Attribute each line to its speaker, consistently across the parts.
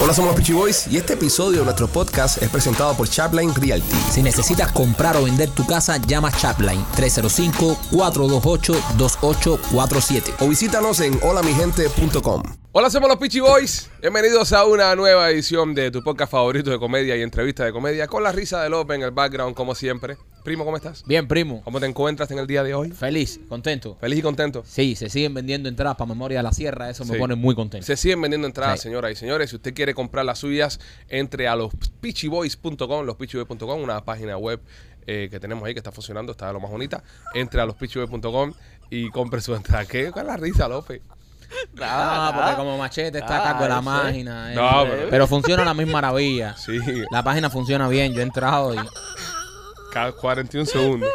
Speaker 1: Hola, somos los Peachy Boys y este episodio de nuestro podcast es presentado por Chapline Realty.
Speaker 2: Si necesitas comprar o vender tu casa, llama Chapline 305-428-2847.
Speaker 1: O visítanos en holamigente.com.
Speaker 3: Hola, somos los Peachy Boys. Bienvenidos a una nueva edición de tu podcast favorito de comedia y entrevista de comedia con la risa de López en el background, como siempre. Primo, ¿cómo estás?
Speaker 4: Bien, primo.
Speaker 3: ¿Cómo te encuentras en el día de hoy?
Speaker 4: Feliz, contento.
Speaker 3: Feliz y contento.
Speaker 4: Sí, se siguen vendiendo entradas para Memoria de la Sierra. Eso
Speaker 3: Sí.
Speaker 4: me pone muy contento.
Speaker 3: Se siguen vendiendo entradas,
Speaker 4: Sí.
Speaker 3: señoras y señores. Si usted quiere comprar las suyas, entre a los pitchyboys.com, lospitchyboys.com, una página web eh, que tenemos ahí que está funcionando, está de lo más bonita. Entre a lospitchyboys.com y compre su entrada. ¿Qué? ¿Cuál es la risa, López?
Speaker 4: Ah, porque como machete está a cargo de la página. eh.
Speaker 3: No, pero-
Speaker 4: pero... funciona la misma maravilla.
Speaker 3: Sí,
Speaker 4: La página funciona bien. Yo he entrado y.
Speaker 3: cada 41 segundos.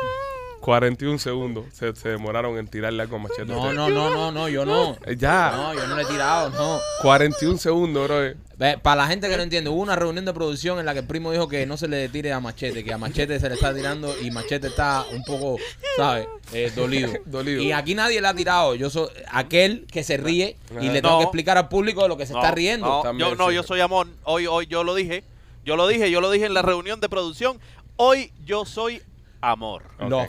Speaker 3: 41 segundos se, se demoraron en tirarle algo a machete.
Speaker 4: No, no, no, no, no, yo no.
Speaker 3: Eh, Ya,
Speaker 4: No, yo no le he tirado, no.
Speaker 3: 41 segundos, bro.
Speaker 4: Ve, Para la gente
Speaker 3: Eh.
Speaker 4: que no entiende, hubo una reunión de producción en la que el primo dijo que no se le tire a Machete, que a Machete se le está tirando y Machete está un poco, ¿sabes? Eh, dolido.
Speaker 3: Dolido.
Speaker 4: Y aquí nadie le ha tirado. Yo soy aquel que se ríe y le tengo
Speaker 5: No.
Speaker 4: que explicar al público de lo que se
Speaker 5: No,
Speaker 4: está riendo.
Speaker 5: no,
Speaker 3: También,
Speaker 5: yo, no,
Speaker 3: sí.
Speaker 5: yo soy amor. Hoy, hoy yo lo dije. Yo lo dije, yo lo dije en la reunión de producción. Hoy yo soy amor.
Speaker 4: No.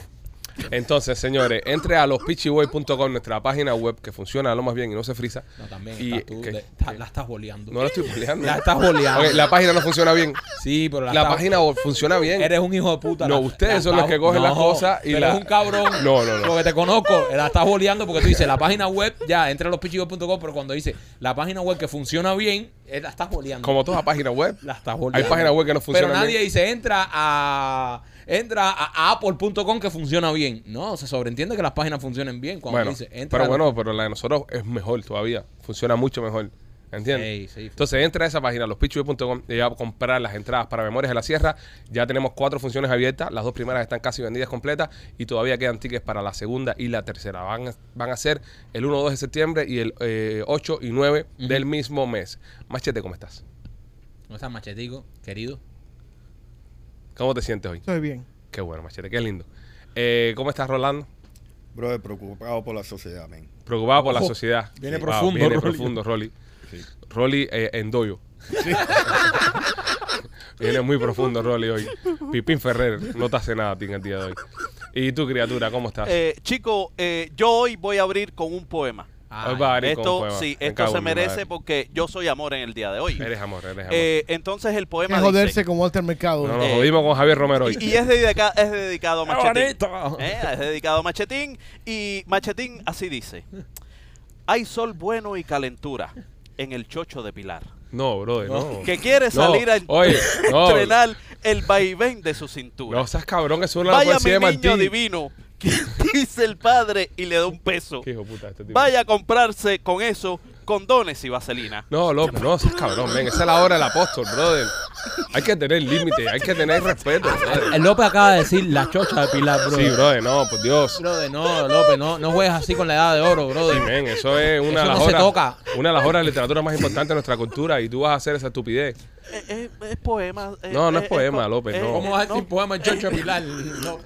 Speaker 3: Entonces, señores, entre a lospitchyboys.com, nuestra página web que funciona lo más bien y no se frisa.
Speaker 4: No, también
Speaker 3: Y,
Speaker 4: estás tú,
Speaker 3: ¿qué?
Speaker 4: le- está- la estás boleando.
Speaker 3: No la estoy boleando.
Speaker 4: La estás boleando.
Speaker 3: Ok, la página no funciona bien.
Speaker 4: sí, pero la,
Speaker 3: La
Speaker 4: estás-
Speaker 3: página o- funciona bien.
Speaker 4: Eres un hijo de puta.
Speaker 3: No,
Speaker 4: la-
Speaker 3: ustedes
Speaker 4: la
Speaker 3: son los
Speaker 4: estás-
Speaker 3: que cogen las
Speaker 4: No,
Speaker 3: cosas y
Speaker 4: tú
Speaker 3: la-
Speaker 4: Eres un cabrón.
Speaker 3: No, no, no.
Speaker 4: Porque te conozco. La estás boleando porque tú dices la página web, ya, entra a los pichigos.com, pero cuando dice la página web que funciona bien, eh, la estás boleando.
Speaker 3: Como toda página web.
Speaker 4: La estás boleando.
Speaker 3: Hay páginas web que no funcionan
Speaker 4: Pero nadie
Speaker 3: bien.
Speaker 4: dice entra a. Entra a apple.com que funciona bien. No, se sobreentiende que las páginas funcionen bien. Cuando
Speaker 3: Bueno,
Speaker 4: dice entra.
Speaker 3: pero
Speaker 4: a-
Speaker 3: bueno, pero la de nosotros es mejor todavía. Funciona mucho mejor. ¿Entiendes?
Speaker 4: Ey, sí.
Speaker 3: Entonces entra a esa página, lospitchyboys.com, y ya va a comprar las entradas para Memorias de la Sierra. Ya tenemos cuatro funciones abiertas. Las dos primeras están casi vendidas completas y todavía quedan tickets para la segunda y la tercera. Van a, van a ser el 1, 2 de septiembre y el eh, 8 y 9 del mismo mes. Machete, ¿cómo estás?
Speaker 4: ¿No estás machetico, querido?
Speaker 3: ¿Cómo te sientes hoy?
Speaker 6: Estoy bien.
Speaker 3: Qué bueno, Machete, qué lindo. Eh, ¿Cómo estás, Rolando?
Speaker 7: Bro, preocupado por la sociedad, men.
Speaker 3: Preocupado por la
Speaker 4: Ojo,
Speaker 3: sociedad.
Speaker 4: viene
Speaker 3: Wow,
Speaker 4: profundo,
Speaker 3: Viene
Speaker 4: Rolly.
Speaker 3: profundo, Rolly.
Speaker 7: Sí.
Speaker 3: Rolly eh, Endoyo. viene muy profundo, Rolly, hoy. Pipín Ferrer, no te hace nada a ti en el día de hoy. ¿Y tu criatura, cómo estás?
Speaker 5: Eh, chico, eh, yo hoy voy a abrir con un poema.
Speaker 3: Hoy
Speaker 4: Ay,
Speaker 3: va a abrir con un
Speaker 5: Esto
Speaker 3: poema.
Speaker 5: sí,
Speaker 3: Me
Speaker 5: esto
Speaker 3: cago
Speaker 5: se
Speaker 3: en mi
Speaker 5: merece
Speaker 3: madre.
Speaker 5: porque yo soy amor en el día de hoy.
Speaker 3: Eres amor, eres amor.
Speaker 5: Eh, entonces el
Speaker 6: Que
Speaker 5: poema
Speaker 6: joderse
Speaker 5: dice-
Speaker 6: con Walter Mercado.
Speaker 3: no, nos
Speaker 5: eh,
Speaker 3: jodimos con Javier Romero hoy.
Speaker 5: y, y es, dedica- es dedicado a
Speaker 4: ¡Qué
Speaker 5: Machetín.
Speaker 4: bonito!
Speaker 5: Eh, Es dedicado a Machetín. Y Machetín así dice: Hay sol bueno y calentura en el chocho de Pilar.
Speaker 3: No, brother, no.
Speaker 5: que quiere
Speaker 3: No,
Speaker 5: salir a en-
Speaker 3: oye, no.
Speaker 5: entrenar el vaivén de su cintura.
Speaker 3: No seas cabrón, que suena la
Speaker 5: Vaya mi
Speaker 3: poesía de
Speaker 5: niño
Speaker 3: Martín.
Speaker 5: divino, que dice el padre y le da un peso.
Speaker 3: Qué hijo de puta este tipo.
Speaker 5: Vaya a comprarse con eso condones y vaselina.
Speaker 3: No, López, no, seas cabrón, men. Esa es la hora del apóstol, brother. Hay que tener límite, hay que tener respeto, brother.
Speaker 4: El López acaba de decir la chocha de Pilar, bro.
Speaker 3: Sí, brother, no, por Dios.
Speaker 4: Brother, no, López, no, no juegues así con la edad de oro, brother.
Speaker 3: Sí, men, eso es una
Speaker 4: Eso
Speaker 3: de las
Speaker 4: no se
Speaker 3: horas.
Speaker 4: toca.
Speaker 3: Una de las horas de literatura más importantes de nuestra cultura y tú vas a hacer esa estupidez.
Speaker 5: Eh, eh, es poema. eh,
Speaker 3: No, no es
Speaker 5: eh,
Speaker 3: poema,
Speaker 5: po-
Speaker 3: López, no.
Speaker 4: ¿Cómo vas a decir poema el
Speaker 6: Eh.
Speaker 4: chocho de Pilar? No,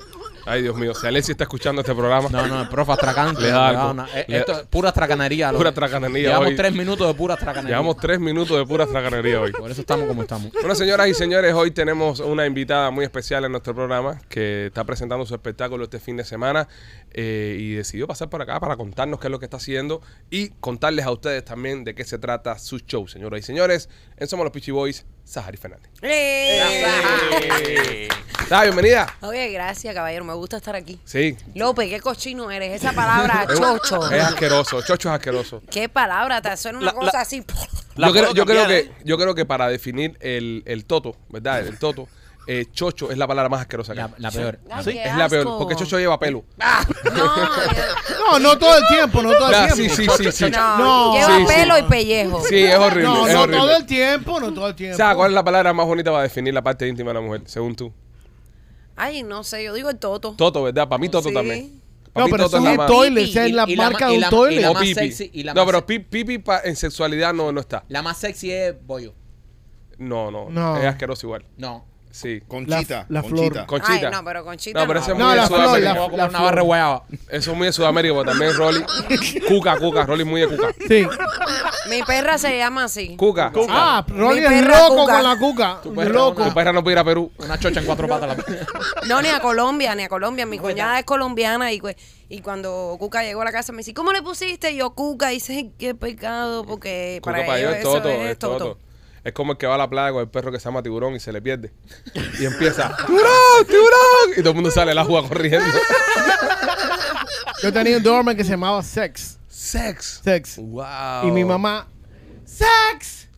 Speaker 3: Ay, Dios mío, si Alessi está escuchando este programa,
Speaker 4: no, no el profe atracante.
Speaker 3: Le da algo.
Speaker 4: una- eh,
Speaker 3: Le-
Speaker 4: Esto es pura tracanería.
Speaker 3: Pura tracanería
Speaker 4: Llevamos
Speaker 3: hoy.
Speaker 4: tres minutos de pura tracanería.
Speaker 3: llevamos tres minutos de pura tracanería hoy.
Speaker 4: Por eso estamos como estamos.
Speaker 3: Bueno, señoras y señores, hoy tenemos una invitada muy especial en nuestro programa que está presentando su espectáculo este fin de semana eh, y decidió pasar por acá para contarnos qué es lo que está haciendo y contarles a ustedes también de qué se trata su show, señoras y señores. En Somos los Pichi Boys, Sahari Fernández.
Speaker 5: Eh,
Speaker 3: Sahari, bienvenida.
Speaker 8: Oye, gracias, caballero. Me gusta estar aquí.
Speaker 3: Sí.
Speaker 8: López, qué cochino eres. Esa palabra,
Speaker 3: Es-
Speaker 8: chocho.
Speaker 3: Es asqueroso, chocho es asqueroso.
Speaker 8: Qué palabra, te suena una
Speaker 5: La-
Speaker 8: cosa
Speaker 5: la-
Speaker 8: así.
Speaker 5: la
Speaker 3: yo, creo,
Speaker 5: puedo
Speaker 3: yo creo
Speaker 5: cambiar,
Speaker 3: que,
Speaker 5: ¿eh?
Speaker 3: yo creo que para definir el, el toto, ¿verdad? El, el toto, eh, chocho es la palabra más asquerosa que
Speaker 4: La,
Speaker 3: hay.
Speaker 4: la peor.
Speaker 6: Ah,
Speaker 8: Ay,
Speaker 3: Sí,
Speaker 8: qué
Speaker 3: es la peor,
Speaker 8: asco.
Speaker 3: porque chocho lleva pelo.
Speaker 8: No, yo-
Speaker 6: No, no todo el tiempo, no todo el
Speaker 3: Ah,
Speaker 6: tiempo.
Speaker 3: sí, sí, sí, sí.
Speaker 8: no,
Speaker 6: No.
Speaker 8: lleva
Speaker 3: Sí, sí.
Speaker 8: pelo y pellejo.
Speaker 3: Sí, es horrible.
Speaker 6: No,
Speaker 3: es
Speaker 6: no
Speaker 3: horrible.
Speaker 6: todo el tiempo, no todo el tiempo.
Speaker 3: O sea, ¿cuál es la palabra más bonita para definir la parte íntima de la mujer, según tú?
Speaker 8: Ay, no sé, yo digo el toto.
Speaker 3: Toto, ¿verdad? Para mí Toto
Speaker 8: Sí.
Speaker 3: también. Para
Speaker 6: no,
Speaker 3: mí
Speaker 6: pero
Speaker 3: Toto
Speaker 6: eso
Speaker 3: es
Speaker 6: es
Speaker 3: la
Speaker 6: un
Speaker 3: más...
Speaker 6: toilet,
Speaker 8: Y-
Speaker 6: o sea, es
Speaker 4: y-
Speaker 6: la
Speaker 4: y la
Speaker 6: marca
Speaker 4: ma-
Speaker 6: de
Speaker 4: y
Speaker 6: un
Speaker 4: la- y
Speaker 6: toilet.
Speaker 4: la-
Speaker 3: O
Speaker 4: más
Speaker 3: pipi.
Speaker 4: sexy y la
Speaker 3: no,
Speaker 4: más
Speaker 3: pero
Speaker 4: se-
Speaker 3: pi- pipi pa- en sexualidad no, no está.
Speaker 4: La más sexy es bollo.
Speaker 3: No, no,
Speaker 6: No.
Speaker 3: Es asqueroso igual.
Speaker 4: No.
Speaker 3: Sí.
Speaker 7: Conchita.
Speaker 6: la flor.
Speaker 7: Conchita.
Speaker 3: Conchita.
Speaker 8: Ay, no, pero Conchita
Speaker 3: No, pero
Speaker 8: no.
Speaker 3: ese es
Speaker 6: No,
Speaker 3: muy de
Speaker 6: la flor,
Speaker 3: Sudamérica.
Speaker 6: la-
Speaker 3: Vamos a
Speaker 4: Una
Speaker 3: comer una
Speaker 4: barra
Speaker 3: barra
Speaker 4: de guayaba.
Speaker 3: guay. Eso es muy de Sudamérica, pero también Rolly. Cuca, Cuca, Rolly es muy de Cuca.
Speaker 6: Sí.
Speaker 8: Mi perra se llama así.
Speaker 3: Cuca.
Speaker 6: Ah, Rolly
Speaker 8: Mi
Speaker 6: es
Speaker 8: perra
Speaker 6: loco
Speaker 8: cuca.
Speaker 6: con la cuca.
Speaker 4: Tu perra
Speaker 6: Loco.
Speaker 3: Tu perra no puede ir a Perú.
Speaker 4: Una chocha en cuatro patas. la-
Speaker 8: No, ni a Colombia, ni a Colombia. Mi
Speaker 3: pues,
Speaker 8: cuñada es colombiana y, cu- y cuando Cuca llegó a la casa me dice, ¿cómo le pusiste? Y yo, Cuca, y dice, "Ay, qué pecado, porque
Speaker 3: Cuca
Speaker 8: para,
Speaker 3: para ellos es
Speaker 8: eso
Speaker 3: todo, es todo. Es como el que va a la playa con el perro que se llama tiburón y se le pierde. Y empieza, ¡Tiburón! ¡Tiburón! Y todo el mundo sale al agua corriendo.
Speaker 6: Yo tenía un dorme que se llamaba Sex.
Speaker 3: Sex.
Speaker 6: Sex.
Speaker 3: Wow.
Speaker 6: Y mi mamá, Sex,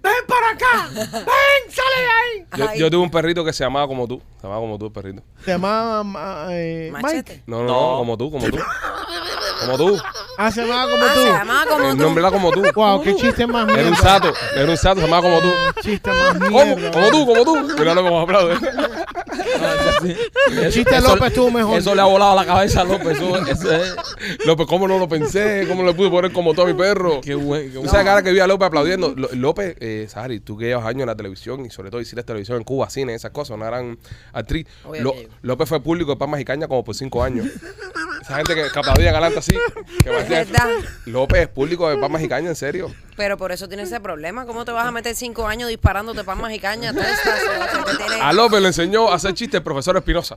Speaker 6: ven para acá, ven, sale de ahí.
Speaker 3: Yo,
Speaker 8: Ay.
Speaker 3: yo tuve un perrito que se llamaba como tú. Se llamaba como tú el perrito.
Speaker 6: Se llamaba ma- eh, Mike.
Speaker 8: Machete.
Speaker 3: No, no, no, como tú, como tú. Como tú.
Speaker 6: Ah, se llamaba como
Speaker 8: Ah, se
Speaker 6: tú.
Speaker 8: llamaba como
Speaker 3: El
Speaker 8: tú.
Speaker 3: nombre era como tú.
Speaker 6: Wow, qué chiste más mierda.
Speaker 3: Era un sato. Era un sato, se llamaba como tú.
Speaker 6: Chiste más
Speaker 3: ¿Cómo?
Speaker 6: mierda.
Speaker 3: Como tú, como tú. Mira lo que hemos hablado.
Speaker 6: El chiste de
Speaker 4: Eso-
Speaker 6: López estuvo mejor.
Speaker 4: Eso le ha volado la cabeza a López. Eso, eso
Speaker 6: Eh.
Speaker 4: es-
Speaker 3: López, ¿cómo no lo pensé? ¿Cómo le pude poner como tú a mi perro?
Speaker 4: Qué bueno. Qué
Speaker 3: Tú
Speaker 4: bueno.
Speaker 3: sabes que ahora que vi a López aplaudiendo. Lo- López, eh, Sari, tú que llevas años en la televisión y sobre todo hiciste televisión en Cuba, cine, esas cosas, una gran actriz.
Speaker 8: Oye,
Speaker 3: Lo-
Speaker 8: oye.
Speaker 3: López fue público de Palmas y Caña como por cinco años. Esa gente que, que aplaudía galante así. Que parecía-
Speaker 8: verdad.
Speaker 3: López es público de Palmas y Caña, en serio.
Speaker 8: Pero por eso tienes ese problema. ¿Cómo te vas a meter cinco años disparándote palmas y cañas? Tú estás- te tienes-
Speaker 3: A López le enseñó a hacer chistes el profesor Espinosa.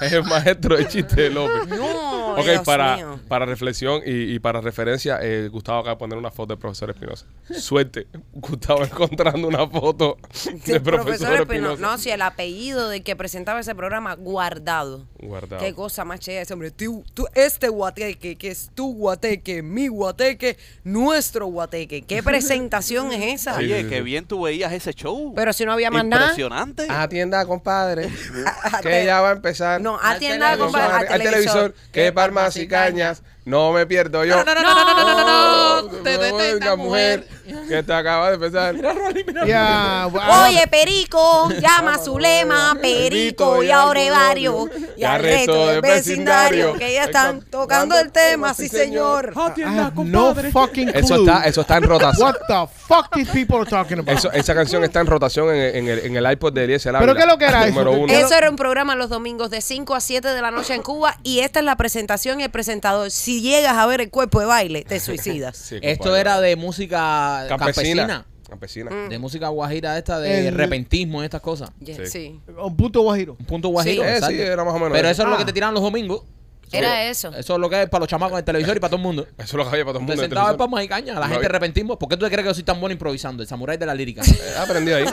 Speaker 3: es el maestro de chistes de López.
Speaker 8: No,
Speaker 3: Ok,
Speaker 8: Dios
Speaker 3: para,
Speaker 8: mío.
Speaker 3: para reflexión y, y para referencia, eh, Gustavo acaba de poner una foto del profesor Espinosa. Suerte, Gustavo encontrando una foto
Speaker 8: Sí,
Speaker 3: del profesor
Speaker 8: Espino-
Speaker 3: Espinosa.
Speaker 8: No, si el apellido del que presentaba ese programa, guardado.
Speaker 3: Guardado.
Speaker 8: Qué cosa más chévere ese hombre. Tú- tú- este guateque, que es tu guateque, mi guateque, nuestro guateque. ¿Qué presentación es esa?
Speaker 3: Sí, sí,
Speaker 5: Oye,
Speaker 3: sí. Ah.
Speaker 5: qué bien tú veías ese show.
Speaker 8: Pero si no había más nada.
Speaker 5: Impresionante.
Speaker 3: Atienda, compadre,
Speaker 8: A- a
Speaker 3: que
Speaker 8: te-
Speaker 3: ya va a empezar.
Speaker 8: No,
Speaker 3: Al
Speaker 8: atienda, compadre, al
Speaker 3: al televisor, que palmas y cañas, no me pierdo yo.
Speaker 8: No, no, no, no, no, no, no.
Speaker 3: te detenga, mujer, que te acaba de empezar.
Speaker 6: Ya, wow.
Speaker 8: Oye, Perico, llama a Zulema, Perico y a Orevario y al resto del vecindario que ya están tocando el tema, sí señor.
Speaker 6: I have Ah, no fucking clue.
Speaker 3: Eso está, eso está en rotación.
Speaker 6: What the fuck these people are talking about.
Speaker 3: Eso- esa canción está en rotación en, en el, en el iPod de Eliezer
Speaker 6: ¿Pero
Speaker 3: Ávila,
Speaker 6: qué es lo que era eso?
Speaker 3: número uno.
Speaker 8: Eso era un programa los domingos de 5 a 7 de la noche en Cuba y esta es la presentación y el presentador. Si llegas a ver el cuerpo de baile, te suicidas.
Speaker 3: Sí,
Speaker 4: Esto
Speaker 3: compadre.
Speaker 4: era de música
Speaker 3: campesina.
Speaker 4: campesina.
Speaker 3: Campesina.
Speaker 4: De música guajira esta, de
Speaker 6: El-
Speaker 4: repentismo y estas cosas.
Speaker 8: Yes,
Speaker 3: Sí.
Speaker 8: sí.
Speaker 6: Un puto guajiro.
Speaker 4: Un punto guajiro.
Speaker 3: Eh,
Speaker 4: exacto.
Speaker 3: sí, era más o menos.
Speaker 4: Pero eso es lo
Speaker 6: Ah.
Speaker 4: que te tiran los domingos.
Speaker 8: Era eso.
Speaker 4: Eso es lo que es para los chamacos en el televisor y para todo el mundo.
Speaker 3: Eso es lo que había para todo el
Speaker 4: Te
Speaker 3: mundo. en
Speaker 4: sentaba en
Speaker 3: televisión.
Speaker 4: palmas y caña. La
Speaker 3: No
Speaker 4: gente
Speaker 3: había-
Speaker 4: repentismo. ¿Por qué tú te crees que yo soy tan bueno improvisando? El samurái de la lírica.
Speaker 3: Eh, Aprendí ahí.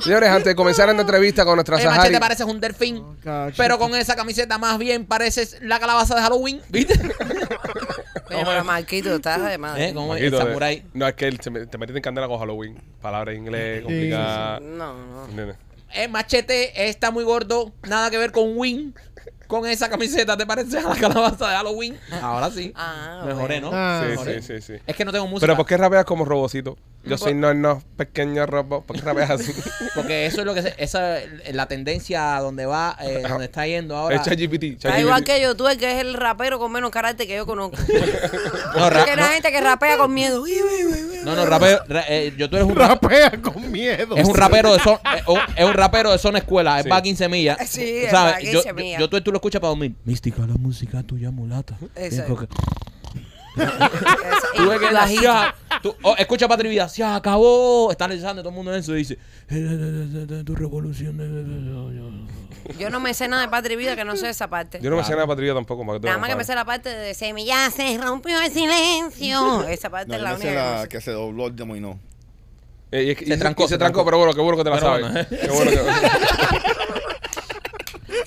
Speaker 3: Señores, antes de comenzar esta entrevista con nuestra
Speaker 4: Eh, machete
Speaker 3: Sahari.
Speaker 4: pareces un delfín.
Speaker 6: Cacho.
Speaker 4: Pero con esa camiseta más bien pareces la calabaza de Halloween. ¿Viste?
Speaker 8: Pero, Marquito, estás de madre.
Speaker 4: Eh, Como el
Speaker 3: Maquito, eh,
Speaker 4: samurái.
Speaker 3: No, es que él se me- te metiste en candela con Halloween. Palabras en inglés complicadas.
Speaker 8: No, no.
Speaker 3: ¿Entiendes?
Speaker 4: Eh, machete está muy gordo. Nada que ver con Win. Con esa camiseta te pareces a la calabaza de Halloween. Ahora sí.
Speaker 8: Ah,
Speaker 4: Mejoré,
Speaker 8: bueno.
Speaker 4: ¿no?
Speaker 6: Ah,
Speaker 3: Sí,
Speaker 4: Mejoré.
Speaker 3: sí, sí, sí.
Speaker 4: Es que no tengo música.
Speaker 3: Pero ¿por qué rapeas como robocito? Yo soy
Speaker 4: pues-
Speaker 3: no, no, pequeño robot. ¿Por qué rapeas así?
Speaker 4: Porque eso es lo que se- esa es la tendencia a donde va, eh, donde está yendo ahora.
Speaker 3: Echa GPT.
Speaker 8: Está igual que yo, tú, el que es el rapero con menos carácter que yo conozco.
Speaker 4: No, ra-
Speaker 8: Porque la gente que rapea con miedo. Uy, uy, uy, uy.
Speaker 4: no, no, rapero, ra- eh, yo tú eres un
Speaker 6: Rapea con miedo.
Speaker 4: es un rapero de son, eh, un- es un rapero de zona escuela, es
Speaker 3: Sí.
Speaker 4: va a 15 millas.
Speaker 8: Eh, Sí, es
Speaker 4: ¿Sabes?
Speaker 8: va a
Speaker 4: Yo-
Speaker 8: 15
Speaker 4: yo,
Speaker 8: millas.
Speaker 4: yo tú, tú lo escuchas para dormir. Mística la música tuya mulata.
Speaker 8: Eso
Speaker 4: Dijo
Speaker 8: es.
Speaker 4: que-
Speaker 8: Eso, y-
Speaker 4: Tú ves que
Speaker 8: y bajito.
Speaker 4: se ac- tú- oh, escucha Patria Vida, se acabó. Están realizando todo el mundo en eso y dice, "Eh, eh, eh, eh, tu revolución. eh, eh, eh, eh, eh".
Speaker 8: Yo no me sé nada de Patria y Vida, que no sé esa parte.
Speaker 3: Yo no me sé nada de patrulla tampoco. para tú
Speaker 8: Nada
Speaker 3: no
Speaker 8: más que me
Speaker 3: sabes.
Speaker 8: sé la parte de Semilla, se rompió el silencio. Esa parte
Speaker 7: No,
Speaker 8: es
Speaker 7: yo
Speaker 8: la
Speaker 7: me
Speaker 8: única.
Speaker 7: sé
Speaker 8: que no
Speaker 7: la
Speaker 8: sé.
Speaker 7: que se dobló el dominó.
Speaker 3: Eh, y es que-
Speaker 4: Se
Speaker 3: y
Speaker 4: trancó,
Speaker 3: y se
Speaker 4: se
Speaker 3: trancó,
Speaker 4: trancó.
Speaker 3: pero bueno, qué bueno que te la
Speaker 4: Pero
Speaker 3: sabes.
Speaker 4: bueno, ¿eh?
Speaker 3: Qué bueno que...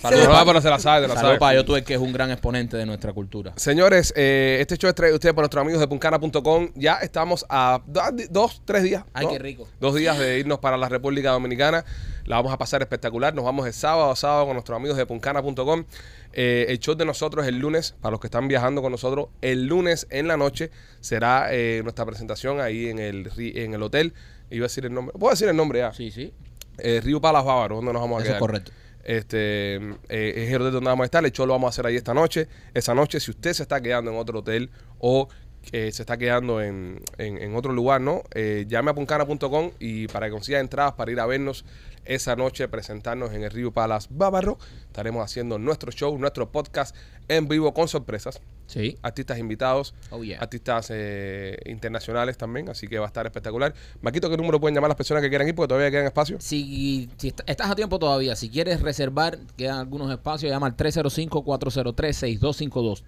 Speaker 3: Saludos, ah, pero se la sabe, te la
Speaker 4: Saludos
Speaker 3: sabe.
Speaker 4: para YouTube, que es un gran exponente de nuestra cultura.
Speaker 3: Señores, eh, este show es traído a ustedes por nuestros amigos de puncana.com. Ya estamos a do- a di- dos, tres días.
Speaker 4: Ay,
Speaker 3: ¿no?
Speaker 4: qué rico.
Speaker 3: Dos días de irnos para la República Dominicana. La vamos a pasar espectacular. Nos vamos el sábado a sábado con nuestros amigos de puncana.com. Eh, el show de nosotros el lunes, para los que están viajando con nosotros, el lunes en la noche será eh, nuestra presentación ahí en el, ri- en el hotel. Iba a decir el nombre. ¿Puedo decir el nombre ya?
Speaker 4: Sí, sí.
Speaker 3: Eh, Río Palas Bávaro, donde nos vamos a
Speaker 4: Eso es
Speaker 3: quedar.
Speaker 4: correcto.
Speaker 3: Este, eh, es el hotel donde vamos a estar. El show lo vamos a hacer ahí esta noche. Esa noche, si usted se está quedando en otro hotel o eh, se está quedando en, en- en otro lugar, ¿no? Eh, llame a puncana.com y para que consiga entradas para ir a vernos esa noche, presentarnos en el Río Palace Bávaro. Estaremos haciendo nuestro show, nuestro podcast en vivo con sorpresas
Speaker 4: Sí.
Speaker 3: artistas invitados,
Speaker 4: Oh, yeah.
Speaker 3: artistas eh, internacionales también, así que va a estar espectacular. Maquito, ¿qué número pueden llamar las personas que quieran ir? Porque todavía quedan espacios.
Speaker 4: Si, si est- estás a tiempo todavía, si quieres reservar, quedan algunos espacios, llama al 305-403-6252.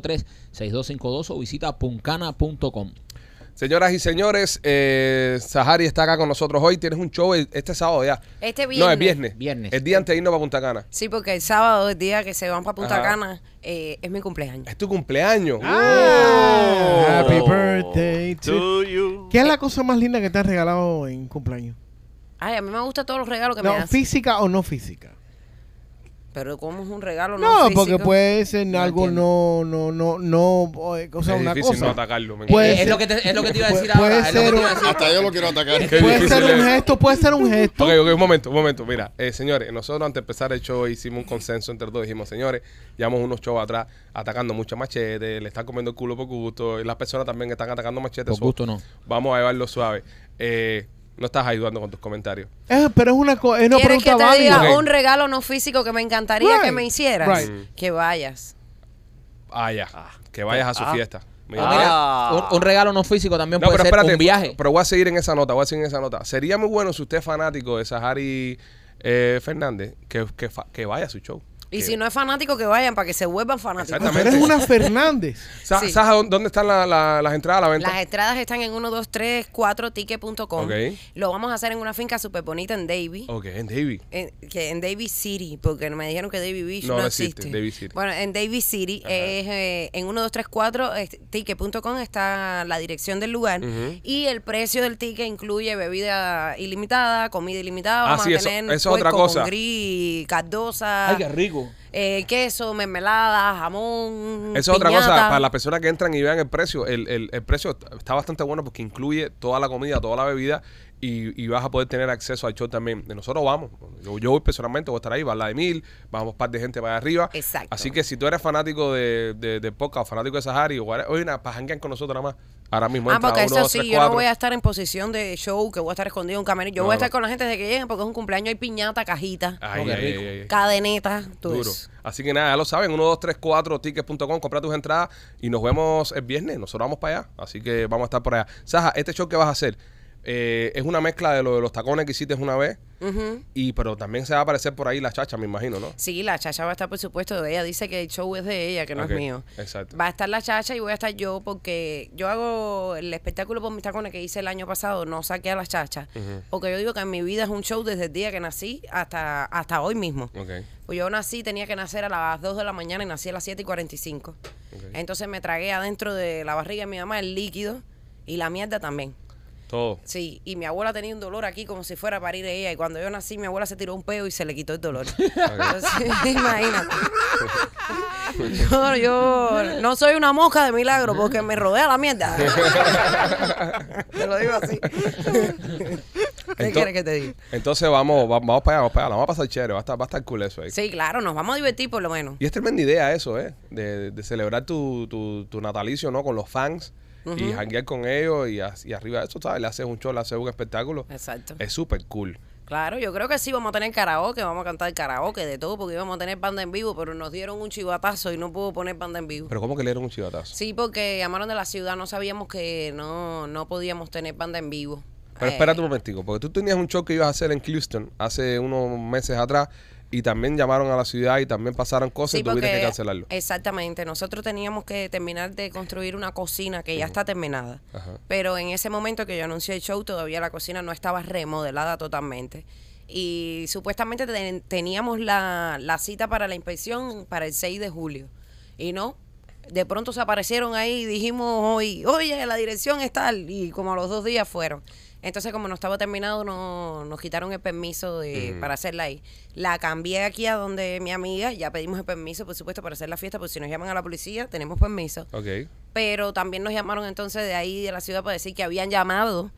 Speaker 4: 305-403-6252 o visita puncana.com.
Speaker 3: Señoras y señores, eh, Sahari está acá con nosotros hoy. Tienes un show el- este sábado ya.
Speaker 8: Este
Speaker 3: No,
Speaker 8: viernes.
Speaker 3: es viernes.
Speaker 4: Viernes.
Speaker 3: El día antes de irnos para Punta Cana.
Speaker 8: Sí, porque el sábado, el día que se van para Punta
Speaker 3: Ajá.
Speaker 8: Cana, eh, es mi cumpleaños.
Speaker 3: Es tu cumpleaños.
Speaker 6: Ah,
Speaker 3: Uh,
Speaker 6: Oh. Happy birthday
Speaker 5: Oh. to you.
Speaker 6: ¿Qué es la cosa más linda que te has regalado en cumpleaños?
Speaker 8: Ay, a mí me gustan todos los regalos que me
Speaker 6: No,
Speaker 8: hacen.
Speaker 6: física o no física.
Speaker 8: Pero ¿cómo es un regalo no,
Speaker 6: No,
Speaker 8: físico?
Speaker 6: porque pues, puede ser
Speaker 4: No
Speaker 6: algo no, no, no, no, eh, o o sea,
Speaker 3: es
Speaker 6: una
Speaker 3: difícil no
Speaker 6: cosa.
Speaker 3: atacarlo. me
Speaker 6: Puede
Speaker 3: encanta.
Speaker 4: es,
Speaker 6: ser-
Speaker 4: lo que te, es lo que te iba a decir
Speaker 6: puede
Speaker 4: ahora. es lo que
Speaker 6: ser
Speaker 4: te
Speaker 6: un-
Speaker 4: iba a decir.
Speaker 7: Hasta yo lo quiero atacar.
Speaker 3: Qué
Speaker 6: puede
Speaker 3: difícil
Speaker 6: ser un
Speaker 3: es.
Speaker 6: gesto, puede ser un gesto.
Speaker 3: Ok, ok, un momento, un momento. Mira, eh, señores, nosotros antes de empezar el show hicimos un consenso entre todos. Dijimos, señores, llevamos unos shows atrás atacando mucho a machete, le están comiendo el culo por gusto, y las personas también están atacando a machete.
Speaker 4: Por
Speaker 3: so,
Speaker 4: gusto no.
Speaker 3: Vamos a llevarlo suave. Eh, no estás ayudando con tus comentarios.
Speaker 6: Eh, pero es una cosa, es una
Speaker 8: ¿Quieres que
Speaker 6: pregunta
Speaker 8: te
Speaker 6: válida.
Speaker 8: diga
Speaker 3: Ok. Mm.
Speaker 8: un regalo no físico que me encantaría que
Speaker 6: Right,
Speaker 8: me hicieras?
Speaker 6: right.
Speaker 8: Que vayas.
Speaker 3: Ah, ya. Que vayas a su
Speaker 5: Ah.
Speaker 3: fiesta. Mira.
Speaker 4: Ah, mira,
Speaker 5: Ah.
Speaker 4: un, un regalo no físico también
Speaker 3: No,
Speaker 4: puede
Speaker 3: pero
Speaker 4: ser
Speaker 3: espérate, pues,
Speaker 4: un viaje.
Speaker 3: pero voy a seguir en esa nota, voy a seguir en esa nota. Sería muy bueno si usted es fanático de Sahari eh, Fernández, que, que, fa- que vaya a su show.
Speaker 8: Y
Speaker 3: Que-
Speaker 8: si no es fanático, que vayan para que se vuelvan fanáticos.
Speaker 6: Pero
Speaker 3: Exactamente.
Speaker 6: eres una Fernández.
Speaker 3: Sa-
Speaker 8: Sí.
Speaker 3: Saja, ¿dó- ¿dónde están la- la- las entradas a la venta?
Speaker 8: Las entradas están en 1234ticket.com.
Speaker 3: Ok.
Speaker 8: Lo vamos a hacer en una finca súper bonita en Davie.
Speaker 3: ok, en David.
Speaker 8: En, que en Davie City, porque me dijeron que Davie Beach
Speaker 3: No,
Speaker 8: no,
Speaker 3: no existe,
Speaker 8: existe.
Speaker 3: Davie City.
Speaker 8: Bueno, en Davie City es eh, en 1234ticket.com está la dirección del lugar
Speaker 3: Ujú.
Speaker 8: y el precio del ticket incluye bebida ilimitada, comida ilimitada,
Speaker 3: Ah,
Speaker 8: vamos
Speaker 3: sí,
Speaker 8: a
Speaker 3: eso-
Speaker 8: tener
Speaker 3: eso es otra
Speaker 8: puerco con
Speaker 3: cosa.
Speaker 8: gris, cardosa,
Speaker 4: rico.
Speaker 8: eh, queso, mermelada, jamón,
Speaker 3: Eso es otra cosa,
Speaker 8: Mm, piñata.
Speaker 3: para las personas que entran y vean el precio, el, el- el precio está bastante bueno porque incluye toda la comida, toda la bebida y, y vas a poder tener acceso al show también. De Nosotros vamos, yo, yo voy personalmente, voy a estar ahí, va la de mil, vamos un par de gente para arriba.
Speaker 8: Exacto.
Speaker 3: Así que si tú eres fanático de, de, de podcast, fanático de Sahari, o whatever, oye, nada, pajanguean con nosotros nada más. Ahora mismo
Speaker 8: Ah,
Speaker 3: entra
Speaker 8: porque
Speaker 3: uno,
Speaker 8: eso
Speaker 3: dos,
Speaker 8: sí,
Speaker 3: tres,
Speaker 8: yo no
Speaker 3: cuatro.
Speaker 8: voy a estar en posición de show, que voy a estar escondido en un camerino. Yo
Speaker 3: No,
Speaker 8: voy a
Speaker 3: no.
Speaker 8: estar con la gente desde que lleguen, porque es un cumpleaños, hay piñata, cajita,
Speaker 3: Ay,
Speaker 4: Qué
Speaker 3: ay,
Speaker 4: rico.
Speaker 3: ay, ay, ay.
Speaker 8: cadeneta, todo
Speaker 3: Duro.
Speaker 8: eso.
Speaker 3: Así que nada, ya lo saben, 1, 2, 3, 4, tickets.com, compra tus entradas y nos vemos el viernes, nosotros vamos para allá, así que vamos a estar por allá. Saja, este show que vas a hacer eh, es una mezcla de lo de los tacones que hiciste una vez,
Speaker 8: Ujú.
Speaker 3: y pero también se va a aparecer por ahí la chacha, me imagino, ¿no?
Speaker 8: Sí, la chacha va a estar, por supuesto, de ella. Dice que el show es de ella, que no
Speaker 3: Ok,
Speaker 8: es mío.
Speaker 3: exacto.
Speaker 8: Va a estar la chacha y voy a estar yo, porque yo hago el espectáculo por mis tacones que hice el año pasado, no saqué a la chacha. Porque yo digo que en mi vida es un show desde el día que nací hasta, hasta hoy mismo.
Speaker 3: Ok.
Speaker 8: Pues yo nací, tenía que nacer a las 2 de la mañana y nací a las 7 y 45. Entonces me tragué adentro de la barriga de mi mamá el líquido y la mierda también.
Speaker 3: Todo.
Speaker 8: Sí, y mi abuela tenía un dolor aquí como si fuera a parir ella. Y cuando yo nací, mi abuela se tiró un peo y se le quitó el dolor. Entonces, imagínate. Yo, yo no soy una mosca de milagro porque me rodea la mierda. te lo digo así. ¿Qué
Speaker 3: Ento-
Speaker 8: quieres que te diga?
Speaker 3: Entonces vamos, va- vamos para allá, vamos para allá, la vamos a pasar chévere, va a estar, va a estar cool eso ahí.
Speaker 8: Sí, claro, nos vamos a divertir por lo menos.
Speaker 3: Y es tremenda idea eso, ¿eh? De, de celebrar tu, tu, tu natalicio, ¿no? Con los fans y janguear con ellos y, as- y arriba de eso, ¿sabes? Le haces un show, le haces un espectáculo.
Speaker 8: Exacto.
Speaker 3: Es súper cool.
Speaker 8: Claro, yo creo que sí, vamos a tener karaoke, vamos a cantar karaoke, de todo, porque íbamos a tener banda en vivo, pero nos dieron un chivatazo y no pudo poner banda en vivo.
Speaker 3: Pero ¿cómo que le dieron un chivatazo?
Speaker 8: Sí, porque llamaron de la ciudad, no sabíamos que no, no podíamos tener banda en vivo.
Speaker 3: Pero
Speaker 8: Eh,
Speaker 3: espérate un momentico, porque tú tenías un show que ibas a hacer en Houston hace unos meses atrás y también llamaron a la ciudad y también pasaron cosas
Speaker 8: sí,
Speaker 3: y tuviste
Speaker 8: porque- eh,
Speaker 3: que cancelarlo.
Speaker 8: Exactamente, nosotros teníamos que terminar de construir una cocina que ya está terminada.
Speaker 3: Ajá.
Speaker 8: Pero en ese momento que yo anuncié el show, todavía la cocina no estaba remodelada totalmente. Y supuestamente ten- teníamos la, la cita para la inspección para el 6 de julio. Y no, de pronto se aparecieron ahí y dijimos hoy, oye, la dirección es tal. Y como a los dos días fueron. Entonces, como no estaba terminado, no, nos quitaron el permiso de, para hacerla ahí. La cambié aquí a donde mi amiga, ya pedimos el permiso, por supuesto, para hacer la fiesta, porque si nos llaman a la policía, tenemos permiso
Speaker 3: Ok.
Speaker 8: pero también nos llamaron entonces de ahí de la ciudad para decir que habían llamado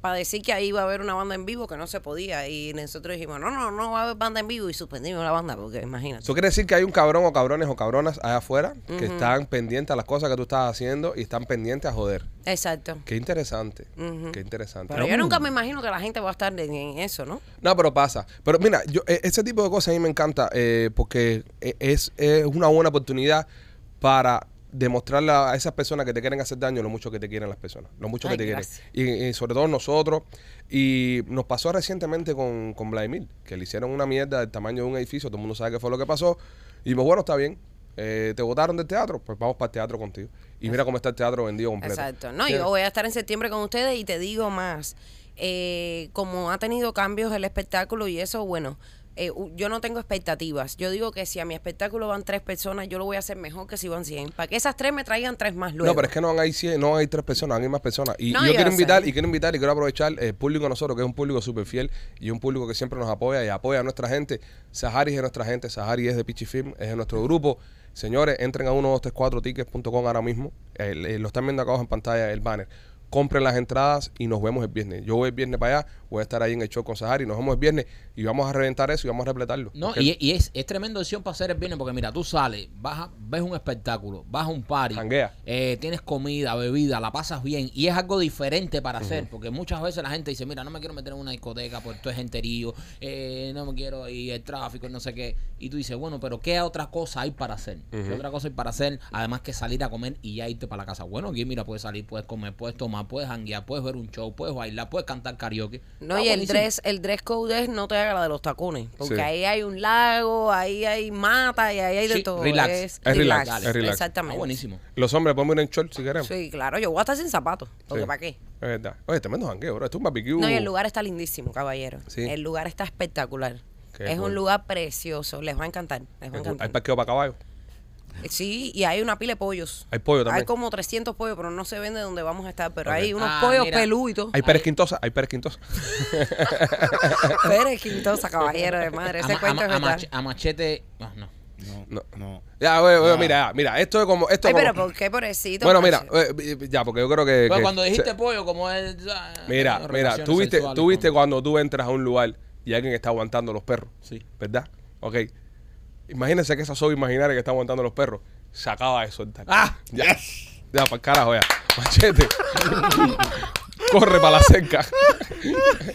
Speaker 8: para decir que ahí iba a haber una banda en vivo que no se podía. Y nosotros dijimos, no, no, no va a haber banda en vivo. Y suspendimos la banda, porque imagínate.
Speaker 3: Eso quiere decir que hay un cabrón o cabrones o cabronas allá afuera que están pendientes a las cosas que tú estás haciendo y están pendientes a joder.
Speaker 8: Exacto.
Speaker 3: Qué interesante.
Speaker 8: Ujú.
Speaker 3: Qué interesante.
Speaker 8: Pero yo nunca me imagino que la gente va a estar en, en eso, ¿no?
Speaker 3: No, pero pasa. Pero mira, yo, e- ese tipo de cosas a mí me encanta eh, porque e- es, es una buena oportunidad para demostrarle a esas personas que te quieren hacer daño lo mucho que te quieren las personas, lo mucho
Speaker 8: Ay,
Speaker 3: que te
Speaker 8: gracias.
Speaker 3: quieren. Y, y sobre todo nosotros. Y nos pasó recientemente con, con Vladimir, que le hicieron una mierda del tamaño de un edificio, todo el mundo sabe qué fue lo que pasó. Y pues bueno, está bien. eh, te votaron del teatro, pues vamos para el teatro contigo. Y mira cómo está el teatro vendido completo.
Speaker 8: Exacto. No,
Speaker 3: ¿Entiendes?
Speaker 8: yo voy a estar en septiembre con ustedes y te digo más. Eh, como ha tenido cambios el espectáculo y eso, bueno, eh, u- yo no tengo expectativas. Yo digo que si a mi espectáculo van tres personas, yo lo voy a hacer mejor que si van 100. Para que esas tres me traigan tres más luego.
Speaker 3: No, pero es que no van a ir 100, no van a ir tres personas, van a ir más personas. Y
Speaker 8: No,
Speaker 3: yo,
Speaker 8: yo
Speaker 3: quiero
Speaker 8: sé.
Speaker 3: invitar, y quiero invitar, y quiero aprovechar el público de nosotros, que es un público súper fiel y un público que siempre nos apoya y apoya a nuestra gente. Sahari es de nuestra gente, Sahari es de Pichi Film, es de nuestro grupo. Señores, entren a 1234tickets.com ahora mismo. El- el- lo están viendo acá abajo en pantalla el banner. Compren las entradas y nos vemos el viernes. Yo voy el viernes para allá, voy a estar ahí en el show con Sahari, nos vemos el viernes y vamos a reventar eso y vamos a repletarlo.
Speaker 4: No,
Speaker 3: Porque-
Speaker 4: y, y es, es tremenda opción para hacer el viernes porque mira, tú sales, vas a- ves un espectáculo, vas a un party,
Speaker 3: Janguea.
Speaker 4: eh, tienes comida, bebida, la pasas bien y es algo diferente para hacer porque muchas veces la gente dice, mira, no me quiero meter en una discoteca por todo es genterío, eh, no me quiero y el tráfico, no sé qué. Y tú dices, bueno, pero ¿qué otra cosa hay para hacer? ¿Qué otra cosa hay para hacer? Además que salir a comer y ya irte para la casa. Bueno, aquí mira, puedes salir, puedes comer, puedes tomar, puedes janguear, puedes ver un show, puedes bailar, puedes cantar karaoke.
Speaker 8: No,
Speaker 4: Está
Speaker 8: y el
Speaker 4: buenísimo.
Speaker 8: dress, el dress code es no te haga la de los tacones. Porque
Speaker 3: Sí.
Speaker 8: ahí hay un lago, ahí hay mata y ahí hay de
Speaker 4: Sí,
Speaker 8: todo.
Speaker 4: relax.
Speaker 8: Es,
Speaker 3: Es relax,
Speaker 8: relax,
Speaker 3: es relax.
Speaker 4: Está
Speaker 8: Exactamente.
Speaker 4: Ah, buenísimo.
Speaker 3: Los hombres podemos ir en short si queremos.
Speaker 8: Sí, claro, yo voy a estar sin zapatos. Porque
Speaker 3: Sí.
Speaker 8: ¿para qué?
Speaker 3: Es verdad. Oye, tremendo jangueo, bro. Esto es un barbecue.
Speaker 8: No, y el lugar está lindísimo, caballero.
Speaker 3: Uh. Sí.
Speaker 8: El lugar está espectacular.
Speaker 3: Qué
Speaker 8: es
Speaker 3: cool.
Speaker 8: un lugar precioso, les va a encantar. Les va a
Speaker 3: Hay
Speaker 8: encantar.
Speaker 3: parqueo para caballo.
Speaker 8: Sí, y hay una pila de pollos.
Speaker 3: Hay pollo también.
Speaker 8: Hay como 300 pollos, pero no se vende dónde vamos a estar. Pero
Speaker 3: Ok.
Speaker 8: hay unos
Speaker 4: Ah,
Speaker 8: pollos
Speaker 4: mira.
Speaker 8: peludos y todo.
Speaker 3: Hay Pérez Quintosa, hay Pérez Quintosa.
Speaker 8: Pérez Quintosa, caballero de madre. Ese
Speaker 4: A ma-
Speaker 8: cuento
Speaker 4: a
Speaker 8: es
Speaker 4: ma- a
Speaker 8: verdad.
Speaker 4: mach- a machete. ah, no.
Speaker 7: No,
Speaker 3: No.
Speaker 7: no.
Speaker 3: Ya, güey,
Speaker 4: Ah.
Speaker 3: güey, mira, mira, esto es como. Esto
Speaker 8: Ay,
Speaker 3: es como-
Speaker 8: pero ¿por qué, pobrecito?
Speaker 3: Bueno, mira,
Speaker 8: macho?
Speaker 3: eh, eh, ya, porque yo creo que.
Speaker 4: Pero
Speaker 3: que-
Speaker 4: cuando dijiste
Speaker 3: se-
Speaker 4: pollo, como es. ah,
Speaker 3: Mira, mira,
Speaker 4: relaciones
Speaker 3: tú viste,
Speaker 4: sexuales
Speaker 3: tú viste
Speaker 4: con-
Speaker 3: cuando tú entras a un lugar y alguien está aguantando los perros.
Speaker 4: Sí.
Speaker 3: ¿Verdad? Ok. Imagínense que esa soy imaginaria que está aguantando los perros se acaba de soltar.
Speaker 4: ¡Ah!
Speaker 3: Ya, ya, para carajo, ya. Machete. Corre para la cerca.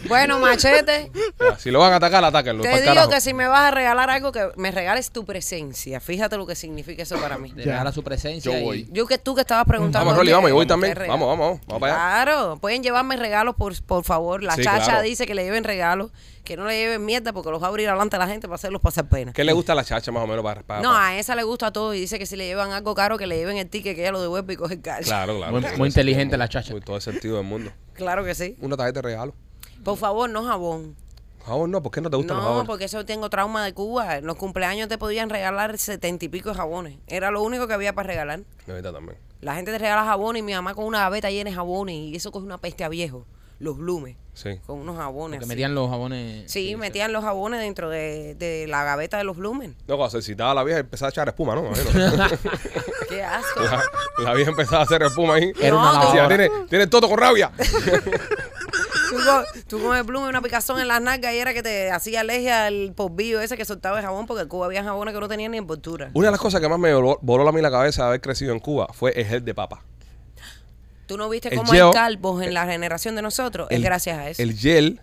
Speaker 8: Bueno, machete,
Speaker 3: Ya, si eh. lo van a atacar, atáquenlo.
Speaker 8: te
Speaker 3: pa'l
Speaker 8: digo
Speaker 3: carajo.
Speaker 8: que si me vas a regalar algo, que me regales tu presencia. Fíjate lo que significa eso para mí.
Speaker 4: De dejar a su presencia.
Speaker 7: Yo
Speaker 4: y-
Speaker 7: voy.
Speaker 8: Yo que tú que estabas preguntando.
Speaker 3: Vamos, Rolly,
Speaker 8: oye,
Speaker 3: vamos, yo voy
Speaker 8: ¿qué
Speaker 3: también.
Speaker 8: regalo?
Speaker 3: Vamos, vamos, vamos para allá.
Speaker 8: Claro, pueden llevarme regalos, por, por favor. La
Speaker 3: Sí,
Speaker 8: chacha
Speaker 3: claro.
Speaker 8: dice que le lleven regalos, que no le lleven mierda porque los va a abrir adelante a la gente para hacerlos pasar pena.
Speaker 3: ¿Qué le gusta a la chacha más o menos para, para-
Speaker 8: No,
Speaker 3: para-
Speaker 8: a esa le gusta todo y dice que si le llevan algo caro, que le lleven el ticket, que ella lo devuelve y coge el cash.
Speaker 3: Claro, claro.
Speaker 4: Muy- muy
Speaker 3: Tiene todo el
Speaker 4: inteligente
Speaker 3: sentido.
Speaker 4: la chacha.
Speaker 3: Uy, todo el sentido del mundo.
Speaker 8: Claro que sí.
Speaker 3: Una tarjeta de regalo.
Speaker 8: Por favor, no jabón.
Speaker 3: Jabón no, ¿por qué no te gustan los
Speaker 8: No,
Speaker 3: jabones?
Speaker 8: porque eso tengo trauma de Cuba. En los cumpleaños te podían regalar setenta y pico de jabones. Era lo único que había para regalar.
Speaker 3: De verdad también.
Speaker 8: La gente te regala jabones y mi mamá con una gaveta llena de jabones y eso coge una peste a viejo. Los lumes.
Speaker 3: Sí.
Speaker 8: Con unos jabones.
Speaker 4: Que
Speaker 8: así.
Speaker 4: metían los jabones.
Speaker 8: Sí, metían los jabones dentro de, de la gaveta de los blumen.
Speaker 3: No, cuando se citaba la vieja empezaba a echar espuma, ¿no? Me imagino.
Speaker 8: Qué asco.
Speaker 3: la, la vieja empezaba a hacer espuma ahí.
Speaker 4: Era una
Speaker 8: No.
Speaker 3: Decía,
Speaker 4: lavadora.
Speaker 3: tiene, tiene el toto con rabia.
Speaker 8: tú, co- tú con el blumen, una picazón en las nalgas y era que te hacía alergia al polvillo ese que soltaba el jabón porque en Cuba había jabones que no tenían ni envoltura.
Speaker 3: Una de las cosas que más me voló, voló a mí la cabeza de haber crecido en Cuba fue el gel de papa.
Speaker 8: Tú no viste
Speaker 3: el
Speaker 8: cómo
Speaker 3: yeo-
Speaker 8: hay calvos en la generación de nosotros. es gracias a eso.
Speaker 3: El gel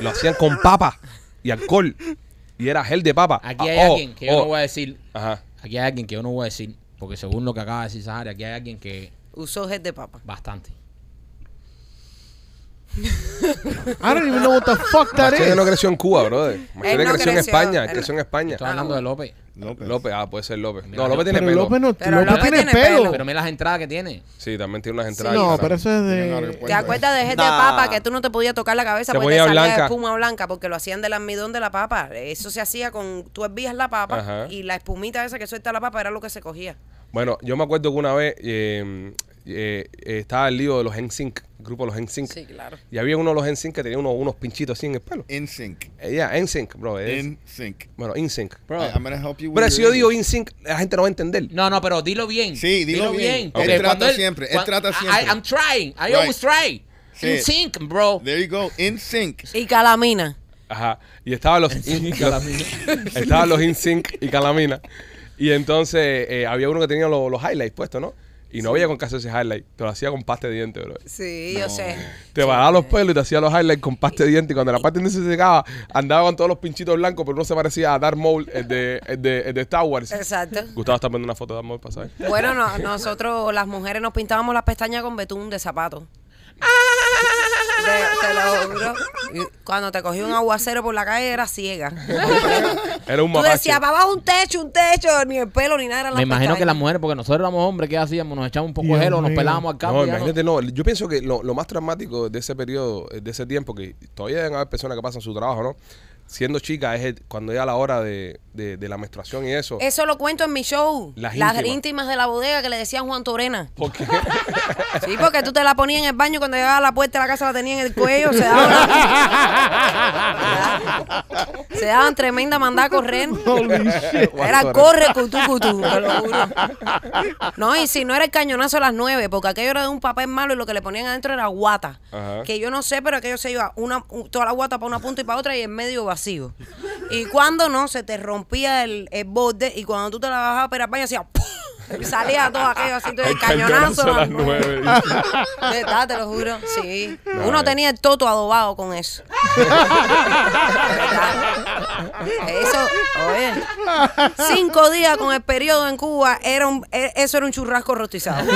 Speaker 3: lo hacían con papa y alcohol. Y era gel de papa.
Speaker 4: Aquí
Speaker 3: Ah,
Speaker 4: hay
Speaker 3: oh,
Speaker 4: alguien que yo
Speaker 3: oh.
Speaker 4: no voy a decir.
Speaker 3: Ajá.
Speaker 4: Aquí hay alguien que yo no voy a decir. Porque según lo que acaba de decir Sahari, aquí hay alguien que.
Speaker 8: Usó gel de papa.
Speaker 4: Bastante.
Speaker 6: I don't even know what the fuck that
Speaker 3: Machete
Speaker 6: is.
Speaker 3: no creció en Cuba, brother. Machete
Speaker 8: no
Speaker 3: creció en
Speaker 8: creció,
Speaker 3: España.
Speaker 8: él-
Speaker 3: Creció en España.
Speaker 8: Ah,
Speaker 4: Estoy hablando de López.
Speaker 7: López.
Speaker 3: López, ah, puede ser López.
Speaker 4: Mira,
Speaker 3: No, López tiene
Speaker 6: Pero
Speaker 3: pelo.
Speaker 6: López no
Speaker 8: Pero
Speaker 6: López
Speaker 8: López
Speaker 6: tiene
Speaker 8: tiene
Speaker 6: pelo.
Speaker 8: pelo.
Speaker 4: Pero mira las entradas que tiene.
Speaker 3: Sí, también tiene unas entradas.
Speaker 6: No,
Speaker 3: que
Speaker 6: pero
Speaker 3: salen.
Speaker 6: eso es
Speaker 7: Tiene un
Speaker 6: de...
Speaker 7: aeropuerto.
Speaker 8: ¿Te acuerdas de gel de
Speaker 5: Nah.
Speaker 8: papa que tú no te podías tocar la cabeza
Speaker 3: Te
Speaker 8: porque te
Speaker 3: podía
Speaker 8: salía
Speaker 3: blanca.
Speaker 8: espuma blanca? Porque lo hacían del almidón de la papa. Eso se hacía con. Tú hervías la papa
Speaker 3: Ajá.
Speaker 8: y la espumita esa que suelta la papa era lo que se cogía.
Speaker 3: Bueno, yo me acuerdo que una vez eh, eh, eh, estaba el lío de los NSYNC, el grupo de los NSYNC.
Speaker 8: claro.
Speaker 3: Y había uno de los NSYNC que tenía unos, unos pinchitos así en el pelo.
Speaker 7: In sync.
Speaker 3: Eh, Ya, NSYNC, bro. es-
Speaker 7: In sync.
Speaker 3: Bueno, NSYNC.
Speaker 7: I- I'm gonna help you with
Speaker 3: Pero si yo
Speaker 7: your
Speaker 3: digo
Speaker 7: English.
Speaker 3: NSYNC, la gente no va a entender.
Speaker 4: No, no, pero dilo bien.
Speaker 7: Sí, dilo bien. Él
Speaker 4: porque
Speaker 7: trata
Speaker 4: cuando
Speaker 7: siempre, él
Speaker 4: cuan-
Speaker 7: trata
Speaker 4: I- I-
Speaker 7: siempre.
Speaker 4: I'm trying. I
Speaker 7: Right.
Speaker 4: always try. In sync, bro.
Speaker 7: There you go, in sync.
Speaker 8: Y calamina.
Speaker 3: Ajá. Y estaban los, estaban los InSync y Calamina. Y entonces eh, había uno que tenía lo- los, highlights puestos, ¿no? Y no había con caso ese highlight. Te lo hacía con pasta de dientes, bro.
Speaker 8: Sí, yo sé.
Speaker 3: Te paraba los pelos y te hacía los highlights con pasta de dientes. Y cuando la pasta de dientes se secaba, andaba con todos los pinchitos blancos, pero no se parecía a Darth Maul, el de, el de, el de Star Wars.
Speaker 8: Exacto.
Speaker 3: Gustavo está poniendo una foto de Darth Maul, para saber.
Speaker 8: Bueno, no- nosotros las mujeres nos pintábamos las pestañas con betún de zapato. Te, te lo juro. Y Cuando te cogía un aguacero por la calle era ciega.
Speaker 3: Era un
Speaker 8: Tú
Speaker 3: mapache.
Speaker 8: decías, papá, un techo, un techo, ni el pelo, ni nada. eran
Speaker 4: Me imagino que las
Speaker 8: pestañas.
Speaker 4: mujeres, porque nosotros éramos hombres, ¿qué hacíamos? Nos echábamos un poco
Speaker 6: Dios
Speaker 4: de gelo, nos
Speaker 6: mío.
Speaker 4: pelábamos al cabo.
Speaker 3: No,
Speaker 4: y ya no-
Speaker 3: imagínate, no. Yo pienso que lo, lo más traumático de ese periodo, eh, de ese tiempo, que todavía deben haber personas que pasan su trabajo, ¿no? Siendo chica, es el- cuando ya la hora de, de- de la menstruación y eso.
Speaker 8: Eso lo cuento en mi show.
Speaker 3: Las
Speaker 8: Las,
Speaker 3: íntimas.
Speaker 8: íntimas. de la bodega que le decían Juan Torena.
Speaker 3: Porque
Speaker 8: Sí, porque tú te la ponías en el baño y cuando llegaba a la puerta de la casa la tenía en el cuello. Se daban, se daban tremenda mandada a correr.
Speaker 6: Holy shit.
Speaker 8: Era corre cutú cutú, te lo juro. No, y si no era el cañonazo a las nueve, porque aquello era de un papel malo y lo que le ponían adentro era guata.
Speaker 3: Ajá.
Speaker 8: Que yo no sé, pero aquello se iba una, u- toda la guata para una punta y para otra y en medio vacío. Y cuando no, se te rompía el, el borde y cuando tú te la bajabas para el baño hacía ¡pum! Y salía todo aquello así, todo el, cañonazo.
Speaker 3: a las nueve. dice.
Speaker 8: De verdad, te lo juro, sí.
Speaker 3: No,
Speaker 8: Uno
Speaker 3: eh.
Speaker 8: tenía el toto adobado con eso. De verdad. eso, oye. Cinco días con el periodo en Cuba, era un, e- eso era un churrasco rostizado.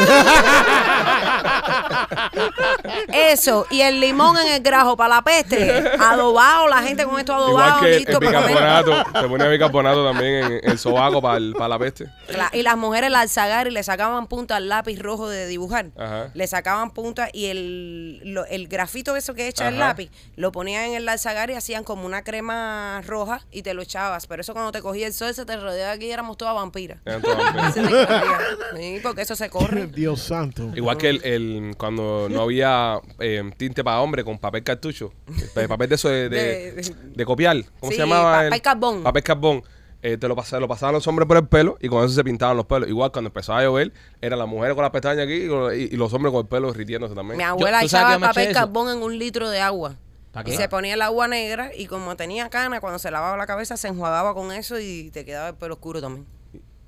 Speaker 8: Eso, y el limón en el grajo para la peste, adobado, la gente con esto
Speaker 3: Igual
Speaker 8: adobado,
Speaker 3: que el
Speaker 8: listo para comer.
Speaker 3: bicarbonato. Te ponía bicarbonato también en en el sobaco para la peste.
Speaker 8: Cla- y las mujeres la alzagar y le sacaban punta al lápiz rojo de dibujar.
Speaker 3: Ajá.
Speaker 8: Le sacaban punta y el, lo- el grafito eso que echa el
Speaker 3: Ajá.
Speaker 8: lápiz lo ponían en el alzagar y hacían como una crema roja y te lo echabas. Pero eso cuando te cogía el sol se te rodeaba aquí y éramos todas vampiras.
Speaker 3: Eran todas
Speaker 8: Se te corría. sí, porque eso se corre.
Speaker 6: Dios santo.
Speaker 3: Igual que el, el- cuando no había eh, tinte para hombre con papel cartucho, eh, papel de eso de, de-
Speaker 8: De-
Speaker 3: de copiar, ¿cómo
Speaker 8: Sí,
Speaker 3: se llamaba?
Speaker 8: papel
Speaker 3: el-
Speaker 8: carbón.
Speaker 3: Papel carbón. Eh, te lo pasaban, lo pasaban los hombres por el pelo y con eso se pintaban los pelos. Igual cuando empezaba a llover, eran las mujeres con las pestañas aquí y, con- y- y los hombres con el pelo irritiéndose también.
Speaker 8: Mi abuela
Speaker 4: ¿tú sabes
Speaker 8: echaba
Speaker 4: qué me eché
Speaker 8: papel
Speaker 4: eso?
Speaker 8: carbón en un litro de agua.
Speaker 4: ¿Para
Speaker 8: Y
Speaker 4: qué?
Speaker 8: se ponía el agua negra y como tenía cana, cuando se lavaba la cabeza se enjuagaba con eso y te quedaba el pelo oscuro también.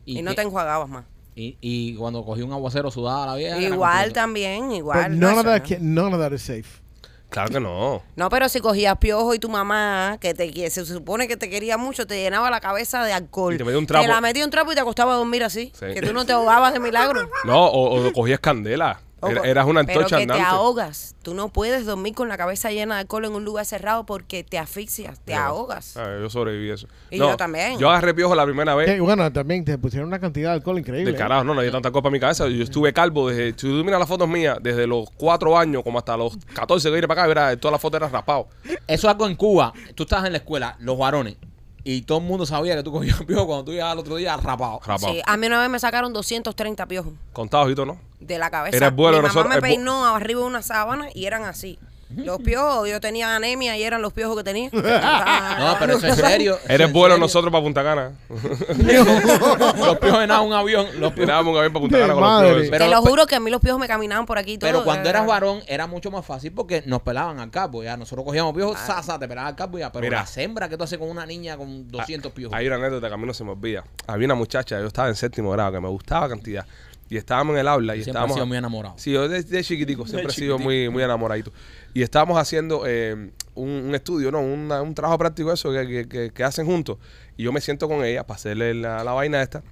Speaker 8: Y, no
Speaker 4: qué-
Speaker 8: te enjuagabas más.
Speaker 4: y, y cuando cogí un aguacero sudaba la vieja. era
Speaker 8: Igual
Speaker 4: completo.
Speaker 8: también,
Speaker 6: But
Speaker 8: igual. Pues no,
Speaker 6: Pues none, of
Speaker 8: eso
Speaker 6: that,
Speaker 8: no.
Speaker 6: can- none of that is safe.
Speaker 3: Claro que no.
Speaker 8: No, pero si cogías piojo y tu mamá, que te que se supone que te quería mucho, te llenaba la cabeza de alcohol.
Speaker 3: Y te metía un trapo.
Speaker 8: la metía un trapo y te acostaba a dormir así.
Speaker 3: Sí.
Speaker 8: Que tú no te ahogabas de milagro.
Speaker 3: No, o, o cogías candela.
Speaker 8: O
Speaker 3: Era-
Speaker 8: co-
Speaker 3: eras una
Speaker 8: Pero
Speaker 3: antorcha
Speaker 8: que te
Speaker 3: andante.
Speaker 8: ahogas. Tú no puedes dormir con la cabeza llena de alcohol en un lugar cerrado porque te asfixias, te ahogas.
Speaker 3: Ah, yo sobreviví eso.
Speaker 8: Y yo también.
Speaker 3: Yo agarré piojo la primera vez.
Speaker 6: Eh, bueno, también te pusieron una cantidad de alcohol increíble.
Speaker 3: Pues- De carajo, no, no había tanta copa en mi cabeza. Yo estuve calvo desde. Si tú miras las fotos mías, desde los 4 años como hasta los 14 que vine para acá, verás, todas las fotos eran raspado.
Speaker 4: Eso es algo en Cuba. Tú estabas en la escuela, los varones, y todo el mundo sabía que tú cogías piojo cuando tú llegabas al otro día rapado.
Speaker 3: Rapado.
Speaker 8: Sí, a mí una vez me sacaron 230 piojos
Speaker 3: Contados y todo, ¿no?
Speaker 8: de la cabeza.
Speaker 3: Era el vuelo de
Speaker 8: Mi mamá
Speaker 3: nosotros- el
Speaker 8: me
Speaker 3: vu-
Speaker 8: peinó arriba de una sábana y eran así. Los piojos, yo tenía anemia y eran los piojos que tenía. Ah,
Speaker 4: No, pero eso es serio. eso
Speaker 3: Eres
Speaker 4: es
Speaker 3: bueno
Speaker 4: serio.
Speaker 3: nosotros para Punta Cana.
Speaker 4: los piojos eran un avión. Los piojos.
Speaker 3: Tirábamos un avión para Punta Cana con los
Speaker 6: Madre.
Speaker 3: piojos.
Speaker 4: Pero- pues
Speaker 8: Te lo juro que a mí los piojos me caminaban por aquí y todo.
Speaker 4: Pero cuando eras
Speaker 8: Era-
Speaker 4: varón era mucho más fácil porque nos pelaban al capo. Ya nosotros cogíamos piojos, sasa, te pelaban al capo ya. Pero
Speaker 3: Mira.
Speaker 4: la hembra que tú haces con una niña con 200 piojos.
Speaker 3: Hay una anécdota que a mí no se me olvida. Había una muchacha, yo estaba en séptimo grado, que me gustaba cantidad. Y estábamos en el aula y
Speaker 4: Siempre
Speaker 3: estábamos.
Speaker 4: he sido muy enamorado.
Speaker 3: Sí, yo desde chiquitico siempre he sido muy, muy enamoradito. Y estábamos haciendo eh, un, un estudio, ¿no? Una- un trabajo práctico eso que, que- que- que hacen juntos. Y yo me siento con ella para hacerle la, la vaina esta.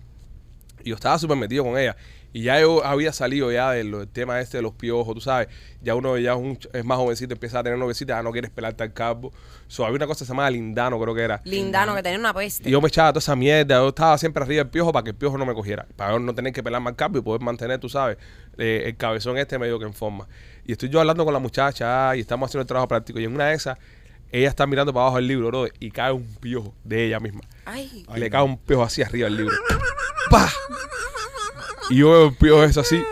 Speaker 3: Y yo estaba súper metido con ella. Y ya yo había salido ya del del tema este de los piojos, tú sabes. Ya uno ya es, un ch- es más jovencito, empieza a tener novecitas, ah, no quieres pelarte al campo. So, había una cosa que se llamaba lindano, creo que era.
Speaker 8: Lindano, que tenía una
Speaker 3: Y
Speaker 8: peste.
Speaker 3: yo me echaba toda esa mierda. Yo estaba siempre arriba del piojo para que el piojo no me cogiera. Para yo no tener que pelar más cambio y poder mantener, tú sabes, eh, el cabezón este medio que en forma. Y estoy yo hablando con la muchacha y estamos haciendo el trabajo práctico. Y en una de esas, ella está mirando para abajo el libro, bro, y cae un piojo de ella misma.
Speaker 8: Ay,
Speaker 7: Ay,
Speaker 3: Le
Speaker 7: no.
Speaker 3: cae un piojo así arriba al libro. ¡Pah! Y yo veo el piojo eso así.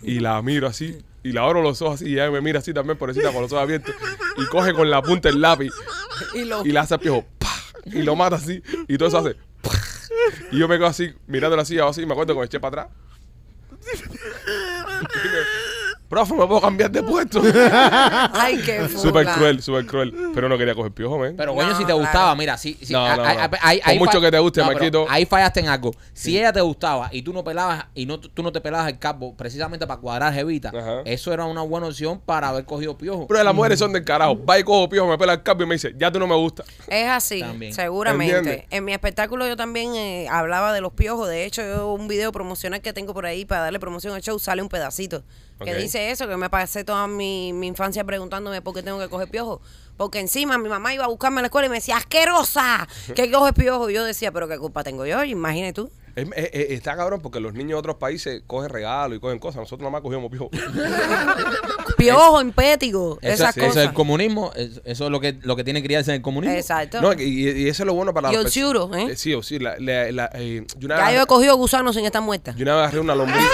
Speaker 3: Y la miro así. Y la abro los ojos así. Y ella me mira así también, pobrecita, con los ojos abiertos. Y coge con la punta el lápiz
Speaker 8: y lo-
Speaker 3: y le hace al piojo ¡pa! y lo mata así y todo eso hace ¡pa! y yo me quedo así mirándolo así así y me acuerdo que me eché para atrás Profe, me puedo cambiar de puesto.
Speaker 8: Ay, qué
Speaker 3: Ah. Súper
Speaker 8: fula.
Speaker 3: cruel, súper cruel. Pero no quería coger piojo, man.
Speaker 4: Pero coño,
Speaker 8: No,
Speaker 4: si te
Speaker 8: claro.
Speaker 4: gustaba, mira, si, si-
Speaker 3: No,
Speaker 4: a-
Speaker 3: no,
Speaker 4: a-
Speaker 3: no.
Speaker 4: a- ahí-
Speaker 3: Por
Speaker 4: ahí
Speaker 3: mucho
Speaker 4: fa-
Speaker 3: que te guste,
Speaker 4: pero
Speaker 3: Marquito.
Speaker 4: Ahí fallaste en algo. Si ella te gustaba y tú no pelabas y no tú no te pelabas el capo precisamente para cuadrar jevita,
Speaker 3: Ajá.
Speaker 4: eso era una buena opción para haber cogido piojo.
Speaker 3: Pero las mujeres son del carajo. Va y cojo piojo, me pela el cambio y me dice, ya tú no me gusta.
Speaker 8: Es así,
Speaker 4: También.
Speaker 8: seguramente.
Speaker 3: ¿Entiendes?
Speaker 8: En mi espectáculo yo también eh, hablaba de los piojos. De hecho, yo un video promocional que tengo por ahí para darle promoción al show sale un pedacito que
Speaker 3: Ok.
Speaker 8: dice eso, que me pasé toda mi, mi infancia preguntándome por qué tengo que coger piojos. Porque encima mi mamá iba a buscarme a la escuela y me decía, asquerosa, que coges piojos. Y yo decía, pero qué culpa tengo yo, imagínate tú.
Speaker 3: Es- es- es- está cabrón porque los niños de otros países cogen regalos y cogen cosas. Nosotros nomás cogíamos piojo.
Speaker 8: Piojo, impétigo,
Speaker 4: Eso,
Speaker 8: esas
Speaker 4: eso es el
Speaker 8: cosas.
Speaker 4: comunismo, es- eso es lo que, lo que tiene que criarse en el comunismo.
Speaker 8: Exacto.
Speaker 3: No, y, y eso es lo bueno para
Speaker 8: Y
Speaker 3: las
Speaker 8: el
Speaker 3: perso-
Speaker 8: ciuro, ¿eh?
Speaker 3: Sí, o sí. La, la- la- eh, yo una
Speaker 8: ya
Speaker 3: vez-
Speaker 8: yo he cogido gusanos sin estar muerta.
Speaker 3: Yo una vez agarré una lombriz.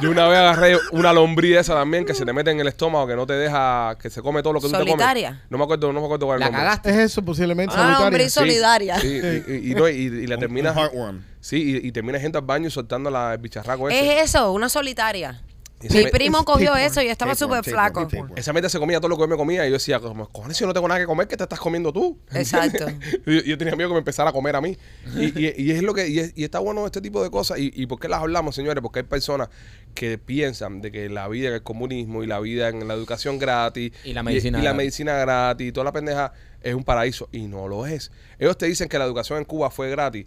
Speaker 3: Yo una vez agarré una lombriz de esa también que se te mete en el estómago, que no te deja, que se come todo lo que tú te
Speaker 8: Solitaria.
Speaker 3: comes. No me acuerdo, no me acuerdo cuál es
Speaker 4: La
Speaker 3: el nombre.
Speaker 4: cagaste.
Speaker 9: Es eso, posiblemente.
Speaker 8: Ah,
Speaker 9: solitaria.
Speaker 8: hombre, solidaria.
Speaker 3: Sí, y, y- y no, y- y la
Speaker 7: Un-
Speaker 3: terminas.
Speaker 7: un heartworm.
Speaker 3: Sí, y, y terminas yendo al baño y soltando la, el bicharraco ese.
Speaker 8: Es eso, una solitaria.
Speaker 3: Y esa
Speaker 8: Mi
Speaker 3: me-
Speaker 8: primo
Speaker 9: es
Speaker 8: cogió
Speaker 9: tapeworm,
Speaker 8: eso y estaba
Speaker 7: Tapeworm,
Speaker 8: súper
Speaker 7: tapeworm,
Speaker 8: flaco.
Speaker 7: tapeworm.
Speaker 3: Esa mierda se comía todo lo que yo me comía y yo decía, como, cojones, si yo no tengo nada que comer, ¿qué te estás comiendo tú?
Speaker 8: Exacto.
Speaker 3: yo, yo tenía miedo que me empezara a comer a mí. Y, y- y es lo que, y, es- y está bueno este tipo de cosas. ¿Y, y por qué las hablamos, señores? Porque hay personas que piensan de que la vida en el comunismo y la vida en la educación gratis
Speaker 4: Y la medicina
Speaker 3: y, la
Speaker 4: gratis.
Speaker 3: medicina gratis y toda la pendeja es un paraíso y no lo es. Ellos te dicen que la educación en Cuba fue gratis.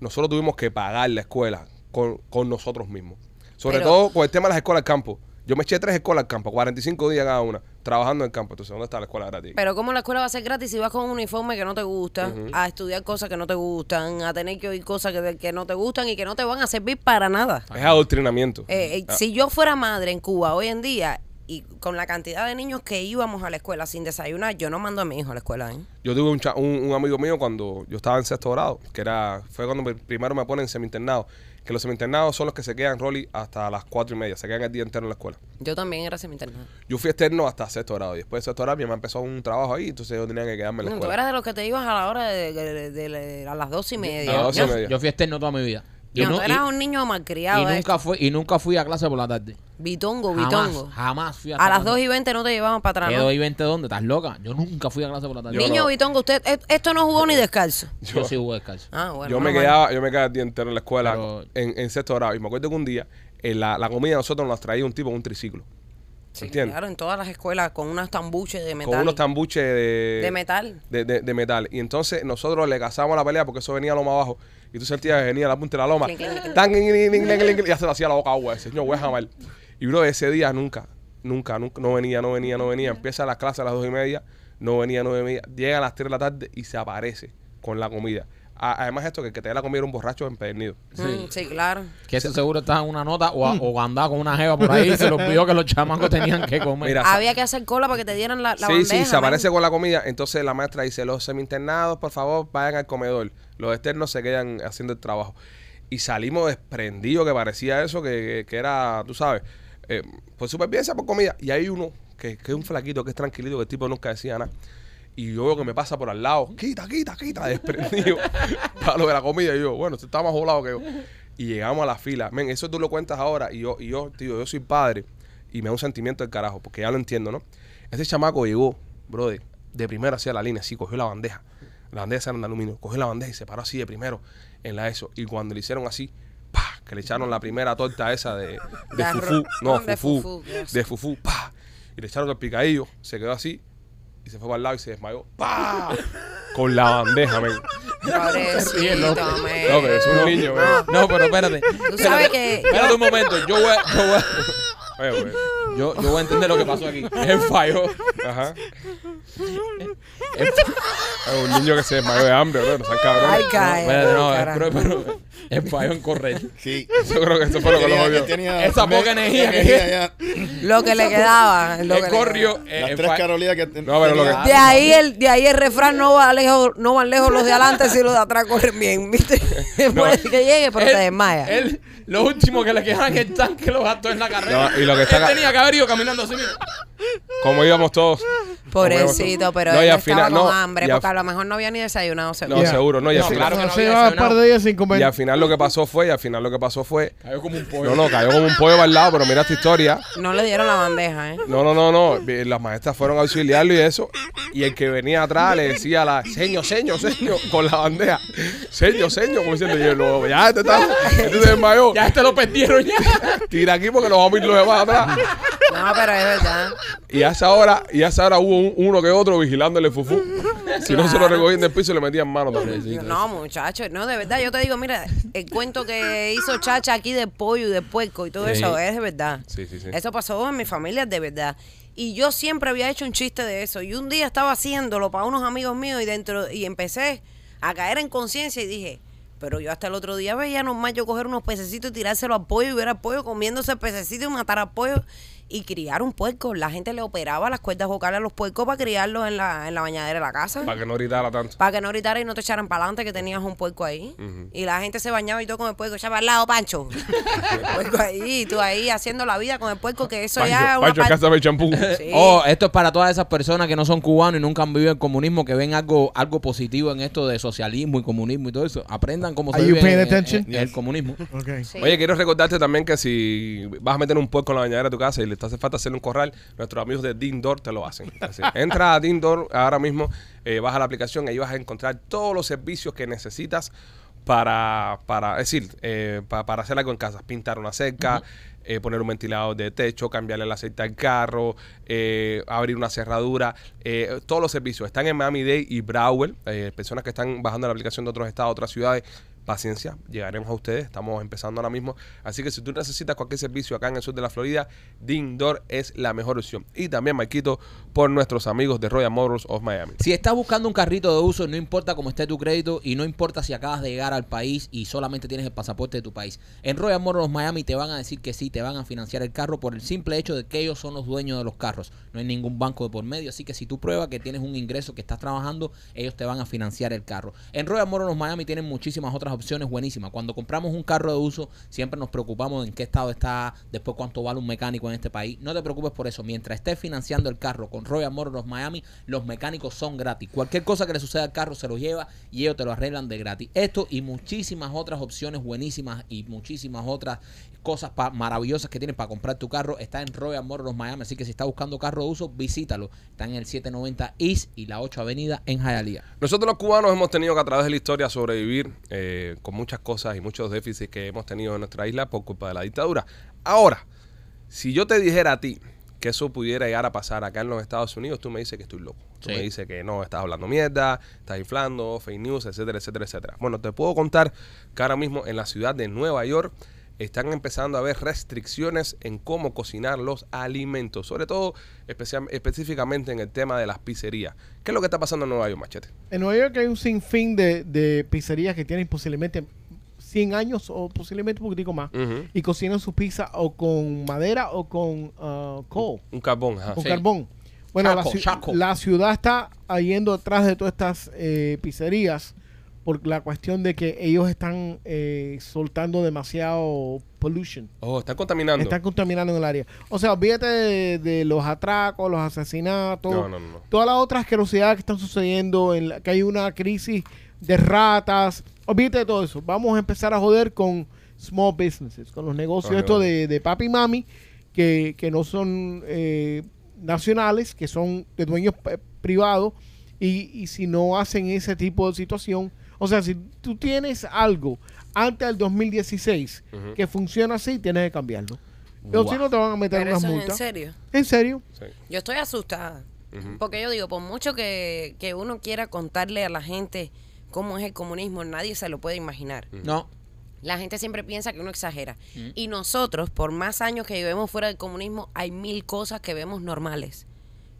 Speaker 3: Nosotros tuvimos que pagar la escuela con, con nosotros mismos. Sobre
Speaker 8: Pero-
Speaker 3: todo con el tema de las escuelas al campo. Yo me eché tres escuelas al campo, 45 días cada una, trabajando en el campo. Entonces, ¿dónde está la escuela gratis?
Speaker 8: Pero cómo la escuela va a ser gratis si vas con un uniforme que no te gusta, a estudiar cosas que no te gustan, a tener que oír cosas que, que no te gustan y que no te van a servir para nada.
Speaker 3: es adoctrinamiento.
Speaker 8: Eh, eh, Si yo fuera madre en Cuba hoy en día y con la cantidad de niños que íbamos a la escuela sin desayunar, yo no mando a mi hijo a la escuela. ¿eh?
Speaker 3: Yo tuve un, cha- un, un amigo mío cuando yo estaba en sexto grado, que era fue cuando me- primero me ponen en semi-internado, que los semi-internados son los que se quedan, Rolly, hasta las cuatro y media, se quedan el día entero en la escuela.
Speaker 8: Yo también era semi-internada.
Speaker 3: Yo fui externo hasta sexto grado y después de sexto grado mi mamá empezó un trabajo ahí, entonces yo tenía que quedarme en la
Speaker 8: No, Mm, tú
Speaker 3: escuela.
Speaker 8: eras de los que te ibas a la hora de, de- de- de- a las dos y media.
Speaker 3: A las doce y
Speaker 8: No,
Speaker 3: media.
Speaker 4: Yo fui externo toda mi vida. Y,
Speaker 8: no,
Speaker 4: no-
Speaker 8: tú
Speaker 4: y-
Speaker 8: eras un niño malcriado.
Speaker 4: y
Speaker 8: eh.
Speaker 4: nunca fui, y nunca fui a clase por la tarde.
Speaker 8: Bitongo,
Speaker 4: Jamás,
Speaker 8: bitongo.
Speaker 4: jamás fui a
Speaker 8: a las
Speaker 4: clase.
Speaker 8: 2 y 20 no te llevaban para atrás.
Speaker 4: Quedo
Speaker 8: ¿no?
Speaker 4: ahí 20 dónde, estás loca. Yo nunca fui a clase por la tarde.
Speaker 3: Yo
Speaker 8: Niño
Speaker 3: no.
Speaker 8: bitongo, usted, et- esto no jugó ni descalzo.
Speaker 4: Yo sí jugué descalzo.
Speaker 8: Ah, bueno.
Speaker 3: yo, me
Speaker 8: menos mal.
Speaker 3: quedaba, yo me quedaba el día entero en la escuela
Speaker 4: Pero-
Speaker 3: en, en sexto grado y me acuerdo que un día eh, la, la comida nosotros nos la traía un tipo en un triciclo.
Speaker 8: Sí,
Speaker 3: ¿Entiendes?
Speaker 8: claro, en todas las escuelas con unas tambuches de metal.
Speaker 3: Con unos tambuches de,
Speaker 8: De metal.
Speaker 3: De, de- de metal. Y entonces nosotros le cazábamos la pelea porque eso venía a loma abajo. Y tú sentías que venía la punta de la loma.
Speaker 8: Clink, clink, clink.
Speaker 3: Tan, clink, clink, clink, clink, clink, y ya se le hacía la boca agua ese. Señor, voy a jamar. Y bro, ese día nunca, nunca, nunca, no venía, no venía, no venía. Empieza la clase a las dos y media, no venía, no venía. Llega a las tres de la tarde y se aparece con la comida. A- además, esto que el que te da la comida era un borracho empedernido.
Speaker 8: Mm, sí, claro.
Speaker 4: Que eso seguro estaba en una nota o, a- o andaba con una jeva por ahí y se los pidió que los chamacos tenían que comer.
Speaker 3: Mira,
Speaker 8: Había que hacer cola para que te dieran la, la
Speaker 3: sí,
Speaker 8: bandeja.
Speaker 3: sí, se
Speaker 8: man.
Speaker 3: aparece con la comida. Entonces la maestra dice, los semi-internados, por favor, vayan al comedor. Los externos se quedan haciendo el trabajo. Y salimos desprendidos, que parecía eso, que, que era, tú sabes, eh, por supervivencia, por comida. Y hay uno, que, que es un flaquito, que es tranquilito, que el tipo nunca decía nada. Y yo veo que me pasa por al lado, quita, quita, quita, desprendido, para lo de la comida. Y yo, bueno, usted está más volado que yo. Y llegamos a la fila. Men, eso tú lo cuentas ahora. Y yo, y yo, tío, yo soy padre. Y me da un sentimiento del carajo, porque ya lo entiendo, ¿no? Ese chamaco llegó, brother, de primero hacia la línea, así, cogió la bandeja. La bandeja esa era de aluminio. Cogió la bandeja y se paró así de primero en la eso. Y cuando le hicieron así, pa, que le echaron la primera torta esa de, de
Speaker 8: La
Speaker 3: fufú.
Speaker 8: ro-
Speaker 3: No,
Speaker 8: de
Speaker 3: fufú.
Speaker 8: fufú, Dios.
Speaker 3: De fufú, pa. Y le echaron el picadillo, se quedó así, y se fue para el lado y se desmayó. ¡Pah! Con la bandeja, men.
Speaker 8: Pobrecito, man.
Speaker 3: No, pero
Speaker 7: Eh,
Speaker 3: es un niño, men.
Speaker 10: No, pero espérate.
Speaker 8: Tú sabes que...
Speaker 10: Espérate un momento. Yo voy, a- yo, voy a-
Speaker 3: Oye, pues,
Speaker 10: yo- yo voy a entender lo que pasó aquí. Él falló.
Speaker 3: Ajá. Es un niño que se desmayó de hambre, bro. No sean
Speaker 8: Ay,
Speaker 3: cabrones.
Speaker 8: cae.
Speaker 10: Espérate, no,
Speaker 8: carajo.
Speaker 10: pero, pero él falló incorrecto.
Speaker 7: Sí.
Speaker 3: Yo creo que eso fue lo que lo
Speaker 7: Tenía-
Speaker 3: jodió.
Speaker 7: tenía-
Speaker 10: Esa poca energía que-
Speaker 7: ya.
Speaker 8: Lo que le quedaba. Lo que
Speaker 10: Él
Speaker 8: le
Speaker 10: corrió.
Speaker 8: quedaba.
Speaker 10: eh,
Speaker 7: Las
Speaker 10: él
Speaker 7: tres
Speaker 10: fa-
Speaker 7: Carolinas que.
Speaker 3: No, pero lo que-
Speaker 8: De ahí, el, de ahí el refrán no va lejos, no van lejos los de adelante si los de atrás corren bien, ¿viste? Puede que llegue, pero te
Speaker 10: él-
Speaker 8: desmaya.
Speaker 10: Él, lo último que le quejaban es el tanque lo gastó en la carrera.
Speaker 3: No, y lo que está
Speaker 10: él
Speaker 3: ca-
Speaker 10: tenía que haber ido caminando así, mira.
Speaker 3: Como íbamos todos.
Speaker 8: Pobrecito, pero
Speaker 3: No, y
Speaker 8: él
Speaker 3: al
Speaker 8: estaba
Speaker 3: final-
Speaker 8: con
Speaker 3: no,
Speaker 8: hambre,
Speaker 3: y al-
Speaker 8: porque a lo mejor no había ni desayunado. seguro.
Speaker 3: No, seguro, no, y al
Speaker 4: No,
Speaker 3: final-
Speaker 4: claro que no
Speaker 6: se
Speaker 4: había
Speaker 6: llevaba un
Speaker 4: desayunado.
Speaker 6: par de días sin comer.
Speaker 3: Y al final lo que pasó fue, y al final lo que pasó fue.
Speaker 10: Cayó como un pollo.
Speaker 3: No, no, cayó como un pollo para el lado, pero mira esta historia.
Speaker 8: No le dieron la bandeja, ¿eh?
Speaker 3: No, no, no, no. eh, Las maestras fueron a auxiliarlo y eso. Y el que venía atrás le decía a la seño, seño, seño, con la bandeja. Seño, seño, como diciendo, y yo, no, ya este está, este se desmayó.
Speaker 10: Ya este lo perdieron ya.
Speaker 3: Tira aquí porque nos vamos a ir los demás atrás.
Speaker 8: No, pero es verdad.
Speaker 3: Y a esa hora, y a esa hora hubo un- uno que otro vigilándole el fufú. Si no se lo recogían del piso, le metían mano
Speaker 8: Yo,
Speaker 3: también.
Speaker 8: no, muchacho, no, de verdad, yo te digo, mira, el cuento que hizo Chacha aquí de pollo y de puerco y todo eso es de verdad.
Speaker 3: Sí, sí, sí.
Speaker 8: Eso pasó en mi familia de verdad. Y yo siempre había hecho un chiste de eso. Y un día estaba haciéndolo para unos amigos míos y dentro y empecé a caer en conciencia y dije, pero yo hasta el otro día veía normal yo coger unos pececitos y tirárselo al pollo y ver al pollo comiéndose el pececito y matar al pollo y criar un puerco. La gente le operaba las cuerdas vocales a los puercos para criarlos en la, en la bañadera de la casa.
Speaker 3: Para que no gritara tanto.
Speaker 8: Para que no gritara y no te echaran para adelante que tenías un puerco ahí. Y la gente se bañaba y todo con el puerco. Echaba al lado, Pancho. El puerco ahí, y tú ahí haciendo la vida con el puerco, que eso ya es
Speaker 3: Pancho,
Speaker 8: una
Speaker 3: Pancho,
Speaker 8: par-
Speaker 3: cásame el champú.
Speaker 8: Sí.
Speaker 10: Oh, esto es para todas esas personas que no son cubanos y nunca han vivido el comunismo, que ven algo, algo positivo en esto de socialismo y comunismo y todo eso. Aprendan cómo se
Speaker 6: Are you
Speaker 10: vive en-
Speaker 6: paying
Speaker 10: en-
Speaker 6: attention?
Speaker 10: en el
Speaker 6: Yes.
Speaker 10: comunismo.
Speaker 6: Ok.
Speaker 8: Sí.
Speaker 3: Oye, quiero recordarte también que si vas a meter un puerco en la bañadera de tu casa y le te hace falta hacerle un corral, nuestros amigos de Dindor te lo hacen. Así, Entra a Dindor ahora mismo, eh, baja la aplicación y ahí vas a encontrar todos los servicios que necesitas para, para es decir, eh, pa- para hacer algo en casa. Pintar una cerca, eh, poner un ventilador de techo, cambiarle el aceite al carro, eh, abrir una cerradura, eh, todos los servicios. Están en Miami-Dade y Broward, eh, personas que están bajando la aplicación de otros estados, otras ciudades paciencia, llegaremos a ustedes, estamos empezando ahora mismo. Así que si tú necesitas cualquier servicio acá en el sur de la Florida, Dindor es la mejor opción. Y también, Marquito, por nuestros amigos de Royal Motors of Miami.
Speaker 4: Si estás buscando un carrito de uso, no importa cómo esté tu crédito y no importa si acabas de llegar al país y solamente tienes el pasaporte de tu país. En Royal Motors Miami te van a decir que sí, te van a financiar el carro por el simple hecho de que ellos son los dueños de los carros. No hay ningún banco de por medio, así que si tú pruebas que tienes un ingreso, que estás trabajando, ellos te van a financiar el carro. En Royal Motors Miami tienen muchísimas otras opciones buenísimas. Cuando compramos un carro de uso, siempre nos preocupamos en qué estado está, después cuánto vale un mecánico en este país. No te preocupes por eso. Mientras estés financiando el carro con Royal Motors Miami, los mecánicos son gratis. Cualquier cosa que le suceda al carro se lo lleva y ellos te lo arreglan de gratis. Esto y muchísimas otras opciones buenísimas y muchísimas otras cosas pa- maravillosas que tienes para comprar tu carro está en Royal Motors Miami. Así que si estás buscando carro de uso, visítalo. Está en el 790 East y la 8 Avenida en Hialeah.
Speaker 3: Nosotros los cubanos hemos tenido que a través de la historia sobrevivir eh, con muchas cosas y muchos déficits que hemos tenido en nuestra isla por culpa de la dictadura. Ahora, si yo te dijera a ti que eso pudiera llegar a pasar acá en los Estados Unidos, tú me dices que estoy loco. Tú
Speaker 4: Sí.
Speaker 3: me dices que no, estás hablando mierda, estás inflando, fake news, etcétera, etcétera, etcétera. Bueno, te puedo contar que ahora mismo en la ciudad de Nueva York están empezando a haber restricciones en cómo cocinar los alimentos, sobre todo especial- específicamente en el tema de las pizzerías. ¿Qué es lo que está pasando en Nueva York, Machete?
Speaker 6: En Nueva York hay un sinfín de, de pizzerías que tienen posiblemente 100 años o posiblemente un poquitico más.
Speaker 3: Ujú.
Speaker 6: Y cocinan su pizza o con madera o con ah, coal,
Speaker 3: Un carbón, ajá.
Speaker 6: con
Speaker 4: sí.
Speaker 6: carbón. Bueno, la,
Speaker 4: Charcoal,
Speaker 6: ci-
Speaker 4: charcoal.
Speaker 6: la ciudad está yendo atrás de todas estas eh, pizzerías por la cuestión de que ellos están eh, soltando demasiado pollution.
Speaker 3: Oh, están contaminando.
Speaker 6: Están contaminando en el área. O sea, olvídate de, de los atracos, los asesinatos,
Speaker 3: No, no, no, no.
Speaker 6: toda la otra asquerosidad que están sucediendo, en la- que hay una crisis de ratas. Olvídate de todo eso. Vamos a empezar a joder con small businesses, con los negocios
Speaker 3: Con los
Speaker 6: estos de, de papi y mami, que, que no son eh, nacionales, que son de dueños eh, privados. Y, y si no hacen ese tipo de situación, o sea, si tú tienes algo antes del 2016
Speaker 3: Ujú.
Speaker 6: que funciona así, tienes que cambiarlo. Pero si no te van a meter
Speaker 8: Pero
Speaker 6: unas
Speaker 8: eso es en
Speaker 6: multas.
Speaker 8: serio.
Speaker 6: En serio.
Speaker 3: Sí.
Speaker 8: Yo estoy asustada.
Speaker 3: Ujú.
Speaker 8: Porque yo digo, por mucho que, que uno quiera contarle a la gente cómo es el comunismo, nadie se lo puede imaginar.
Speaker 4: No,
Speaker 8: La gente siempre piensa que uno exagera. Y nosotros, por más años que vivimos fuera del comunismo, hay mil cosas que vemos normales,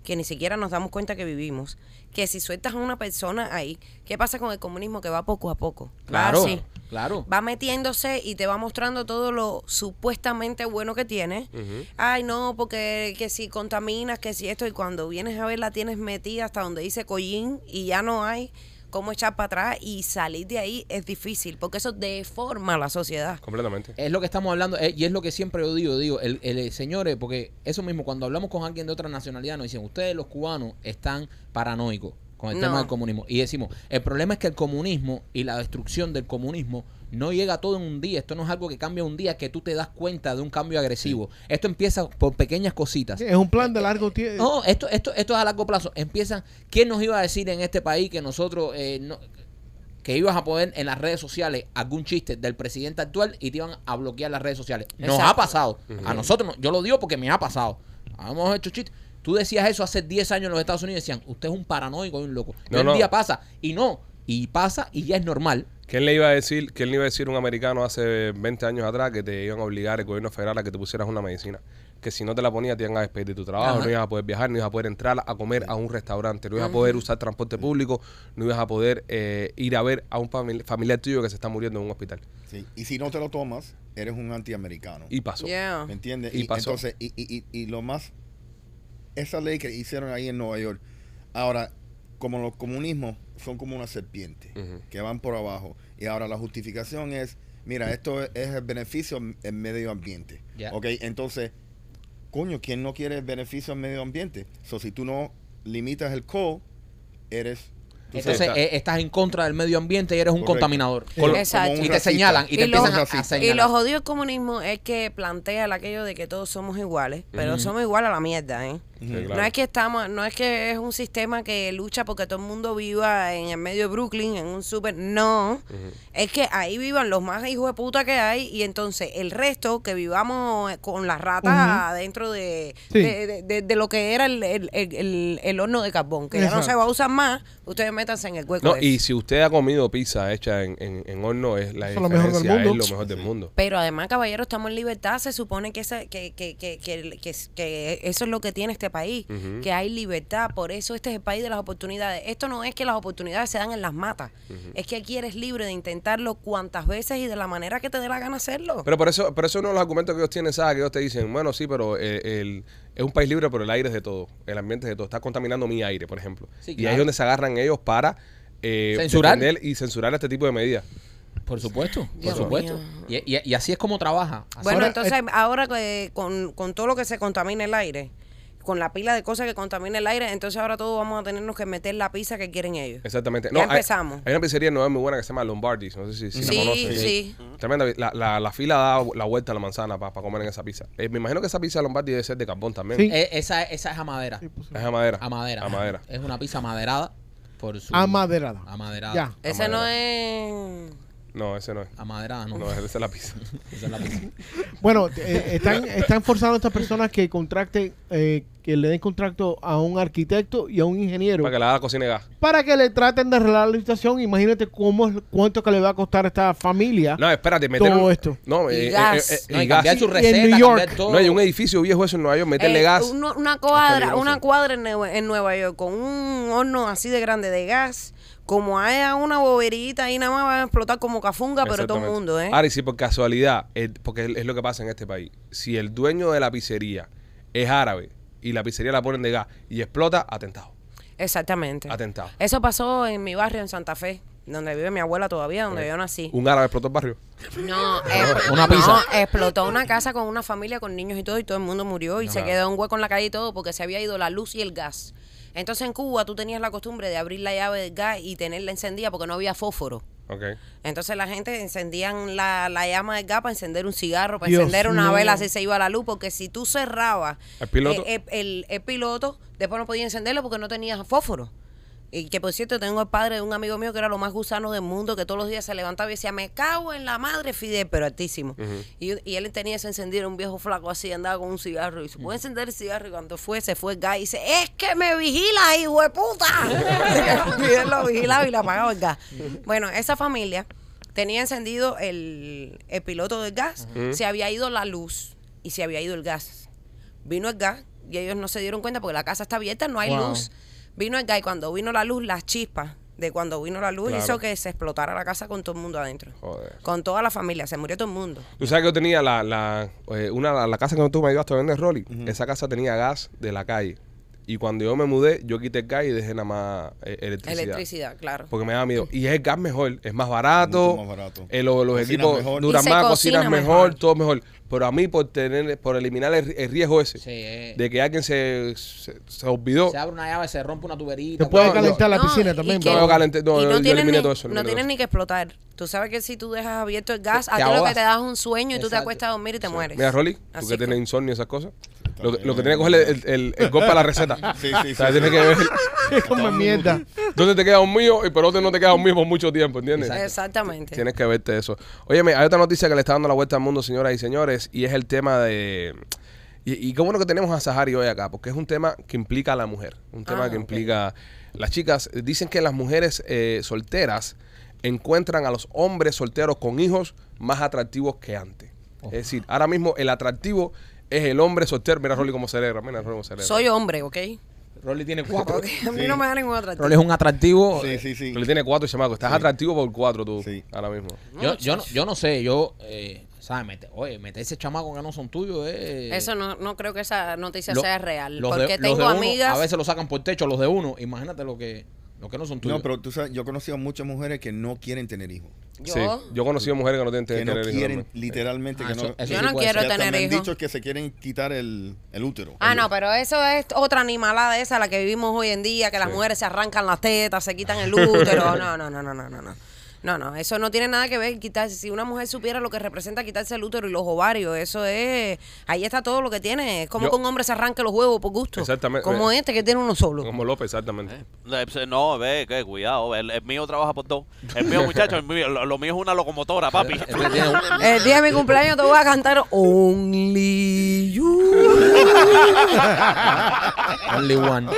Speaker 8: que ni siquiera nos damos cuenta que vivimos. Que si sueltas a una persona ahí, ¿qué pasa con el comunismo que va poco a poco?
Speaker 4: claro,
Speaker 8: Va así.
Speaker 4: claro.
Speaker 8: Ah, Va metiéndose y te va mostrando todo lo supuestamente bueno que tiene. Ay, no, porque que si contaminas, que si esto, y cuando vienes a verla tienes metida hasta donde dice collín y ya no hay. cómo echar para atrás y salir de ahí es difícil, porque eso deforma la sociedad.
Speaker 3: Completamente.
Speaker 4: Es lo que estamos hablando eh, y es lo que siempre yo digo, digo, el, el, eh, señores, porque eso mismo, cuando hablamos con alguien de otra nacionalidad, nos dicen, ustedes los cubanos están paranoicos con el
Speaker 8: No.
Speaker 4: tema del comunismo. Y decimos, el problema es que el comunismo y la destrucción del comunismo no llega todo en un día. Esto no es algo que cambia un día, que tú te das cuenta de un cambio agresivo. Esto empieza por pequeñas cositas.
Speaker 6: Sí, Es un plan de largo tiempo.
Speaker 8: Oh,
Speaker 4: No, esto, esto, esto es a largo plazo. Empiezan. ¿Quién nos iba a decir en este país que nosotros eh, no- que ibas a poner en las redes sociales algún chiste del presidente actual y te iban a bloquear las redes sociales? Nos
Speaker 8: Exacto.
Speaker 4: ha pasado. A nosotros, no- yo lo digo porque me ha pasado. Hemos hecho chistes. Tú decías eso hace 10 años en los Estados Unidos y decían, usted es un paranoico y un loco. Y
Speaker 3: No,
Speaker 4: hoy en
Speaker 3: no.
Speaker 4: día pasa. Y no. Y pasa y ya es normal.
Speaker 3: ¿Quién le iba a decir, quién le iba a decir a un americano hace 20 años atrás que te iban a obligar el gobierno federal a que te pusieras una medicina? Que si no te la ponías te iban a despedir de tu trabajo,
Speaker 4: Ajá.
Speaker 3: no ibas a poder viajar, no ibas a poder entrar a comer a un restaurante, no ibas a poder usar transporte público, no ibas a poder eh, ir a ver a un famili- familiar tuyo que se está muriendo en un hospital.
Speaker 7: Sí. Y si no te lo tomas, eres un antiamericano.
Speaker 3: Y pasó.
Speaker 8: Yeah.
Speaker 7: ¿Me entiendes?
Speaker 3: Y
Speaker 7: Y,
Speaker 3: pasó.
Speaker 7: entonces, y, y, y, y lo más, esa ley que hicieron ahí en Nueva York, ahora, como los comunismos son como una serpiente,
Speaker 3: Ujú.
Speaker 7: que van por abajo, y ahora la justificación es, mira, esto es, es el beneficio en medio ambiente.
Speaker 4: Ya.
Speaker 7: Ok, entonces, coño, ¿quién no quiere el beneficio en medio ambiente? So, si tú no limitas el coal, eres... tú sabes,
Speaker 4: Entonces
Speaker 3: Exacto.
Speaker 4: eh, estás en contra del medio ambiente y eres un
Speaker 7: Correcto.
Speaker 4: contaminador.
Speaker 7: como un
Speaker 8: Exacto. Y te
Speaker 7: racista.
Speaker 4: señalan, y te
Speaker 8: empiezan
Speaker 7: Un
Speaker 8: a-
Speaker 7: racista.
Speaker 4: a señalar.
Speaker 8: Y lo jodido del comunismo es que plantea el aquello de que todos somos iguales, pero somos iguales a la mierda, ¿eh?
Speaker 3: Sí,
Speaker 7: Ujú.
Speaker 3: claro.
Speaker 8: No es que estamos, no es que es un sistema que lucha porque todo el mundo viva en el medio de Brooklyn, en un super, no. Es que ahí vivan los más hijos de puta que hay y entonces el resto que vivamos eh, con la rata adentro de,
Speaker 6: Sí.
Speaker 8: de, de- de- de lo que era el, el- el- el- el horno de carbón, que ya no se
Speaker 6: Exacto.
Speaker 8: va a usar más, ustedes métanse en el hueco.
Speaker 3: No,
Speaker 8: ese.
Speaker 3: y si usted ha comido pizza hecha en, en- en horno, es la
Speaker 6: Eso es lo mejor del
Speaker 3: diferencia, es
Speaker 6: mundo.
Speaker 3: lo mejor del mundo.
Speaker 8: Pero además, caballero, estamos en libertad. Se supone que, esa- que, que, que, que, que- que eso es lo que tiene este país,
Speaker 3: Ujú.
Speaker 8: que hay libertad. Por eso este es el país de las oportunidades. Esto no es que las oportunidades se dan en las matas. Es que aquí eres libre de intentarlo cuantas veces y de la manera que te dé la gana hacerlo.
Speaker 3: Pero por eso, por eso uno de los argumentos que ellos tienen, ¿sabes? Que ellos te dicen, bueno, sí, pero eh, el- es un país libre, pero el aire es de todo, el ambiente es de todo, está contaminando mi aire, por ejemplo.
Speaker 4: Sí,
Speaker 3: Y ahí es
Speaker 4: claro.
Speaker 3: donde se agarran ellos para eh,
Speaker 4: Censurar.
Speaker 3: defender y censurar este tipo de medidas.
Speaker 4: Por supuesto, por
Speaker 8: Dios
Speaker 4: supuesto. Y, y- y así es como trabaja. Así-
Speaker 8: bueno,
Speaker 6: Ahora,
Speaker 8: entonces ahora que con, con todo lo que se contamina el aire, con la pila de cosas que contamina el aire, entonces ahora todos vamos a tenernos que meter la pizza que quieren ellos.
Speaker 3: Exactamente.
Speaker 8: Ya
Speaker 3: No, hay-
Speaker 8: empezamos.
Speaker 3: Hay, una pizzería nueva muy buena que se llama Lombardi's, no sé si, si
Speaker 8: Sí,
Speaker 3: la conoces.
Speaker 8: sí.
Speaker 3: Tremenda, la, la, la fila da la vuelta a la manzana para comer en esa pizza. Eh, me imagino que esa pizza de Lombardi debe ser de carbón también.
Speaker 6: Sí. pues.
Speaker 4: Eh, esa, esa es a madera.
Speaker 3: Es a madera.
Speaker 4: A madera.
Speaker 3: A madera.
Speaker 4: Es una pizza maderada por su.
Speaker 6: Amaderada.
Speaker 4: Amaderada.
Speaker 6: Ya.
Speaker 8: Ese no es...
Speaker 3: No, ese no es.
Speaker 4: Amaderada, no.
Speaker 3: No, esa es la pizza.
Speaker 4: Esa es la pizza.
Speaker 6: Bueno, eh, están, están forzando a estas personas que contracten, eh, que le den contrato a un arquitecto y a un ingeniero
Speaker 3: para que la haga cocine gas.
Speaker 6: para que le traten de arreglar la situación. Imagínate cómo es- cuánto que le va a costar a esta familia.
Speaker 3: No, espérate, meter
Speaker 6: Ah. Todo
Speaker 3: un-
Speaker 6: esto.
Speaker 3: No,
Speaker 8: Y
Speaker 3: eh, eh,
Speaker 8: gas.
Speaker 3: eh, eh,
Speaker 4: No, y
Speaker 3: y gas.
Speaker 4: cambiar su
Speaker 6: en
Speaker 4: receta,
Speaker 6: New
Speaker 4: cambiar
Speaker 6: York.
Speaker 4: todo.
Speaker 3: No, hay un edificio viejo eso en Nueva York, meterle
Speaker 8: Eh,
Speaker 3: gas.
Speaker 8: uno- Una, cuadra,
Speaker 3: peligroso.
Speaker 8: una cuadra en Nueva, en Nueva York con un horno así de grande de gas. Como haya una boberita ahí nada más va a explotar como cafunga, pero todo el
Speaker 3: Exactamente.
Speaker 8: mundo, ¿eh?
Speaker 3: Ahora, y si por casualidad, eh, porque es es lo que pasa en este país, si el dueño de la pizzería es árabe y la pizzería la ponen de gas y explota, atentado.
Speaker 8: Exactamente.
Speaker 3: Atentado.
Speaker 8: Eso pasó en mi barrio en Santa Fe, donde vive mi abuela todavía, donde yo nací.
Speaker 3: Un árabe explotó el barrio.
Speaker 8: No, expl-
Speaker 4: Una
Speaker 8: no,
Speaker 4: pizza.
Speaker 8: explotó una casa con una familia, con niños y todo, y todo el mundo murió y se quedó un hueco en la calle y todo porque se había ido la luz y el gas. Entonces en Cuba tú tenías la costumbre de abrir la llave del gas y tenerla encendida porque no había fósforo.
Speaker 3: Ok.
Speaker 8: Entonces la gente encendían la, la llama del gas para encender un cigarro, para
Speaker 6: Dios
Speaker 8: encender una
Speaker 6: mío.
Speaker 8: vela si se iba la luz, porque si tú cerrabas
Speaker 3: ¿El piloto?
Speaker 8: eh, el, el- el piloto, después no podía encenderlo porque no tenías fósforo. Y que por cierto, tengo el padre de un amigo mío que era lo más gusano del mundo, que todos los días se levantaba y decía, me cago en la madre Fidel, pero altísimo. y, yo- y él tenía ese encendido, era un viejo flaco así, andaba con un cigarro y se puede encender el cigarro y cuando fue, se fue el gas y dice, es que me vigila, hijo de puta. Fidel lo vigilaba y le apagaba el gas. Bueno, esa familia tenía encendido el, el piloto del gas, se había ido la luz y se había ido el gas. Vino el gas y ellos no se dieron cuenta porque la casa está abierta, no hay
Speaker 4: Wow.
Speaker 8: luz. Vino el gas y cuando vino la luz, las chispas de cuando vino la luz
Speaker 3: Claro.
Speaker 8: hizo que se explotara la casa con todo el mundo adentro.
Speaker 3: Joder.
Speaker 8: Con toda la familia, se murió todo el mundo.
Speaker 3: Tú sabes que yo tenía la, la, eh, una, la, la casa que tú me ayudaste a vender, Rolly. Esa casa tenía gas de la calle. Y cuando yo me mudé, yo quité el gas y dejé nada más eh, electricidad.
Speaker 8: Electricidad, claro.
Speaker 3: Porque me daba miedo. Y es el gas mejor, es más barato.
Speaker 7: Mucho más barato.
Speaker 3: eh, lo- los
Speaker 7: Cocinas
Speaker 3: equipos
Speaker 7: mejor.
Speaker 3: duran
Speaker 8: Y se
Speaker 3: más,
Speaker 8: cocina
Speaker 3: cocinas mejor,
Speaker 8: mejor.
Speaker 3: todo mejor. Pero a mí por tener, por eliminar el, el riesgo ese,
Speaker 4: Sí, eh.
Speaker 3: de que alguien se, se, se olvidó.
Speaker 4: Se abre una llave, se rompe una tuberita.
Speaker 6: Te puede
Speaker 3: no,
Speaker 6: calentar la
Speaker 8: No,
Speaker 6: piscina
Speaker 8: y
Speaker 6: también.
Speaker 8: que-
Speaker 3: No,
Speaker 6: bro.
Speaker 3: yo calenté- Ah, no,
Speaker 8: y
Speaker 3: yo- yo
Speaker 8: tienes
Speaker 3: eliminé
Speaker 8: ni-
Speaker 3: todo eso, eliminé
Speaker 8: no
Speaker 3: todo
Speaker 8: tienes
Speaker 3: eso.
Speaker 8: ni que explotar. Tú sabes que si tú dejas abierto el gas,
Speaker 4: Te
Speaker 8: a ti lo que
Speaker 4: ahogas.
Speaker 8: te das es un sueño y tú te
Speaker 4: Exacto.
Speaker 8: acuestas a dormir y te mueres.
Speaker 3: Mira, Rolly, tú
Speaker 8: Así
Speaker 3: que
Speaker 8: que-
Speaker 3: tienes insomnio y esas cosas. Lo, que-
Speaker 7: También.
Speaker 3: lo que tienes que coger es el, el, el golpe a la receta.
Speaker 7: Sí,
Speaker 3: O
Speaker 7: sí,
Speaker 3: sea,
Speaker 7: sí,
Speaker 3: tienes
Speaker 7: sí.
Speaker 3: que ver
Speaker 6: Come mierda.
Speaker 3: dónde te queda un mío y por otro no te queda un mío por mucho tiempo, ¿entiendes?
Speaker 8: Exactamente.
Speaker 3: Tienes que verte eso. Óyeme, hay otra noticia que le está dando la vuelta al mundo, señoras y señores, y es el tema de... Y, y qué bueno que tenemos a Sahari hoy acá, porque es un tema que implica a la mujer, un tema
Speaker 8: Ah,
Speaker 3: que
Speaker 8: ok.
Speaker 3: implica... Las chicas dicen que las mujeres eh, solteras encuentran a los hombres solteros con hijos más atractivos que antes. Es decir, ahora mismo el atractivo es el hombre soltero. Mira, Rolly, cómo celebra. Mira, Rolly, cómo celebra.
Speaker 8: Soy hombre, ¿ok?
Speaker 4: Rolly tiene cuatro.
Speaker 8: Porque a mí no me da ningún otro
Speaker 4: Rolly es un atractivo.
Speaker 7: Sí, sí, sí.
Speaker 3: Rolly tiene cuatro chamacos. Estás atractivo por cuatro tú
Speaker 7: Sí.
Speaker 3: ahora mismo.
Speaker 4: Yo, yo, no, yo no sé, yo, eh, ¿sabes? Mete- oye, meter ese chamaco que no son tuyos eh,
Speaker 8: Eso no, no creo que esa noticia
Speaker 4: lo-
Speaker 8: sea real.
Speaker 4: los de-
Speaker 8: Porque
Speaker 4: los de uno,
Speaker 8: tengo amigas.
Speaker 4: a veces lo sacan por techo los de uno. Imagínate lo que, lo que no son tuyos.
Speaker 7: No, pero tú sabes, yo he conocido a muchas mujeres que no quieren tener hijos.
Speaker 8: Yo,
Speaker 3: Sí, yo he conocido mujeres que no tienen
Speaker 7: Que no
Speaker 3: tener hijos
Speaker 7: quieren,
Speaker 3: también.
Speaker 7: literalmente,
Speaker 4: Ah,
Speaker 7: que
Speaker 4: eso-
Speaker 7: no.
Speaker 4: eso
Speaker 8: Yo
Speaker 4: sí
Speaker 8: no
Speaker 4: puede
Speaker 8: quiero
Speaker 4: ser.
Speaker 7: hasta
Speaker 8: tener
Speaker 7: me han
Speaker 8: hijos.
Speaker 7: dicho que se quieren quitar el, el útero.
Speaker 8: Ah, no, pero eso es otra animalada esa la que vivimos hoy en día, que las
Speaker 3: Sí.
Speaker 8: mujeres se arrancan las tetas, se quitan el útero. No, no, no, no, no, no. no. No, no, eso no tiene nada que ver quitarse. Si una mujer supiera lo que representa quitarse el útero y los ovarios, eso es. Ahí está todo lo que tiene. Es como
Speaker 3: Yo-
Speaker 8: que un hombre se arranque los huevos por gusto.
Speaker 3: Exactamente.
Speaker 8: Como este que tiene uno solo.
Speaker 3: Como López, exactamente.
Speaker 5: No, eh, pues, No, ve, que cuidado. El, el mío trabaja por dos. El mío, muchacho, el mío- lo, lo mío es una locomotora, papi.
Speaker 4: Entonces Este tiene un-
Speaker 8: El día de mi cumpleaños te voy a cantar Only You.
Speaker 4: Only one.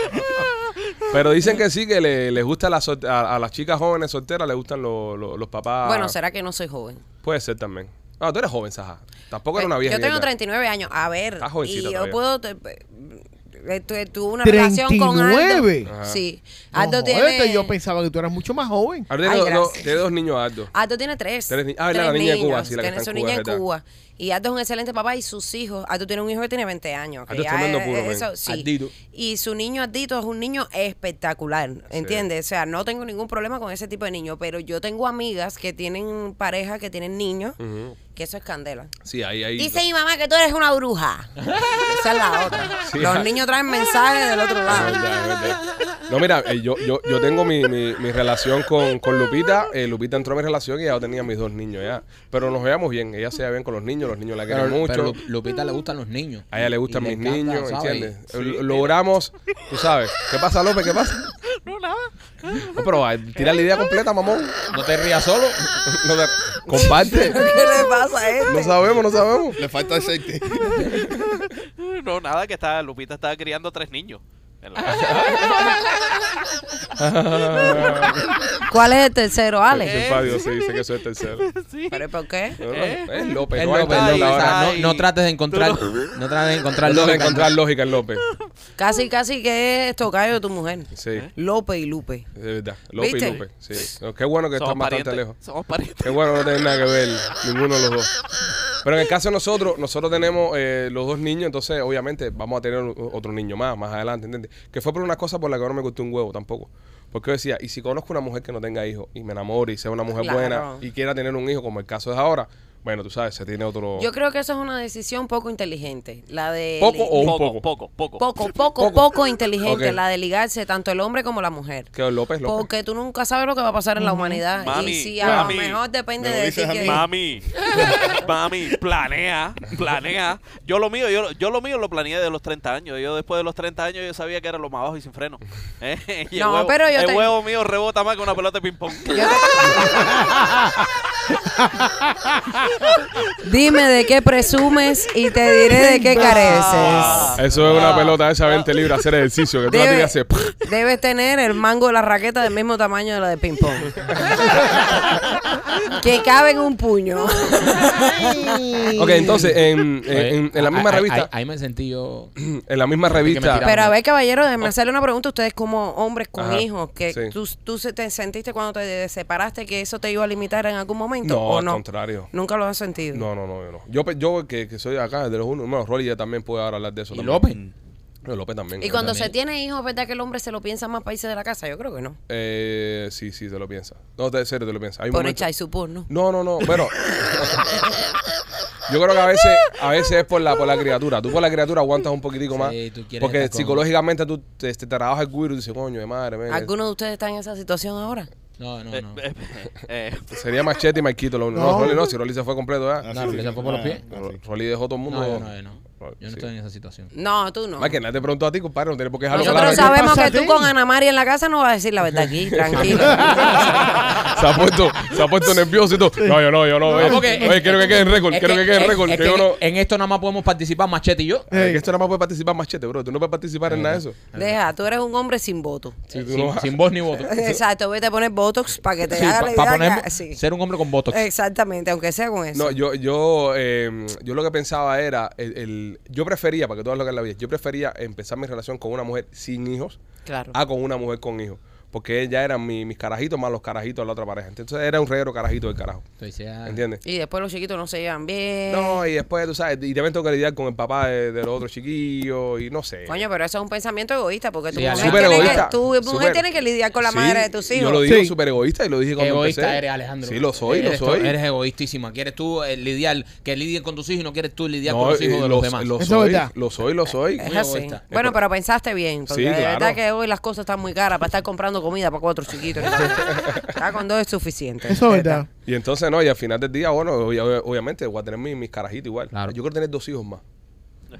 Speaker 3: Pero dicen que sí, que le, les gusta a las sol- a, a las chicas jóvenes solteras, les gustan lo- lo- los papás.
Speaker 8: Bueno, será que no soy joven.
Speaker 3: Puede ser también. Ah, tú eres joven, Saja. Tampoco eres
Speaker 8: Pe-
Speaker 3: una vieja.
Speaker 8: Eh, Yo tengo
Speaker 3: mierda.
Speaker 8: 39 años. A ver,
Speaker 3: Estás jovencita
Speaker 8: y yo
Speaker 3: todavía.
Speaker 8: puedo. te- pe- eh, tu- tuve una relación con
Speaker 6: ¿39?
Speaker 8: Aldo.
Speaker 3: Ajá.
Speaker 8: Sí.
Speaker 6: No,
Speaker 8: Aldo
Speaker 6: jodete,
Speaker 8: tiene.
Speaker 6: yo pensaba que tú eras mucho más joven.
Speaker 3: Ahora tiene
Speaker 8: Ay,
Speaker 3: dos- dos,
Speaker 8: gracias.
Speaker 3: tiene dos niños altos.
Speaker 8: Aldo tiene Ah, tres.
Speaker 3: Tres ni- ah, es la niña de Cuba, sí, la que
Speaker 8: tiene
Speaker 3: está en
Speaker 8: su
Speaker 3: Cuba,
Speaker 8: niña en
Speaker 3: ¿verdad?
Speaker 8: Cuba. Y Aldo es un excelente papá y sus hijos. Aldo tiene un hijo que tiene 20 años. que
Speaker 3: Aldo es
Speaker 8: ya
Speaker 3: tremendo
Speaker 8: es-
Speaker 3: puro, men.
Speaker 8: eso, sí.
Speaker 4: Aldito.
Speaker 8: Y su niño Aldito es un niño espectacular, ¿entiendes? O sea, no tengo ningún problema con ese tipo de niño, pero yo tengo amigas que tienen pareja, que tienen niños,
Speaker 3: Ujú.
Speaker 8: que eso es candela.
Speaker 3: Sí, ahí, ahí.
Speaker 8: Dice mi mamá que tú eres una bruja. Esa es la otra.
Speaker 3: Sí,
Speaker 8: Los
Speaker 3: ah.
Speaker 8: niños traen mensajes del otro
Speaker 3: Es
Speaker 8: lado.
Speaker 3: verdad, es verdad. No, mira, eh, yo, yo, yo tengo mi, mi, mi relación con, con Lupita. Eh, Lupita entró a mi relación y ya yo tenía mis dos niños ya. Pero nos veíamos bien. Ella se veía bien con los niños, los niños la quieren
Speaker 4: Pero,
Speaker 3: mucho.
Speaker 4: pero Lu- Lupita le gustan los niños.
Speaker 3: A ella le gustan
Speaker 4: Y
Speaker 3: mis
Speaker 4: encanta,
Speaker 3: niños,
Speaker 4: ¿sabes?
Speaker 3: ¿entiendes? L- Logramos, tú sabes. ¿Qué pasa, López? ¿Qué pasa? No, nada. No, pero ay, tira la idea completa, mamón.
Speaker 4: No te rías solo.
Speaker 3: No te- comparte.
Speaker 8: ¿Qué le pasa a
Speaker 3: No
Speaker 8: este?
Speaker 3: sabemos, no sabemos.
Speaker 7: Le falta aceite.
Speaker 5: No, nada, que está, Lupita está criando tres niños. En
Speaker 3: Ah,
Speaker 5: la casa.
Speaker 8: ¿Cuál es el tercero, Ale?
Speaker 3: Sí, Fabio, sí, dice que soy el tercero.
Speaker 8: ¿Pero por qué?
Speaker 3: No, no, es López,
Speaker 4: Es
Speaker 3: no hay
Speaker 4: López,
Speaker 3: tanta
Speaker 4: López, o sea,
Speaker 3: hora.
Speaker 4: no, no trates de encontrar,
Speaker 5: Tú
Speaker 4: no trates de encontrar
Speaker 3: No
Speaker 4: lógica.
Speaker 3: de encontrar lógica en López.
Speaker 8: Casi, casi que es tocayo de tu mujer.
Speaker 3: Sí, es
Speaker 8: López y Lupe.
Speaker 3: verdad. López y
Speaker 8: ¿Viste?
Speaker 3: López. Sí. No, qué bueno que
Speaker 5: Somos
Speaker 3: están bastante
Speaker 5: parientes,
Speaker 3: lejos.
Speaker 5: Somos parientes.
Speaker 3: Qué bueno no tener nada que ver ninguno de los dos. Pero en el caso de nosotros, nosotros tenemos eh, los dos niños, entonces obviamente vamos a tener o- otro niño más, más adelante, ¿entiendes? Que fue por una cosa por la que no me gustó un huevo tampoco. Porque yo decía, y si conozco una mujer que no tenga hijos y me enamore y sea una mujer
Speaker 8: Claro.
Speaker 3: buena y quiera tener un hijo, como el caso es ahora, bueno, tú sabes, se tiene otro...
Speaker 8: Yo creo que eso es una decisión poco inteligente. La de.
Speaker 3: Oh. ¿Poco o un poco?
Speaker 5: Poco, poco, poco.
Speaker 8: Poco, poco, poco, inteligente
Speaker 3: Ok.
Speaker 8: la de ligarse tanto el hombre como la mujer.
Speaker 3: Que López, López.
Speaker 8: Porque tú nunca sabes lo que va a pasar en la humanidad.
Speaker 5: Mami,
Speaker 8: y si a
Speaker 5: mami.
Speaker 8: lo mejor depende
Speaker 7: Me lo
Speaker 8: de ti
Speaker 7: dices a
Speaker 8: que.
Speaker 7: mí.
Speaker 5: Mami, mami, planea, planea. Yo lo mío, yo, yo lo mío lo planeé de los 30 años. Yo después de los 30 años yo sabía que era lo más bajo y sin freno. Eh, y el
Speaker 8: No,
Speaker 5: huevo-
Speaker 8: pero yo
Speaker 5: El
Speaker 8: te-
Speaker 5: huevo mío rebota más que una pelota de ping-pong.
Speaker 8: Dime de qué presumes y te diré de qué
Speaker 5: Ah,
Speaker 8: careces.
Speaker 3: Eso es una pelota de esa 20 libras, hacer ejercicio, que tú la
Speaker 8: Debe-
Speaker 3: tiras y haces...
Speaker 8: Debes tener el mango de la raqueta del mismo tamaño de la de ping pong. que cabe en un puño.
Speaker 3: Ok, entonces, en,
Speaker 4: Oye,
Speaker 3: eh, en- en la
Speaker 4: ahí-
Speaker 3: misma
Speaker 4: ahí-
Speaker 3: revista,
Speaker 4: ahí- Ahí me sentí yo.
Speaker 3: en la misma revista...
Speaker 8: Pero a ver, caballero, déjeme hacerle una pregunta. Ustedes como hombres con
Speaker 3: Oh. Ajá,
Speaker 8: hijos, que
Speaker 3: sí.
Speaker 8: tú, tú se te sentiste cuando te separaste que eso te iba a limitar en algún momento
Speaker 3: No,
Speaker 8: o
Speaker 3: al
Speaker 8: no?
Speaker 3: contrario.
Speaker 8: Nunca lo has sentido.
Speaker 3: No, no, no, yo no. Yo, pe- yo que, que soy acá de los unos, bueno, Rolly ya también puede ahora hablar de eso.
Speaker 4: Y
Speaker 3: también.
Speaker 4: López.
Speaker 3: No, López también.
Speaker 8: Y
Speaker 3: creo
Speaker 8: cuando se
Speaker 3: también.
Speaker 8: tiene hijos, ¿verdad que el hombre se lo piensa más para irse de la casa? Yo creo que no.
Speaker 3: Eh, sí, sí, te lo piensa. No, te, serio, te lo piensa. Hay un
Speaker 8: Por
Speaker 3: momento-
Speaker 8: echar su porno.
Speaker 3: No, no, no. Bueno. Yo creo que a veces, a veces es por la, por la criatura. Tú por la criatura aguantas un poquitico más.
Speaker 4: tú quieres
Speaker 3: porque
Speaker 4: estar con-
Speaker 3: psicológicamente tú te, te trabajas el guiro y dices, coño, de madre, mía.
Speaker 8: ¿Alguno de ustedes está en esa situación ahora?
Speaker 4: No, no,
Speaker 5: Eh,
Speaker 4: no.
Speaker 5: eh, eh,
Speaker 3: Sería Machete y Marquito. Lo, no,
Speaker 6: No.
Speaker 3: Rolly no, si Rolly se fue completo ya.
Speaker 4: No, porque se fue por los pies.
Speaker 7: Ah, sí.
Speaker 3: Rolly dejó todo el mundo.
Speaker 4: No, yo no, yo no. Yo no
Speaker 3: Oh, Sí.
Speaker 4: estoy en esa situación.
Speaker 8: No, tú no.
Speaker 3: Más que nadie te preguntó a ti, compadre. No tienes por qué dejarlo
Speaker 8: Nosotros
Speaker 6: claro.
Speaker 8: sabemos
Speaker 6: ¿Qué
Speaker 8: que
Speaker 6: pasa a
Speaker 8: tú
Speaker 6: ti?
Speaker 8: con Ana María en la casa no vas a decir la verdad aquí, tranquilo.
Speaker 3: Se ha puesto, se ha puesto nervioso y todo. No, yo no, yo no. oye,
Speaker 4: porque-
Speaker 3: oye, quiero que quede en récord,
Speaker 4: Es
Speaker 3: quiero que,
Speaker 4: que-
Speaker 3: quede en
Speaker 4: es-
Speaker 3: récord.
Speaker 4: es
Speaker 3: que
Speaker 4: que
Speaker 3: yo no-
Speaker 4: En esto nada más podemos participar Machete y yo.
Speaker 3: Es que esto nada más puede participar Machete, bro. Tú no puedes participar en nada de eso.
Speaker 8: Deja, tú eres un hombre sin voto.
Speaker 3: Si tú no
Speaker 4: Sin,
Speaker 3: vas-
Speaker 4: sin voz ni voto.
Speaker 8: Exacto, vete a poner Botox para que te haga la
Speaker 4: para
Speaker 8: idea
Speaker 4: poner
Speaker 8: que- sí.
Speaker 4: ser un hombre con votos.
Speaker 8: Exactamente, aunque sea con eso.
Speaker 3: No, yo, yo, eh, yo lo que pensaba era, el, el- yo prefería, para que todas lo que la vida, yo prefería empezar mi relación con una mujer sin hijos
Speaker 8: claro.
Speaker 3: a con una mujer con hijos. Porque ya eran mi- mis carajitos más los carajitos de la otra pareja. Entonces era un reguero carajito del carajo.
Speaker 4: Entonces, ya-
Speaker 3: ¿Entiendes?
Speaker 8: Y eh. después los chiquitos no se llevan bien.
Speaker 3: No, eh. y después, tú sabes, y también tengo que lidiar con el papá de, de los otros chiquillos y no sé.
Speaker 8: Coño, pero eso es un pensamiento egoísta, porque tu
Speaker 4: Sí,
Speaker 8: mujer,
Speaker 4: súper
Speaker 8: tiene,
Speaker 3: egoísta,
Speaker 8: que, tu mujer
Speaker 3: súper.
Speaker 8: tiene que lidiar con la
Speaker 3: Sí,
Speaker 8: madre de tus hijos.
Speaker 3: Yo lo digo
Speaker 6: Sí.
Speaker 3: súper egoísta y lo dije cuando
Speaker 4: Egoísta
Speaker 3: empecé.
Speaker 4: eres, Alejandro.
Speaker 3: Sí, lo soy,
Speaker 4: Eres
Speaker 3: lo
Speaker 4: to-
Speaker 3: soy.
Speaker 4: Eres egoístísima. Quieres tú eh, lidiar, que lidien con tus hijos y no quieres tú lidiar
Speaker 3: No, eh,
Speaker 4: con los
Speaker 3: y
Speaker 4: hijos de
Speaker 3: lo-
Speaker 4: los demás.
Speaker 3: Lo
Speaker 6: Eso es
Speaker 3: soy,
Speaker 6: verdad.
Speaker 3: lo soy, lo soy.
Speaker 8: Es
Speaker 4: Muy
Speaker 8: así.
Speaker 4: egoísta.
Speaker 8: Bueno,
Speaker 3: Es por-
Speaker 8: pero pensaste bien, porque
Speaker 3: Sí,
Speaker 8: de
Speaker 3: claro.
Speaker 8: verdad que hoy las cosas están muy caras para estar comprando comida para cuatro chiquitos. ya con dos es suficiente.
Speaker 6: Eso es verdad.
Speaker 3: Y entonces, no, y al final del día, bueno, obvia- obvia- obviamente voy a tener mis, mis carajitos igual.
Speaker 4: Claro.
Speaker 3: Yo quiero tener dos hijos más.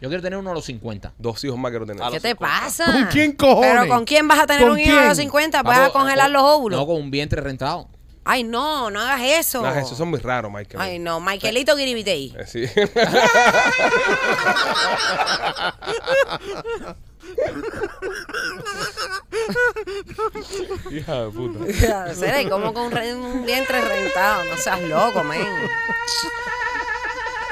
Speaker 4: Yo quiero tener uno a los 50.
Speaker 3: Dos hijos más quiero tener.
Speaker 5: A
Speaker 8: ¿Qué
Speaker 5: los
Speaker 8: te
Speaker 5: 50.
Speaker 8: pasa?
Speaker 6: ¿Con quién cojones?
Speaker 8: ¿Pero con quién vas a tener
Speaker 6: ¿Con
Speaker 8: un hijo a los
Speaker 6: quién?
Speaker 8: 50? ¿Vas a
Speaker 4: Papo,
Speaker 8: congelar los óvulos?
Speaker 4: Ah, No, con un vientre rentado.
Speaker 8: Ay, no, no hagas eso.
Speaker 3: Nah, esos son muy raros, Michael.
Speaker 8: Ay, no, Michaelito Giribitei.
Speaker 3: Eh, Sí. Hija de puta.
Speaker 8: Será, ¿y cómo con un re- un vientre rentado? No seas loco, men.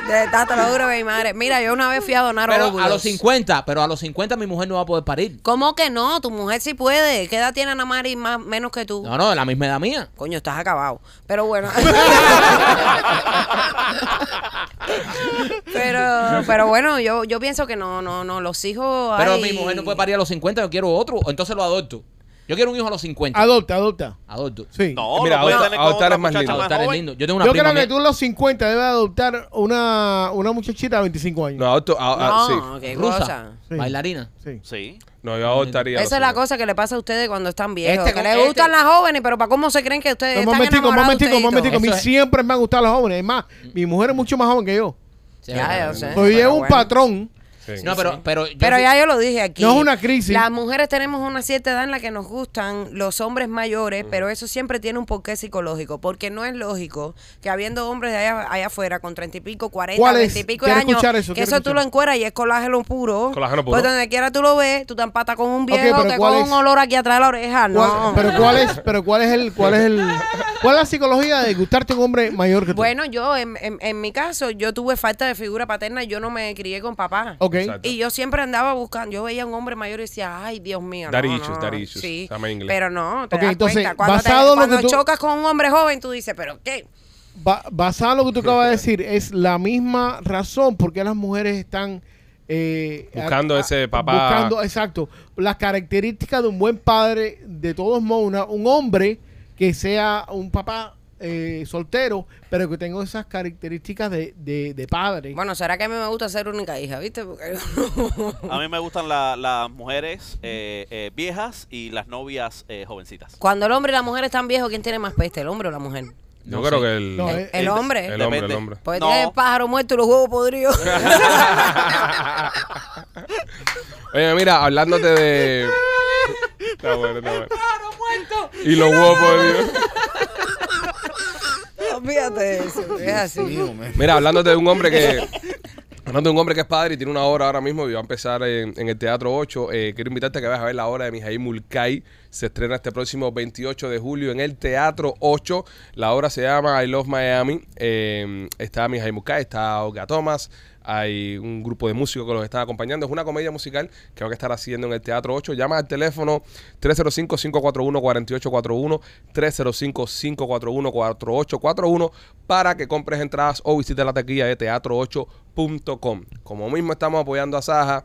Speaker 8: De tata lo duro, mi madre. Mira, yo una vez fui a donar
Speaker 4: Pero
Speaker 8: óvulos.
Speaker 4: a los 50, pero a los 50 mi mujer no va a poder parir.
Speaker 8: ¿Cómo que no? Tu mujer sí puede. ¿Qué edad tiene Ana Mari más menos que tú?
Speaker 4: No, no, la misma edad mía.
Speaker 8: Coño, estás acabado. Pero bueno. pero, pero bueno, yo, yo pienso que no, no, no. Los hijos.
Speaker 4: Pero
Speaker 8: ay.
Speaker 4: mi mujer no puede parir a los 50, yo quiero otro, o entonces lo adopto. Yo quiero un hijo a los 50.
Speaker 6: Adopta, adopta.
Speaker 4: adopto.
Speaker 6: Sí.
Speaker 5: No,
Speaker 3: Mira,
Speaker 5: lo puedes
Speaker 3: adopta-
Speaker 5: tener con
Speaker 3: adoptar
Speaker 5: otra
Speaker 3: es más
Speaker 5: muchacha
Speaker 3: lindo.
Speaker 4: Adoptar es
Speaker 5: joven.
Speaker 4: lindo. Yo tengo una
Speaker 6: Yo
Speaker 4: prima
Speaker 6: creo que
Speaker 4: mía-
Speaker 6: tú a los 50 debes adoptar una, una muchachita de 25 años.
Speaker 3: No, adopto- a- a-
Speaker 8: No,
Speaker 3: sí.
Speaker 8: qué cosa.
Speaker 4: Ah, rusa,
Speaker 6: Sí.
Speaker 4: bailarina.
Speaker 6: Sí.
Speaker 5: Sí.
Speaker 3: No, yo adoptaría. a los
Speaker 8: Esa es la
Speaker 3: señores.
Speaker 8: cosa que le pasa a ustedes cuando están viejos.
Speaker 4: Este
Speaker 8: que
Speaker 4: con-
Speaker 8: les
Speaker 4: este-
Speaker 8: gustan las jóvenes, pero ¿para cómo se creen que ustedes
Speaker 6: No,
Speaker 8: están
Speaker 6: momentico,
Speaker 8: enamorados de
Speaker 6: momentico,
Speaker 8: ustedes y todo?
Speaker 6: momentico. A mí
Speaker 4: Eso es-
Speaker 6: siempre me han gustado los jóvenes. Es más, mi mujer es mucho más joven que yo.
Speaker 4: Sí,
Speaker 8: Ya,
Speaker 4: bueno.
Speaker 8: yo sé.
Speaker 6: Soy
Speaker 8: pero
Speaker 6: un
Speaker 8: bueno.
Speaker 6: patrón.
Speaker 3: Sí.
Speaker 4: No, pero, pero, yo
Speaker 8: Pero
Speaker 4: sí-
Speaker 8: ya yo lo dije aquí.
Speaker 6: No es una crisis.
Speaker 8: Las mujeres tenemos una cierta edad en la que nos gustan los hombres mayores, pero eso siempre tiene un porqué psicológico, porque no es lógico que habiendo hombres de allá, allá afuera con treinta y pico, cuarenta,
Speaker 6: ¿Cuál es?
Speaker 8: veinte y pico de
Speaker 6: Quiero
Speaker 8: años,
Speaker 6: escuchar eso,
Speaker 8: que
Speaker 6: quiero
Speaker 8: eso tú
Speaker 6: escuchar.
Speaker 8: lo encueras y es colágeno puro.
Speaker 3: Colágeno puro.
Speaker 8: Pues donde quiera tú lo ves, tú te empatas con un
Speaker 6: Ok,
Speaker 8: viejo,
Speaker 6: pero
Speaker 8: te
Speaker 6: ¿cuál
Speaker 8: con
Speaker 6: es?
Speaker 8: un olor aquí atrás de la oreja, no.
Speaker 6: ¿Cuál- pero cuál es, pero cuál es el, cuál es el, cuál es la psicología de gustarte un hombre mayor que tú.
Speaker 8: Bueno, yo, en, en- en mi caso, yo tuve falta de figura paterna, yo no me crié con papá.
Speaker 6: Ok.
Speaker 3: Exacto.
Speaker 8: Y yo siempre andaba buscando, yo veía a un hombre mayor y decía, ay, Dios mío.
Speaker 3: Daddy
Speaker 8: no,
Speaker 3: issues,
Speaker 8: no".
Speaker 3: daddy issues.
Speaker 8: Sí,
Speaker 3: Llama en inglés.
Speaker 8: pero no, te
Speaker 6: Ok,
Speaker 8: das
Speaker 6: entonces,
Speaker 8: cuenta. Cuando, te-
Speaker 6: basado en lo
Speaker 8: cuando
Speaker 6: que tú-
Speaker 8: chocas con un hombre joven, tú dices, pero ¿qué?
Speaker 6: Ba- basado en lo que tú acabas de decir, es la misma razón por qué las mujeres están eh,
Speaker 3: Buscando ese papá.
Speaker 6: Buscando, exacto. Las características de un buen padre, de todos modos, una- un hombre que sea un papá eh, soltero, pero que tenga esas características de, de- de padre.
Speaker 8: Bueno, ¿será que a mí me gusta ser única hija, viste? Porque
Speaker 5: A mí me gustan la- las mujeres eh, eh, viejas y las novias eh, jovencitas.
Speaker 8: cuando el hombre y la mujer están viejos, ¿quién tiene más peste, el hombre o la mujer?
Speaker 3: Yo
Speaker 4: No
Speaker 3: creo
Speaker 4: sé.
Speaker 3: que el.
Speaker 6: No,
Speaker 8: El,
Speaker 6: eh,
Speaker 8: el
Speaker 6: eh,
Speaker 8: hombre.
Speaker 3: el hombre, el
Speaker 5: Depende.
Speaker 3: hombre.
Speaker 8: Porque
Speaker 5: No.
Speaker 8: tiene el pájaro muerto y los huevos podridos.
Speaker 3: Oye, mira, hablándote de. Está bueno, está bueno. Y los huevos podridos.
Speaker 8: Olvídate de eso. Es así.
Speaker 7: Mío, man.
Speaker 3: Mira, hablándote de un hombre que. Hablando de un hombre que es padre y tiene una obra ahora mismo y va a empezar en, en el Teatro 8. eh, quiero invitarte a que vayas a ver la obra de Mijail Mulcay. Se estrena este próximo 28 de julio en el Teatro 8. La obra se llama I Love Miami. Eh, está Mijail Mulcay, está Olga Thomas. Hay un grupo de músicos que los está acompañando. Es una comedia musical que van a estar haciendo en el Teatro 8. Llama al teléfono 305-541-4841, 305-541-4841 para que compres entradas o visites la taquilla de teatro8.com. Como mismo estamos apoyando a Saja,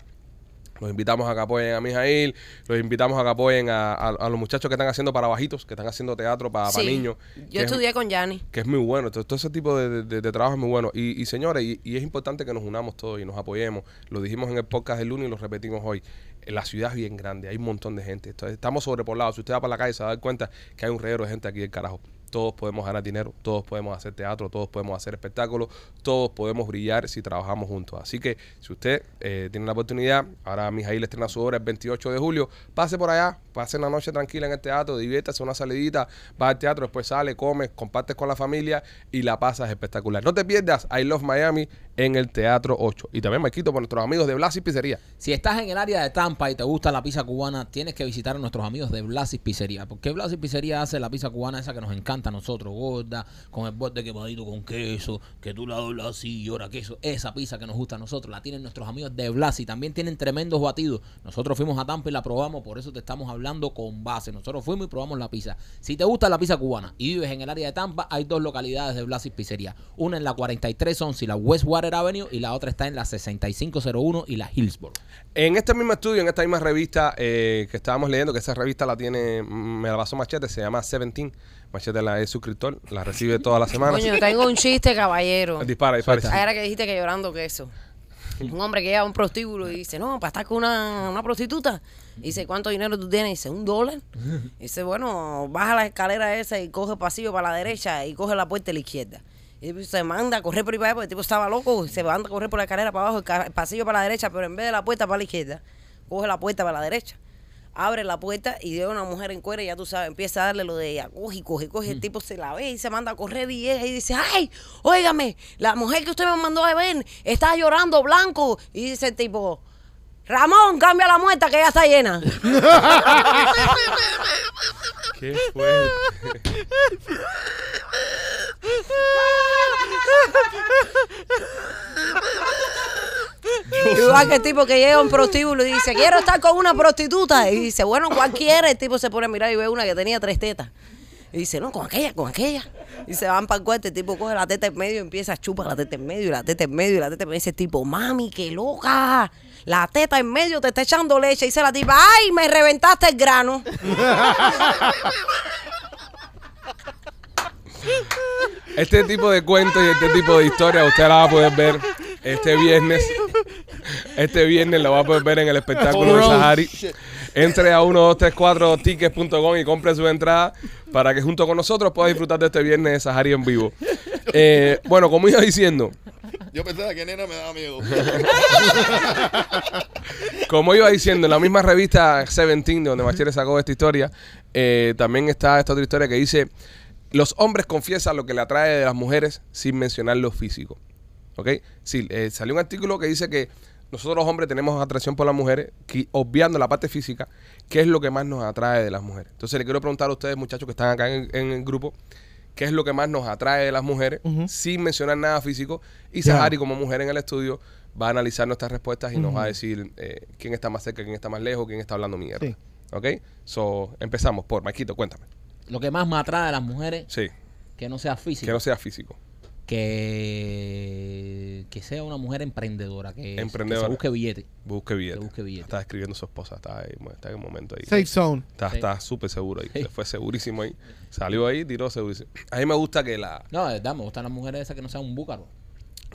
Speaker 3: Los invitamos a que apoyen a Mijail, los invitamos a que apoyen a, a- a los muchachos que están haciendo para bajitos, que están haciendo teatro para, para
Speaker 8: Sí.
Speaker 3: niños. que
Speaker 8: Yo
Speaker 3: es-
Speaker 8: estudié con Yanni.
Speaker 3: que es muy bueno. Todo, todo ese tipo de, de- de- de trabajo es muy bueno. Y, y, señores, y, y es importante que nos unamos todos y nos apoyemos. Lo dijimos en el podcast del lunes y lo repetimos hoy. Eh, La ciudad es bien grande, hay un montón de gente. Entonces, estamos sobrepoblados. Si usted va para la calle se va a dar cuenta que hay un reguero de gente aquí del carajo. Todos podemos ganar dinero, todos podemos hacer teatro, todos podemos hacer espectáculos, todos podemos brillar si trabajamos juntos. Así que si usted eh, tiene la oportunidad, ahora Mijail estrena su obra el 28 de julio, pase por allá, pase una noche tranquila en el teatro, diviértase una salidita, va al teatro, después sale, come, compartes con la familia y la pasas espectacular. No te pierdas I Love Miami en el Teatro 8. Y también me quito por nuestros amigos de Blas y Pizzería.
Speaker 4: Si estás en el área de Tampa y te gusta la pizza cubana, tienes que visitar a nuestros amigos de Blasis Pizzería. Porque Blasis Pizzería hace la pizza cubana esa que nos encanta a nosotros, gorda, con el borde quemadito con queso, que tú la doblas así y ahora queso. Esa pizza que nos gusta a nosotros la tienen nuestros amigos de Blasi. También tienen tremendos batidos. Nosotros fuimos a Tampa y la probamos, por eso te estamos hablando con base. Nosotros fuimos y probamos la pizza. Si te gusta la pizza cubana y vives en el área de Tampa, hay dos localidades de Blasis Pizzería. Una en la 4311 y la Westwater Avenue y la otra está en la 6501 y la Hillsborough.
Speaker 3: En este mismo estudio, en esta misma revista eh, que estábamos leyendo, que esa revista la tiene, mm, me la pasó Machete, se llama Seventeen. Machete la es suscriptor, la recibe todas las semanas.
Speaker 8: Coño, tengo un chiste, caballero.
Speaker 3: Dispara, dispara.
Speaker 8: Ah, Era que dijiste que llorando queso. Un hombre que llega a un prostíbulo y dice, no, para estar con una, una prostituta. Y dice, ¿cuánto dinero tú tienes? Y dice, un dólar. Y dice, bueno, baja la escalera esa y coge el pasillo para la derecha y coge la puerta a la izquierda. Y el tipo se manda a correr por ahí para allá, porque el tipo estaba loco, se manda a correr por la escalera para abajo, el, ca- el pasillo para la derecha, pero en vez de la puerta para la izquierda, coge la puerta para la derecha. Abre la puerta y ve a una mujer en cuero y ya tú sabes, empieza a darle lo de ella. Coge, y coge, coge. El tipo se la ve y se manda a correr y llega y dice, ¡ay! Óigame, la mujer que usted me mandó a ver está llorando blanco. Y dice el tipo, Ramón, cambia la muerta que ya está llena.
Speaker 3: Qué fuerte.
Speaker 8: Igual que el tipo que llega a un prostíbulo y dice, quiero estar con una prostituta. Y dice, bueno, cualquiera. El tipo se pone a mirar y ve una que tenía tres tetas. Y dice, no, con aquella, con aquella. Y se van para el cuarto. El tipo coge la teta en medio y empieza a chupar la teta en medio, y la teta en medio, y la teta en medio. Y dice el tipo, mami, qué loca. La teta en medio te está echando leche. Y dice la tipa, ay, me reventaste el grano.
Speaker 3: Este tipo de cuentos y este tipo de historias usted la va a poder ver este viernes. Este viernes la va a poder ver en el espectáculo de
Speaker 6: Oh,
Speaker 3: Sahari. Entre a 1234tickets.com y compre su entrada para que junto con nosotros pueda disfrutar de este viernes de Sahari en vivo. Eh, bueno, como iba diciendo,
Speaker 7: Yo pensaba que nena me daba miedo.
Speaker 3: Como iba diciendo, en la misma revista Seventeen, de donde Machere sacó esta historia, eh, también está esta otra historia que dice: Los hombres confiesan lo que le atrae de las mujeres sin mencionar lo físico. ¿Ok? Sí, eh, salió un artículo que dice que nosotros los hombres tenemos atracción por las mujeres, que, obviando la parte física, ¿qué es lo que más nos atrae de las mujeres? Entonces le quiero preguntar a ustedes, muchachos que están acá en, en el grupo, ¿qué es lo que más nos atrae de las mujeres? Sin mencionar nada físico. Y
Speaker 6: Ya.
Speaker 3: Sahari, como mujer en el estudio, va a analizar nuestras respuestas y nos va a decir eh, quién está más cerca, quién está más lejos, quién está hablando mierda.
Speaker 6: Sí.
Speaker 3: ¿Ok? So, empezamos por Maquito, cuéntame.
Speaker 4: Lo que más me atrae de las mujeres,
Speaker 3: Sí,
Speaker 4: que no sea
Speaker 3: que
Speaker 4: físico,
Speaker 3: no sea físico.
Speaker 4: que, que sea una mujer emprendedora, que,
Speaker 3: Emprendedora.
Speaker 4: que se busque billete.
Speaker 3: Busque billete.
Speaker 4: Que busque billete.
Speaker 3: Está escribiendo su esposa, está ahí, está en un momento ahí.
Speaker 6: Safe zone.
Speaker 3: Está
Speaker 4: Sí.
Speaker 3: está súper seguro ahí. Se fue segurísimo ahí. Salió ahí, tiró segurísimo. A mí me gusta que la,
Speaker 4: No, de verdad, me gustan las mujeres esas que no sean un búcaro.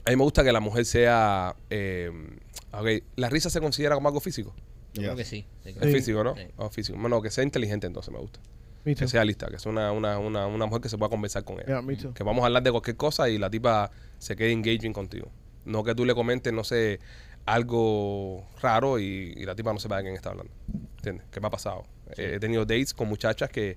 Speaker 3: a mí me gusta que la mujer sea. eh, ok, la risa se considera como algo físico.
Speaker 4: Yo creo que sí. sí, creo
Speaker 3: Es
Speaker 4: que sí.
Speaker 3: físico, ¿no?
Speaker 4: Sí.
Speaker 3: O físico. Bueno, que sea inteligente entonces me gusta.
Speaker 6: Me
Speaker 3: Que
Speaker 6: too.
Speaker 3: sea lista, que sea una, una, una, una mujer que se pueda conversar con ella.
Speaker 6: Yeah, me too.
Speaker 3: Que vamos a hablar de cualquier cosa y la tipa se quede engaging contigo. No que tú le comentes, no sé, algo raro y, y la tipa no sepa de quién está hablando. ¿Entiendes? ¿Qué me ha pasado? Eh, he tenido dates con muchachas que,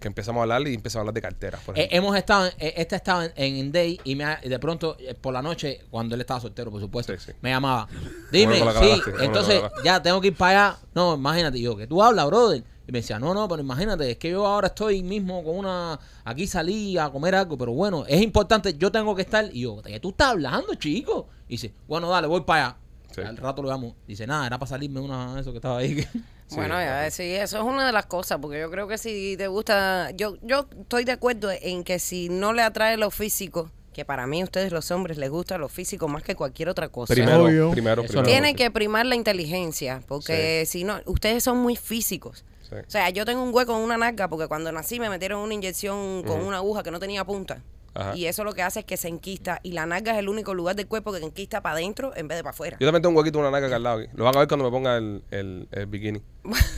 Speaker 3: que empezamos a hablar y empezamos a hablar de carteras, por
Speaker 4: Eh,
Speaker 3: ejemplo.
Speaker 4: hemos estado, en- eh, esta estaba en, en Day y me ha- y de pronto eh, por la noche, cuando él estaba soltero, por supuesto,
Speaker 3: Sí, sí.
Speaker 4: me llamaba. Dime,
Speaker 3: Bueno, con la
Speaker 4: sí,
Speaker 3: calabaza, bueno,
Speaker 4: entonces
Speaker 3: con la calabaza.
Speaker 4: ya tengo que ir para allá. No, imagínate, y yo, que tú hablas, brother. Y me decía, no, no, pero imagínate, es que yo ahora estoy mismo con una. Aquí salí a comer algo, pero bueno, es importante, yo tengo que estar. Y yo, "¿De ¿qué tú estás hablando, chico? Y dice, bueno, dale, voy para allá.
Speaker 3: Sí.
Speaker 4: Al rato lo vamos. Dice, nada, era para salirme una de eso que estaba ahí.
Speaker 3: Sí,
Speaker 8: Bueno,
Speaker 3: claro.
Speaker 8: ya, sí, eso es una de las cosas, porque yo creo que si te gusta, yo, yo estoy de acuerdo en que si no le atrae lo físico, que para mí ustedes los hombres les gusta lo físico más que cualquier otra cosa.
Speaker 3: Primero,
Speaker 6: Obvio.
Speaker 3: primero,
Speaker 10: Eso
Speaker 3: primero.
Speaker 10: no.
Speaker 8: Tiene que primar la inteligencia, porque si no, ustedes son muy físicos.
Speaker 3: Sí.
Speaker 8: O sea, yo tengo un hueco en una narga porque cuando nací me metieron una inyección con una aguja que no tenía punta.
Speaker 3: Ajá.
Speaker 8: Y eso lo que hace es que se enquista. Y la narga es el único lugar del cuerpo que enquista para adentro en vez de para afuera.
Speaker 3: Yo también tengo un huequito, una naca acá al lado. aquí. Lo van a ver cuando me ponga el, el, el bikini.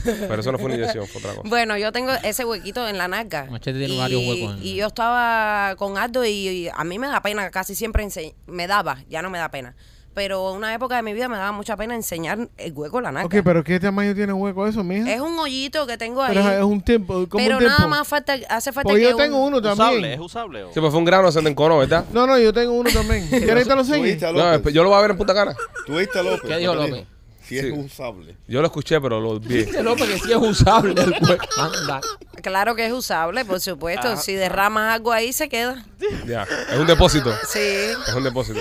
Speaker 3: Pero eso no fue una inyección, fue otra cosa.
Speaker 8: Bueno, yo tengo ese huequito en la narga.
Speaker 10: Machete Pues. Este tiene
Speaker 8: y,
Speaker 10: varios huecos en-
Speaker 8: Y yo estaba con Aldo y, y a mí me da pena, casi siempre ense- me daba, ya no me da pena. Pero una época de mi vida me daba mucha pena enseñar el hueco en la narga.
Speaker 6: Ok, pero ¿qué tamaño tiene hueco eso, mija?
Speaker 8: Es un hoyito que tengo ahí.
Speaker 6: Pero es un tiempo. ¿cómo
Speaker 8: Pero
Speaker 6: un tiempo?
Speaker 8: nada más falta, hace falta
Speaker 6: Pues
Speaker 8: que
Speaker 6: yo tengo
Speaker 8: un-
Speaker 6: uno
Speaker 5: usable,
Speaker 6: también.
Speaker 5: es usable. o-
Speaker 3: Sí, pues fue un grano de en cono, ¿verdad?
Speaker 6: No, no, yo tengo uno también. ¿Quieres que te lo
Speaker 7: ¿Tú
Speaker 6: enseñe?
Speaker 7: viste a
Speaker 3: No, pues,
Speaker 7: López?
Speaker 3: yo lo voy a ver en Punta Cana.
Speaker 7: ¿Tú viste a López?
Speaker 4: ¿Qué dijo
Speaker 7: ¿No te
Speaker 4: López?
Speaker 7: Si es
Speaker 3: Sí.
Speaker 7: usable.
Speaker 3: Yo lo escuché, pero lo olvidé.
Speaker 4: Dice López que sí es usable el cuerpo. Anda.
Speaker 8: Claro que es usable, por supuesto.
Speaker 10: Ah,
Speaker 8: si derramas algo ahí, se queda.
Speaker 3: Ya, es un depósito.
Speaker 8: Sí,
Speaker 3: Es un depósito.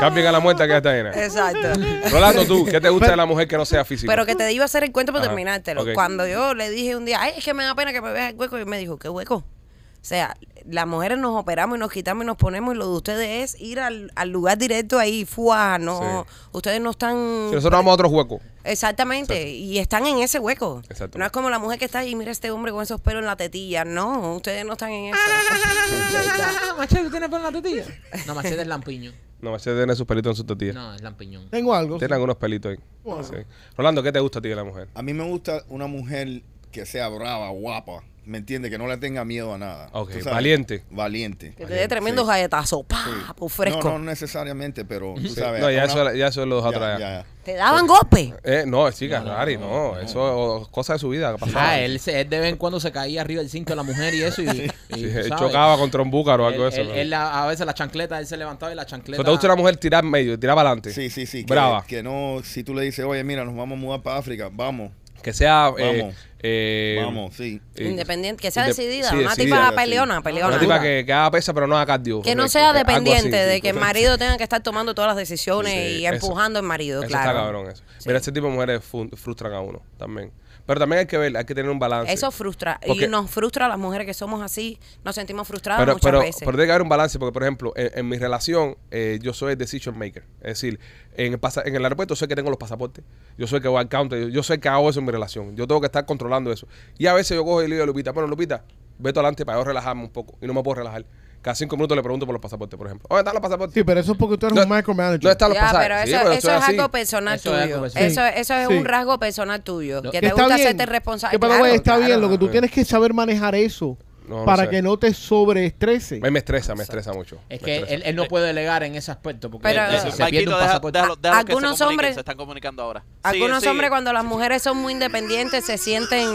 Speaker 3: Cambien a la muerta que ya está llena.
Speaker 8: exacto.
Speaker 3: Rolando, tú, ¿qué te gusta de la mujer que no sea física?
Speaker 8: Pero que te iba a hacer el cuento para
Speaker 3: pues. Ajá,
Speaker 8: terminártelo.
Speaker 3: ok.
Speaker 8: Cuando yo le dije un día, ay, es que me da pena que me veas el hueco, y me dijo, ¿qué hueco? O sea, las mujeres nos operamos y nos quitamos y nos ponemos, y lo de ustedes es ir al, al lugar directo ahí, fuá, no. Ustedes no están.
Speaker 3: Si nosotros vamos a otro hueco.
Speaker 8: Exactamente, y están en ese hueco.
Speaker 3: Exacto.
Speaker 8: No es como la mujer que está ahí, mira este hombre con esos pelos en la tetilla. No, ustedes no están en eso.
Speaker 4: Ah, machete, ¿tú tienes pelo en la tetilla? No, machete es lampiño.
Speaker 3: No, Machete tiene sus pelitos en su tetilla.
Speaker 4: No, es lampiñón.
Speaker 3: Ah,
Speaker 6: Tengo algo.
Speaker 3: Tiene algunos pelitos ahí. Sí. Rolando, ¿qué te gusta a ti de la mujer?
Speaker 7: A mí me gusta una mujer que sea brava, guapa, ¿me entiendes? Que no le tenga miedo a nada.
Speaker 3: Ok,
Speaker 7: Tú sabes,
Speaker 3: valiente.
Speaker 7: Valiente.
Speaker 8: Que te dé tremendo
Speaker 7: Sí,
Speaker 8: galletazo, pa,
Speaker 7: sí.
Speaker 8: por fresco.
Speaker 7: No, no necesariamente, pero tú
Speaker 3: Sí.
Speaker 7: sabes.
Speaker 3: No, ya
Speaker 7: una-
Speaker 3: eso, ya eso lo dejo
Speaker 7: ya,
Speaker 3: atrás.
Speaker 7: ya, ya.
Speaker 8: Te daban golpe.
Speaker 3: Eh, no, chica, Rari, no, Eso es cosa de su vida. que pasaba.
Speaker 4: Ah, él, se, él de vez en cuando se caía arriba del cinto de la mujer y eso. Y, y,
Speaker 3: Sí,
Speaker 4: tú
Speaker 3: él
Speaker 4: sabes,
Speaker 3: chocaba contra un búcaro o
Speaker 4: Él,
Speaker 3: algo de eso.
Speaker 4: él-
Speaker 3: pero-
Speaker 4: él la- a veces la chancleta, él se levantaba y la
Speaker 3: O
Speaker 4: chancleta.
Speaker 3: sea, ¿Te gusta una mujer tirar medio, tirar para adelante?
Speaker 7: Sí, sí, sí. que-
Speaker 3: Brava.
Speaker 7: Que, no, si tú le dices, oye, mira, nos vamos a mudar para África, vamos,
Speaker 3: Que sea. eh,
Speaker 7: Vamos.
Speaker 3: eh,
Speaker 7: vamos, sí.
Speaker 3: eh,
Speaker 8: Independiente, que sea
Speaker 3: inde-
Speaker 8: decidida.
Speaker 3: sí,
Speaker 8: una
Speaker 3: decidida,
Speaker 8: tipa
Speaker 3: sí.
Speaker 8: peleona, peleona.
Speaker 3: Una tipa que, que haga pesa, pero no haga cardio.
Speaker 8: Que no
Speaker 3: Correcto.
Speaker 8: sea
Speaker 3: Eh, algo así,
Speaker 8: dependiente de
Speaker 3: sí,
Speaker 8: que el
Speaker 3: correcto.
Speaker 8: marido tenga que estar tomando todas las decisiones
Speaker 3: Sí,
Speaker 8: y
Speaker 3: eso.
Speaker 8: empujando al marido,
Speaker 3: Eso
Speaker 8: claro.
Speaker 3: está cabrón eso. Mira, ese tipo de mujeres fun- frustran a uno también. Pero también hay que ver, hay que tener un balance.
Speaker 8: Eso frustra.
Speaker 3: Porque-
Speaker 8: Y nos frustra a las mujeres que somos así. Nos sentimos frustradas
Speaker 3: pero,
Speaker 8: muchas
Speaker 3: pero,
Speaker 8: veces.
Speaker 3: pero tiene que haber un balance, porque por ejemplo, en, en mi relación, eh, yo soy el decision maker. Es decir, en el, pasa- en el aeropuerto soy el que tengo los pasaportes, yo soy el que voy al counter, yo, yo soy el que hago eso en mi relación. Yo tengo que estar controlando eso. Y a veces yo cojo y le digo a Lupita, bueno, Lupita, vete adelante para yo relajarme un poco. Y no me puedo relajar. Cada cinco minutos le pregunto por los pasaportes, por ejemplo. ¿Dónde están los pasaportes?
Speaker 6: Sí, pero eso es porque tú eres
Speaker 3: No,
Speaker 6: un micromanager.
Speaker 3: ¿Dónde están los
Speaker 8: ya,
Speaker 3: pasaportes?
Speaker 8: pero eso,
Speaker 3: Sí, pero
Speaker 8: eso
Speaker 3: soy
Speaker 8: es
Speaker 3: así.
Speaker 8: algo personal
Speaker 4: Eso es algo
Speaker 8: tuyo.
Speaker 4: personal.
Speaker 8: Eso, eso es
Speaker 6: Sí.
Speaker 8: un rasgo personal tuyo.
Speaker 4: No.
Speaker 8: Que
Speaker 6: Que
Speaker 8: te
Speaker 6: está
Speaker 8: gusta
Speaker 6: bien,
Speaker 8: hacerte responsable.
Speaker 6: que para
Speaker 8: Claro.
Speaker 6: está bien, lo que tú tienes que saber manejar eso
Speaker 3: No, no
Speaker 6: para
Speaker 3: sé.
Speaker 6: que no te sobreestreses.
Speaker 3: Me, me estresa, me estresa mucho.
Speaker 4: Es
Speaker 3: me
Speaker 4: que
Speaker 3: estresa.
Speaker 4: él, él no puede delegar en ese aspecto porque
Speaker 8: Pero-
Speaker 4: él-
Speaker 5: Eh,
Speaker 4: si se pierde
Speaker 5: Maikito,
Speaker 4: un
Speaker 5: deja-
Speaker 4: pasaporte.
Speaker 5: déjalo- déjalo que se
Speaker 8: Algunos
Speaker 5: comuniquen,
Speaker 8: hombres-
Speaker 5: se están comunicando ahora. Sigue,
Speaker 8: Algunos
Speaker 5: sigue.
Speaker 8: hombres cuando las mujeres son muy independientes se sienten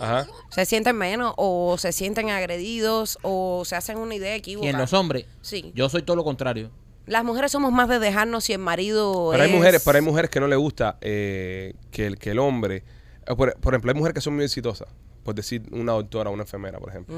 Speaker 3: Ajá.
Speaker 8: se sienten menos o se sienten agredidos o se hacen una idea
Speaker 4: Y
Speaker 8: equivocada.
Speaker 4: en los hombres,
Speaker 8: Sí.
Speaker 4: yo soy todo lo contrario.
Speaker 8: Las mujeres somos más de dejarnos si el marido
Speaker 3: Pero hay
Speaker 8: es-
Speaker 3: mujeres, pero hay mujeres que no le gusta eh, que, el, que el hombre. eh, Por, por ejemplo, hay mujeres que son muy exitosas. Por decir, una doctora, una enfermera, por ejemplo.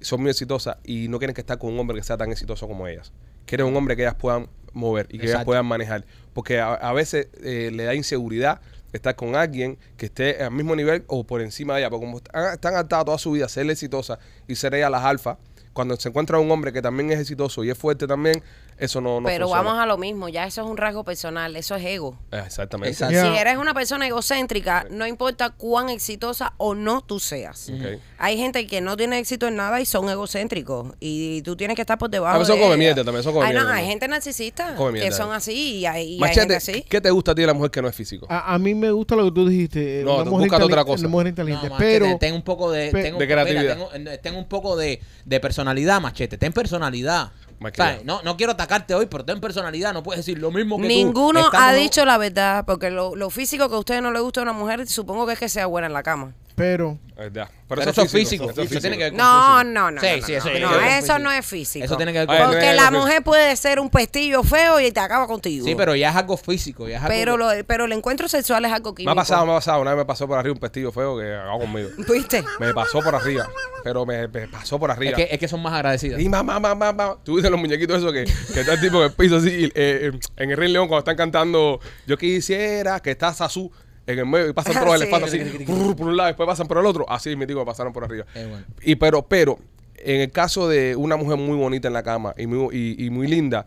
Speaker 3: Son muy exitosas y no quieren que estar con un hombre que sea tan exitoso como ellas. Quieren un hombre que ellas puedan mover y que ellas
Speaker 4: Exacto.
Speaker 3: puedan manejar. Porque a, a veces eh, le da inseguridad estar con alguien que esté al mismo nivel o por encima de ella. Porque como están, están atadas toda su vida a ser exitosa y ser ellas las alfas, cuando se encuentra un hombre que también es exitoso y es fuerte también, eso no, no
Speaker 8: pero
Speaker 3: funciona.
Speaker 8: vamos a lo mismo, ya eso es un rasgo personal, eso es ego.
Speaker 3: Eh, Exactamente.
Speaker 4: Exacto.
Speaker 6: Ya.
Speaker 8: Si eres una persona egocéntrica, no importa cuán exitosa o no tú seas.
Speaker 3: Ok.
Speaker 8: Hay gente que no tiene éxito en nada y son egocéntricos. Y tú tienes que estar por
Speaker 3: Ah,
Speaker 8: debajo.
Speaker 3: pero son
Speaker 8: de
Speaker 3: come
Speaker 8: ellos.
Speaker 3: mierda también, son come
Speaker 8: Ay, no,
Speaker 3: mierda
Speaker 8: hay
Speaker 3: también.
Speaker 8: gente narcisista
Speaker 3: Come
Speaker 8: que
Speaker 3: mierda.
Speaker 8: son así y hay, y hay gente
Speaker 3: Machete,
Speaker 8: así.
Speaker 3: ¿qué te gusta a ti de la mujer que no es físico?
Speaker 4: Ah,
Speaker 6: A, a mí me gusta lo que tú dijiste. eh,
Speaker 3: No,
Speaker 6: una
Speaker 3: tú
Speaker 6: mujer
Speaker 3: búscate otra
Speaker 6: inteligen-
Speaker 3: cosa.
Speaker 6: una mujer
Speaker 4: No,
Speaker 6: inteligente.
Speaker 4: machete,
Speaker 6: pero
Speaker 4: ten un poco de,
Speaker 6: pe-
Speaker 4: tengo-
Speaker 3: de creatividad.
Speaker 4: mira, tengo, eh, tengo un poco de, de personalidad, machete. Ten personalidad.
Speaker 3: Machete.
Speaker 4: ¿Sabes? No, no quiero atacarte hoy, pero ten personalidad. No puedes decir lo mismo que tú.
Speaker 8: Ninguno
Speaker 4: Estamos-
Speaker 8: ha dicho la verdad, porque lo, lo físico que a ustedes no les gusta a una mujer, supongo que es que sea buena en la cama.
Speaker 6: pero
Speaker 3: Verdad.
Speaker 4: Pero, eso es físico.
Speaker 3: eso
Speaker 4: Eso,
Speaker 3: es físico.
Speaker 4: tiene que ver con
Speaker 8: No,
Speaker 4: físico.
Speaker 8: no, no.
Speaker 4: Sí,
Speaker 8: no, no,
Speaker 4: sí, eso
Speaker 8: no,
Speaker 4: tiene
Speaker 8: no,
Speaker 4: que ver con
Speaker 8: eso
Speaker 4: físico.
Speaker 8: no es físico.
Speaker 4: Eso tiene que ver
Speaker 3: Ay,
Speaker 4: con
Speaker 3: no
Speaker 8: Porque
Speaker 3: es
Speaker 8: la
Speaker 3: físico.
Speaker 8: mujer puede ser un pestillo feo y te acaba contigo.
Speaker 4: Sí, pero ya es algo físico. Ya es algo
Speaker 8: pero, lo- pero el encuentro sexual es algo químico.
Speaker 3: Me ha pasado, me ha pasado. Una vez me pasó por arriba un pestillo feo que acabó conmigo.
Speaker 8: ¿Viste?
Speaker 3: Me pasó por arriba. Pero me, me pasó por
Speaker 4: es,
Speaker 3: arriba.
Speaker 4: que, es que son más agradecidas.
Speaker 3: Y mamá, mamá, mamá. Tú viste los muñequitos esos que, que está el tipo en el piso así. eh, en el Rey León, cuando están cantando Yo quisiera que está Sasú en el medio y pasan por los
Speaker 8: Ah, Sí.
Speaker 3: elefantes así. brr, por un lado, después pasan por el otro. Así, mi tío, me pasaron por arriba.
Speaker 4: Eh, bueno.
Speaker 3: Y pero, pero, en el caso de una mujer muy bonita en la cama y muy, y, y muy linda,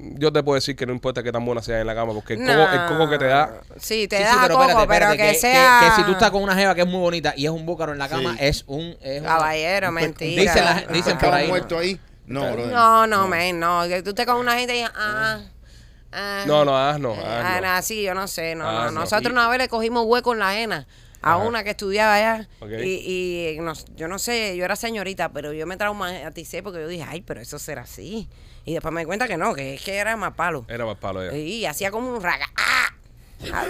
Speaker 3: yo te puedo decir que no importa qué tan buena sea en la cama, porque el, coco, el coco que te da
Speaker 8: Sí, te
Speaker 4: Sí,
Speaker 8: da
Speaker 4: sí, pero
Speaker 8: coco,
Speaker 4: espérate, espérate,
Speaker 8: pero que,
Speaker 4: que, que-
Speaker 8: sea.
Speaker 4: que si tú estás con una jeva que es muy bonita y es un búcaro en la cama,
Speaker 7: Sí.
Speaker 4: es un. es una-
Speaker 8: Caballero, mentira.
Speaker 4: Dice la- dicen
Speaker 7: Pescado
Speaker 4: por ahí.
Speaker 7: muerto ahí. No, brother.
Speaker 8: No, no, men, no. Que tú te con una gente y ah. ah,
Speaker 3: No, no, ah, no,
Speaker 8: eh,
Speaker 3: ah,
Speaker 8: ah,
Speaker 3: no.
Speaker 8: nada, sí, yo no sé. No,
Speaker 3: Ah,
Speaker 8: no.
Speaker 3: no.
Speaker 8: Nosotros
Speaker 3: Y-
Speaker 8: una vez le cogimos hueco en la ENA a
Speaker 3: Ajá.
Speaker 8: una que estudiaba allá.
Speaker 3: Ok.
Speaker 8: Y, y nos- yo no sé, yo era señorita, pero yo me traumaticé porque yo dije, ay, pero eso será así. Y después me di cuenta que no, que es que era más palo.
Speaker 3: era más palo ya.
Speaker 8: Y hacía como un raga. ¡Ah!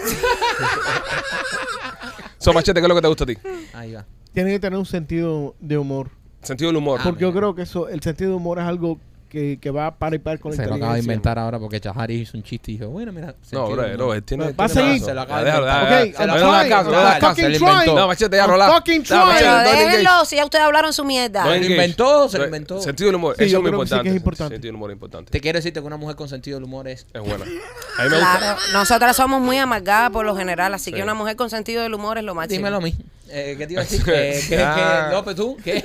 Speaker 3: So, Machete, ¿qué es lo que te gusta a ti?
Speaker 4: Ahí va.
Speaker 6: Tiene que tener un sentido de humor.
Speaker 3: Sentido del
Speaker 8: Ah,
Speaker 3: humor.
Speaker 6: Porque yo creo que eso, el sentido de humor es algo que, que va para y par con la
Speaker 10: Se lo acaba de
Speaker 6: inteligencia.
Speaker 10: inventar ahora porque Chajari hizo un chiste y dijo, bueno, mira.
Speaker 3: no,
Speaker 10: sentido
Speaker 3: bro,
Speaker 10: del
Speaker 3: no,
Speaker 10: humor.
Speaker 3: él tiene.
Speaker 6: Va
Speaker 3: tiene
Speaker 6: a seguir.
Speaker 3: razón.
Speaker 4: Se lo acaba
Speaker 3: Ya,
Speaker 4: de
Speaker 3: déjalo,
Speaker 4: inventar.
Speaker 3: ya, ya,
Speaker 6: Ok, I'm
Speaker 3: ya, no le hagas
Speaker 6: trying,
Speaker 3: caso, no le
Speaker 6: I'm
Speaker 3: hagas caso,
Speaker 6: fucking
Speaker 3: él inventó.
Speaker 6: trying.
Speaker 3: No, Machete, ya
Speaker 6: I'm
Speaker 3: rola.
Speaker 6: fucking
Speaker 3: No, Machete,
Speaker 8: Pero
Speaker 6: trying.
Speaker 3: don't engage.
Speaker 8: déjenlo, si ya ustedes hablaron su mierda.
Speaker 3: Don't
Speaker 4: Se lo
Speaker 3: engage.
Speaker 4: inventó, se lo inventó.
Speaker 3: Sentido del humor,
Speaker 6: Sí,
Speaker 3: eso
Speaker 6: yo
Speaker 3: es muy
Speaker 6: creo que sí que
Speaker 3: importante.
Speaker 6: es importante.
Speaker 3: Sentido del humor es importante.
Speaker 4: Te quiero decirte que una mujer con sentido del humor es.
Speaker 3: Es buena. A mí me gusta.
Speaker 8: Claro, nosotras somos muy amargadas por lo general, así
Speaker 3: Sí.
Speaker 8: que una mujer con sentido del humor es lo máximo.
Speaker 4: Dímelo a mí. Eh, ¿Qué te iba a decir? Eh, ¿qué,
Speaker 3: Ah.
Speaker 4: qué, López, tú? ¿Qué?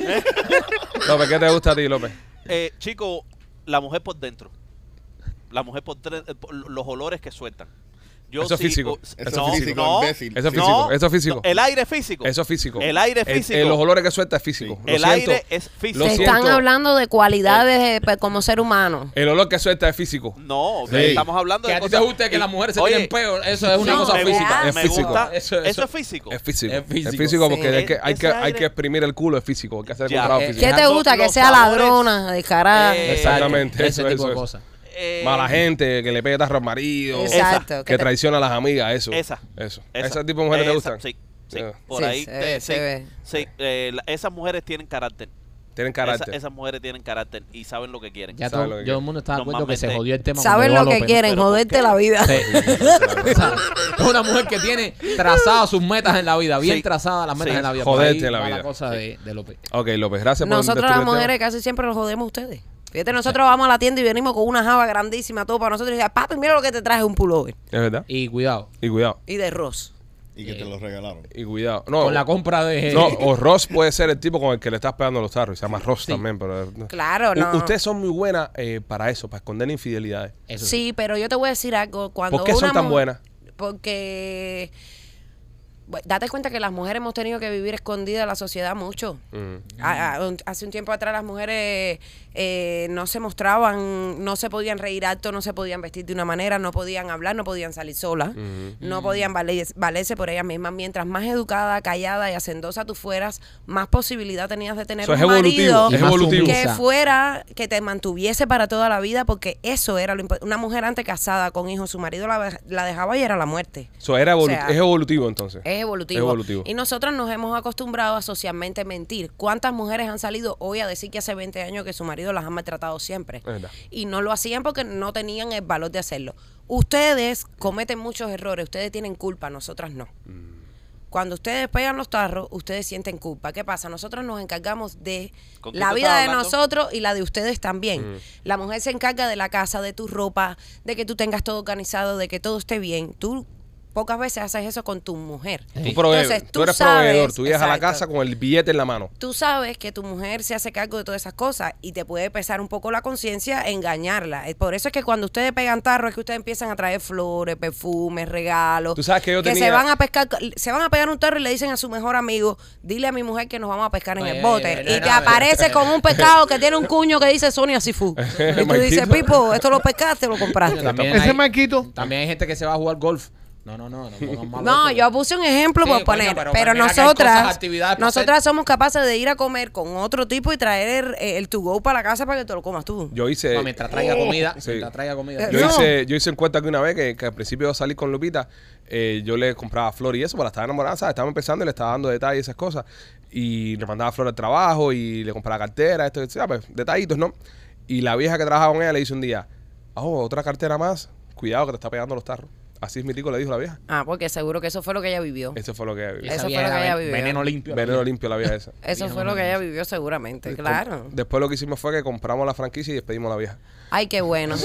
Speaker 3: López, ¿qué te gusta a ti, López?
Speaker 5: Eh, chico, la mujer por dentro. La mujer por, dre- eh, por los olores que sueltan. Yo
Speaker 3: Eso es
Speaker 5: sí-
Speaker 3: físico.
Speaker 5: o-
Speaker 7: Eso
Speaker 5: no,
Speaker 7: es físico,
Speaker 5: no.
Speaker 7: imbécil.
Speaker 3: Eso es
Speaker 7: Sí.
Speaker 3: físico. eso es físico.
Speaker 5: el aire es físico.
Speaker 3: Eso es físico.
Speaker 5: El aire es
Speaker 3: El-
Speaker 5: físico.
Speaker 3: eh, los olores que suelta es físico. Lo
Speaker 5: El
Speaker 3: siento.
Speaker 5: aire es físico.
Speaker 3: Lo
Speaker 8: Se
Speaker 3: siento. Eh,
Speaker 8: están hablando de cualidades eh, pe- como ser humano.
Speaker 3: El olor que suelta es físico.
Speaker 5: No,
Speaker 7: Sí.
Speaker 5: estamos hablando
Speaker 4: Que
Speaker 5: de
Speaker 4: a ti te
Speaker 5: cosas-
Speaker 4: guste que
Speaker 5: y-
Speaker 4: las mujeres se
Speaker 5: oye,
Speaker 4: tienen peo. Eso es una
Speaker 5: no,
Speaker 4: cosa
Speaker 5: me gusta,
Speaker 4: física.
Speaker 3: es
Speaker 5: me
Speaker 3: físico.
Speaker 5: gusta.
Speaker 4: Eso-
Speaker 5: Eso,
Speaker 4: eso-
Speaker 5: es físico.
Speaker 3: Es físico.
Speaker 4: Es físico.
Speaker 3: Es físico porque
Speaker 5: Sí.
Speaker 3: hay, que, hay, que,
Speaker 5: Ese
Speaker 3: hay
Speaker 5: aire-
Speaker 3: que exprimir el culo, es físico. Hay que hacer el
Speaker 5: Ya.
Speaker 3: cuadrado
Speaker 4: Eh,
Speaker 3: físico.
Speaker 8: ¿Qué te
Speaker 4: Dejando
Speaker 8: gusta? Que
Speaker 5: los
Speaker 8: sea
Speaker 5: sabores.
Speaker 8: ladrona, descarada.
Speaker 5: Eh,
Speaker 3: Exactamente.
Speaker 4: Ese
Speaker 3: eso,
Speaker 4: tipo
Speaker 3: eso,
Speaker 4: de
Speaker 3: eso.
Speaker 4: cosas.
Speaker 5: Eh,
Speaker 3: Mala gente, que le pega tarro al marido,
Speaker 8: Exacto.
Speaker 3: que
Speaker 8: te-
Speaker 3: traiciona a las amigas, eso.
Speaker 5: Esa.
Speaker 3: Eso.
Speaker 5: esa-
Speaker 3: Ese tipo de mujeres te
Speaker 5: esa-
Speaker 3: gustan. Eh.
Speaker 5: Sí, sí.
Speaker 3: Ya.
Speaker 5: Por
Speaker 8: Sí,
Speaker 5: ahí.
Speaker 8: se
Speaker 5: te-
Speaker 8: ve,
Speaker 5: sí,
Speaker 8: se ve.
Speaker 5: sí, eh, la- esas mujeres tienen carácter.
Speaker 3: Tienen
Speaker 5: Esa-
Speaker 3: carácter.
Speaker 5: esas mujeres tienen carácter y saben lo que quieren. Eh,
Speaker 10: Ya
Speaker 3: Sabe
Speaker 10: todo,
Speaker 3: lo que
Speaker 10: yo el mundo está de acuerdo que se
Speaker 5: Normalmente-
Speaker 10: jodió el tema. cuando
Speaker 8: Saben
Speaker 10: llegó
Speaker 8: lo que
Speaker 10: López.
Speaker 8: quieren,
Speaker 5: pero ¿por
Speaker 8: joderte
Speaker 5: qué?
Speaker 8: la vida.
Speaker 10: Sí. O sea, es una mujer que tiene trazadas sus metas en la vida, bien
Speaker 5: Sí.
Speaker 10: trazadas las metas
Speaker 5: Sí.
Speaker 10: en la vida.
Speaker 3: Joderte
Speaker 10: Por ahí
Speaker 3: en la
Speaker 10: va
Speaker 3: vida.
Speaker 10: cosa de, de López.
Speaker 3: Ok, López, gracias por
Speaker 8: Nosotros
Speaker 3: destruir
Speaker 8: las
Speaker 3: el tema.
Speaker 8: mujeres casi siempre los jodemos a ustedes. Fíjate, nosotros vamos a la tienda y venimos con una java grandísima, todo para nosotros. Y dice, papi, mira lo que te traje, un pullover.
Speaker 3: Es verdad.
Speaker 10: Y cuidado,
Speaker 3: Y cuidado.
Speaker 8: Y de Ross.
Speaker 7: Y que te lo regalaron.
Speaker 3: Y cuidado. No,
Speaker 10: con la compra de...
Speaker 3: No, o Ross puede ser el tipo con el que le estás pegando los tarros. Se llama Ross también, pero... eh,
Speaker 8: Claro,
Speaker 3: U-
Speaker 8: no.
Speaker 3: Ustedes son muy buenas eh, para eso, para esconder infidelidades.
Speaker 10: Eso sí.
Speaker 8: Sí, pero yo te voy a decir algo. Cuando
Speaker 3: ¿Por qué son
Speaker 8: una
Speaker 3: tan
Speaker 8: mu-
Speaker 3: buenas?
Speaker 8: Porque... bueno, Date cuenta que las mujeres hemos tenido que vivir escondidas de la sociedad mucho.
Speaker 3: Mm.
Speaker 8: A- a- un- hace un tiempo atrás las mujeres eh, no se mostraban, no se podían reír alto, no se podían vestir de una manera, no podían hablar, no podían salir solas, no podían vale- valerse por ellas mismas. Mientras más educada, callada y hacendosa tú fueras, más posibilidad tenías de tener
Speaker 3: Eso es
Speaker 8: un
Speaker 3: evolutivo.
Speaker 8: marido
Speaker 3: Es
Speaker 10: Y más
Speaker 3: evolutivo.
Speaker 10: humilde.
Speaker 8: que
Speaker 10: Usa.
Speaker 8: fuera, que te mantuviese para toda la vida, porque eso era lo importante. Una mujer antes casada con hijos, su marido la, la dejaba y era la muerte.
Speaker 3: So, era evolu-
Speaker 8: O sea,
Speaker 3: es evolutivo entonces.
Speaker 8: Es evolutivo.
Speaker 3: Es evolutivo.
Speaker 8: Y nosotros nos hemos acostumbrado a socialmente mentir. ¿Cuántas mujeres han salido hoy a decir que hace 20 años que su marido las ha maltratado siempre?
Speaker 3: verdad.
Speaker 8: Y no lo hacían porque no tenían el valor de hacerlo. Ustedes cometen muchos errores, ustedes tienen culpa, nosotras no. Cuando ustedes pegan los tarros, ustedes sienten culpa. ¿Qué pasa? Nosotros nos encargamos de
Speaker 5: ¿Con quién
Speaker 8: la
Speaker 5: tú
Speaker 8: vida
Speaker 5: estabas
Speaker 8: de
Speaker 5: hablando?
Speaker 8: nosotros y la de ustedes
Speaker 3: Mm.
Speaker 8: también. La mujer se encarga de la casa, de tu ropa, de que tú tengas todo organizado, de que todo esté bien. Tú pocas veces haces eso con tu mujer.
Speaker 3: Tú, prove-
Speaker 8: Entonces,
Speaker 3: tú eres
Speaker 8: sabes-
Speaker 3: proveedor, tú llegas a la
Speaker 8: exacto.
Speaker 3: casa con el billete en la mano.
Speaker 8: Tú sabes que tu mujer se hace cargo de todas esas cosas y te puede pesar un poco la conciencia engañarla. Eh, Por eso es que cuando ustedes pegan tarro es que ustedes empiezan a traer flores, perfumes, regalos.
Speaker 3: Tú sabes que yo tenía-
Speaker 8: se van a pescar, se van a pegar un tarro y le dicen a su mejor amigo, dile a mi mujer que nos vamos a pescar en
Speaker 4: Ay,
Speaker 8: el
Speaker 4: ay,
Speaker 8: bote.
Speaker 4: ay, ay,
Speaker 8: y
Speaker 4: Eh, no,
Speaker 8: te
Speaker 4: no,
Speaker 8: aparece con un pescado que tiene un cuño que dice Sonia Sifu. Y tú dices,
Speaker 3: Marquito.
Speaker 8: Pipo, esto lo pescaste, lo compraste.
Speaker 4: También
Speaker 6: Ese
Speaker 4: hay-
Speaker 6: Marquito.
Speaker 4: También hay gente que se va a jugar golf. No, no, no. No, pongan mal
Speaker 8: No,
Speaker 4: otro.
Speaker 8: yo puse un ejemplo
Speaker 4: Sí,
Speaker 8: por
Speaker 4: coño,
Speaker 8: poner,
Speaker 4: pero mira
Speaker 8: pero,
Speaker 4: que hay cosas,
Speaker 8: nosotras,
Speaker 4: actividades para
Speaker 8: nosotras somos capaces de ir a comer con otro tipo y traer eh, el, to go para la casa para que te lo comas tú.
Speaker 3: Yo hice...
Speaker 4: No, mientras traiga comida.
Speaker 3: Sí.
Speaker 4: Mientras traiga comida.
Speaker 3: Yo
Speaker 8: No.
Speaker 3: hice, yo hice un cuento aquí una vez que, que al principio de salir con Lupita, eh, yo le compraba flor y eso, para estar enamorada, ¿sabes? Estaba empezando y le estaba dando detalles y esas cosas. Y le mandaba flor al trabajo y le compraba cartera, esto, esto, ¿sabes? Detallitos, ¿no? Y la vieja que trabajaba con ella le dice un día, oh, otra cartera más, cuidado que te está pegando los tarros. Así es mi tico, le dijo la vieja.
Speaker 8: Ah, porque seguro que eso fue lo que ella vivió.
Speaker 3: Eso fue lo que
Speaker 4: Esa
Speaker 8: Eso fue
Speaker 4: vieja
Speaker 8: lo que ella
Speaker 4: ven-
Speaker 8: vivió.
Speaker 4: Veneno limpio.
Speaker 3: Veneno limpio la vieja esa.
Speaker 8: Eso fue lo que ella vivió seguramente, claro.
Speaker 3: Después lo que hicimos fue que compramos la franquicia y despedimos a la vieja.
Speaker 8: Ay, qué bueno.